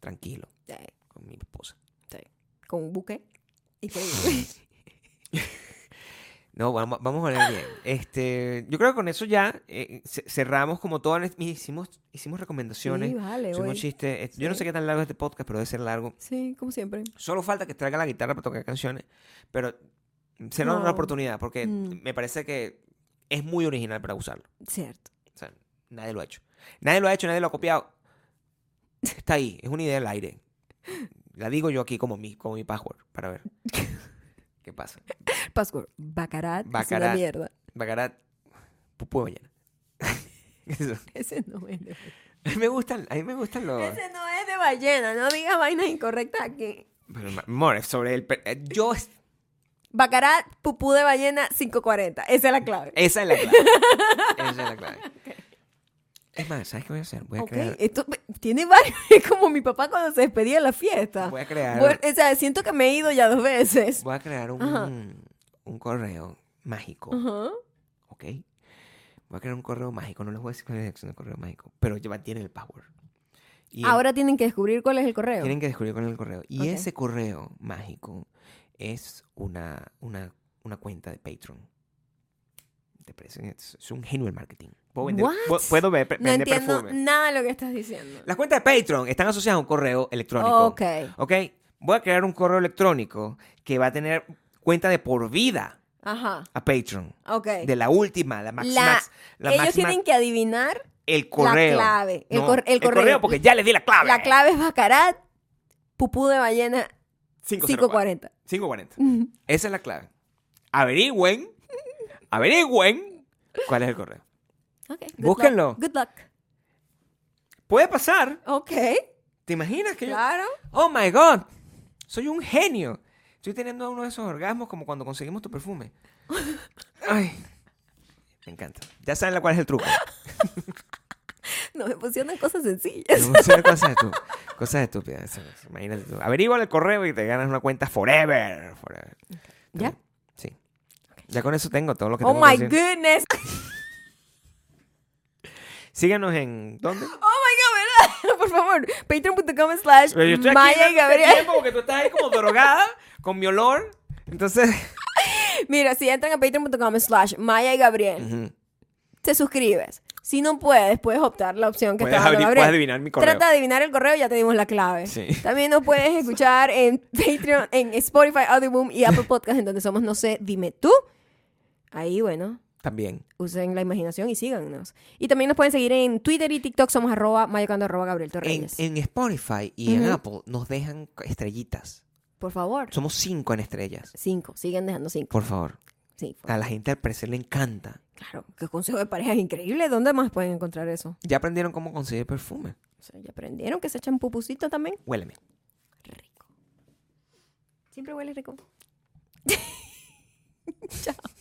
Speaker 2: Tranquilo,
Speaker 1: Sí,
Speaker 2: con mi esposa.
Speaker 1: sí. Con un buque.
Speaker 2: No, vamos, vamos a hablar bien. Este, yo creo que con eso ya eh, ce- cerramos como todas las- mira, hicimos, hicimos recomendaciones.
Speaker 1: Sí, vale,
Speaker 2: hicimos
Speaker 1: hoy.
Speaker 2: chistes. Eh, Yo no
Speaker 1: Sí.
Speaker 2: sé qué tan largo es este podcast, pero debe ser largo.
Speaker 1: Sí, como siempre.
Speaker 2: Solo falta que traiga la guitarra para tocar canciones, pero será
Speaker 1: No.
Speaker 2: una oportunidad porque
Speaker 1: Mm.
Speaker 2: me parece que es muy original para usarlo.
Speaker 1: Cierto.
Speaker 2: O sea, nadie lo ha hecho. Nadie lo ha hecho, nadie lo ha copiado. Está ahí, es una idea al aire. La digo yo aquí como mi, como mi password para ver qué pasa.
Speaker 1: Pascual, Bacarat, es una
Speaker 2: Baccarat.
Speaker 1: mierda.
Speaker 2: Bacarat, pupú de mañana. Eso.
Speaker 1: Ese no es de
Speaker 2: A mí me gustan, a mí me gustan los...
Speaker 1: Ese no es de ballena. No digas vainas incorrectas aquí.
Speaker 2: Pero, ma- amor, sobre el... per- eh, Yo... es-
Speaker 1: Bacarat, pupú de ballena 540. Esa es la clave.
Speaker 2: Esa es la clave. Esa es la clave. Es más, ¿sabes qué voy a hacer? Voy a
Speaker 1: Ok,
Speaker 2: crear...
Speaker 1: esto tiene varios. Es como mi papá cuando se despedía de la fiesta.
Speaker 2: Voy a crear-
Speaker 1: Ah. Bueno, o sea, siento que me he ido ya dos veces.
Speaker 2: Voy a crear
Speaker 1: Ajá.
Speaker 2: un, un correo mágico,
Speaker 1: Ajá.
Speaker 2: ¿ok? Voy a crear un correo mágico. No les voy a decir cuál es la dirección del correo mágico, pero ya tiene el password. Y el-
Speaker 1: Ahora tienen que descubrir cuál es el correo.
Speaker 2: Tienen que descubrir con el correo. Y
Speaker 1: Ok.
Speaker 2: ese correo mágico es una, una, una cuenta de Patreon. Te parece, es es un genio del marketing. Puedo vender,
Speaker 1: What?
Speaker 2: pu- puedo ver,
Speaker 1: No
Speaker 2: vender
Speaker 1: entiendo
Speaker 2: perfume.
Speaker 1: nada de lo que estás diciendo.
Speaker 2: Las cuentas de Patreon están asociadas a un correo electrónico.
Speaker 1: Ok.
Speaker 2: Ok. Voy a crear un correo electrónico que va a tener cuenta de por vida
Speaker 1: Ajá.
Speaker 2: a Patreon.
Speaker 1: Ok.
Speaker 2: De la última, la máxima.
Speaker 1: La-
Speaker 2: la
Speaker 1: Ellos
Speaker 2: máxima-
Speaker 1: tienen que adivinar.
Speaker 2: el correo.
Speaker 1: clave, el cor- el correo.
Speaker 2: porque ya les di la clave.
Speaker 1: La clave es Bacarat, pupú de ballena
Speaker 2: 504.
Speaker 1: 540.
Speaker 2: 540. Esa es la clave. Averigüen, averigüen cuál es el correo.
Speaker 1: Ok, good
Speaker 2: Búsquenlo.
Speaker 1: luck. Good luck.
Speaker 2: Puede pasar.
Speaker 1: Ok.
Speaker 2: ¿Te imaginas que yo-
Speaker 1: Claro.
Speaker 2: Oh my God. Soy un genio. Estoy teniendo uno de esos orgasmos como cuando conseguimos tu perfume. Ay. Me encanta. Ya saben la- cuál es el truco.
Speaker 1: No me pusieron cosas sencillas.
Speaker 2: No sé, cosas, estu- cosas estúpidas. Eso, eso, Imagínate tú. Averigua el correo y te ganas una cuenta forever. forever.
Speaker 1: ¿Ya?
Speaker 2: Sí. Ya con eso tengo todo lo que
Speaker 1: Oh
Speaker 2: tengo que
Speaker 1: my
Speaker 2: decir.
Speaker 1: goodness.
Speaker 2: Síganos en... ¿Dónde?
Speaker 1: Oh my god, ¿verdad? Por favor, patreon.com slash
Speaker 2: Pero yo estoy aquí
Speaker 1: Maya y
Speaker 2: en este
Speaker 1: Gabriel.
Speaker 2: tiempo porque tú estás ahí como drogada con mi olor. Entonces,
Speaker 1: Mira, si entran a patreon.com slash Maya y Gabriel,
Speaker 2: Ujú.
Speaker 1: te suscribes. Si no puedes, puedes optar la opción que
Speaker 2: Puedes
Speaker 1: está dando
Speaker 2: abrir-
Speaker 1: Gabriel.
Speaker 2: puedes adivinar mi correo.
Speaker 1: Trata de adivinar el correo, ya te dimos la clave.
Speaker 2: Sí.
Speaker 1: También nos puedes escuchar en Patreon, en Spotify, Audioboom y Apple Podcast, en donde somos No sé, dime tú. Ahí, bueno,
Speaker 2: también.
Speaker 1: usen la imaginación y síganos. Y también nos pueden seguir en Twitter y TikTok, somos arroba mayocando arroba Gabriel
Speaker 2: En,
Speaker 1: Torreyes.
Speaker 2: en Spotify y en
Speaker 1: Ujú.
Speaker 2: Apple nos dejan estrellitas.
Speaker 1: Por favor.
Speaker 2: Somos cinco en estrellas.
Speaker 1: Cinco, siguen dejando cinco.
Speaker 2: Por favor.
Speaker 1: Sí, por-
Speaker 2: A la gente al parecer le encanta.
Speaker 1: claro. Qué consejo de pareja increíble. ¿Dónde más pueden encontrar eso?
Speaker 2: Ya aprendieron cómo conseguir perfume.
Speaker 1: O sea, ya aprendieron que se echan pupusita también.
Speaker 2: Huéleme.
Speaker 1: Rico. Siempre huele rico. Chao.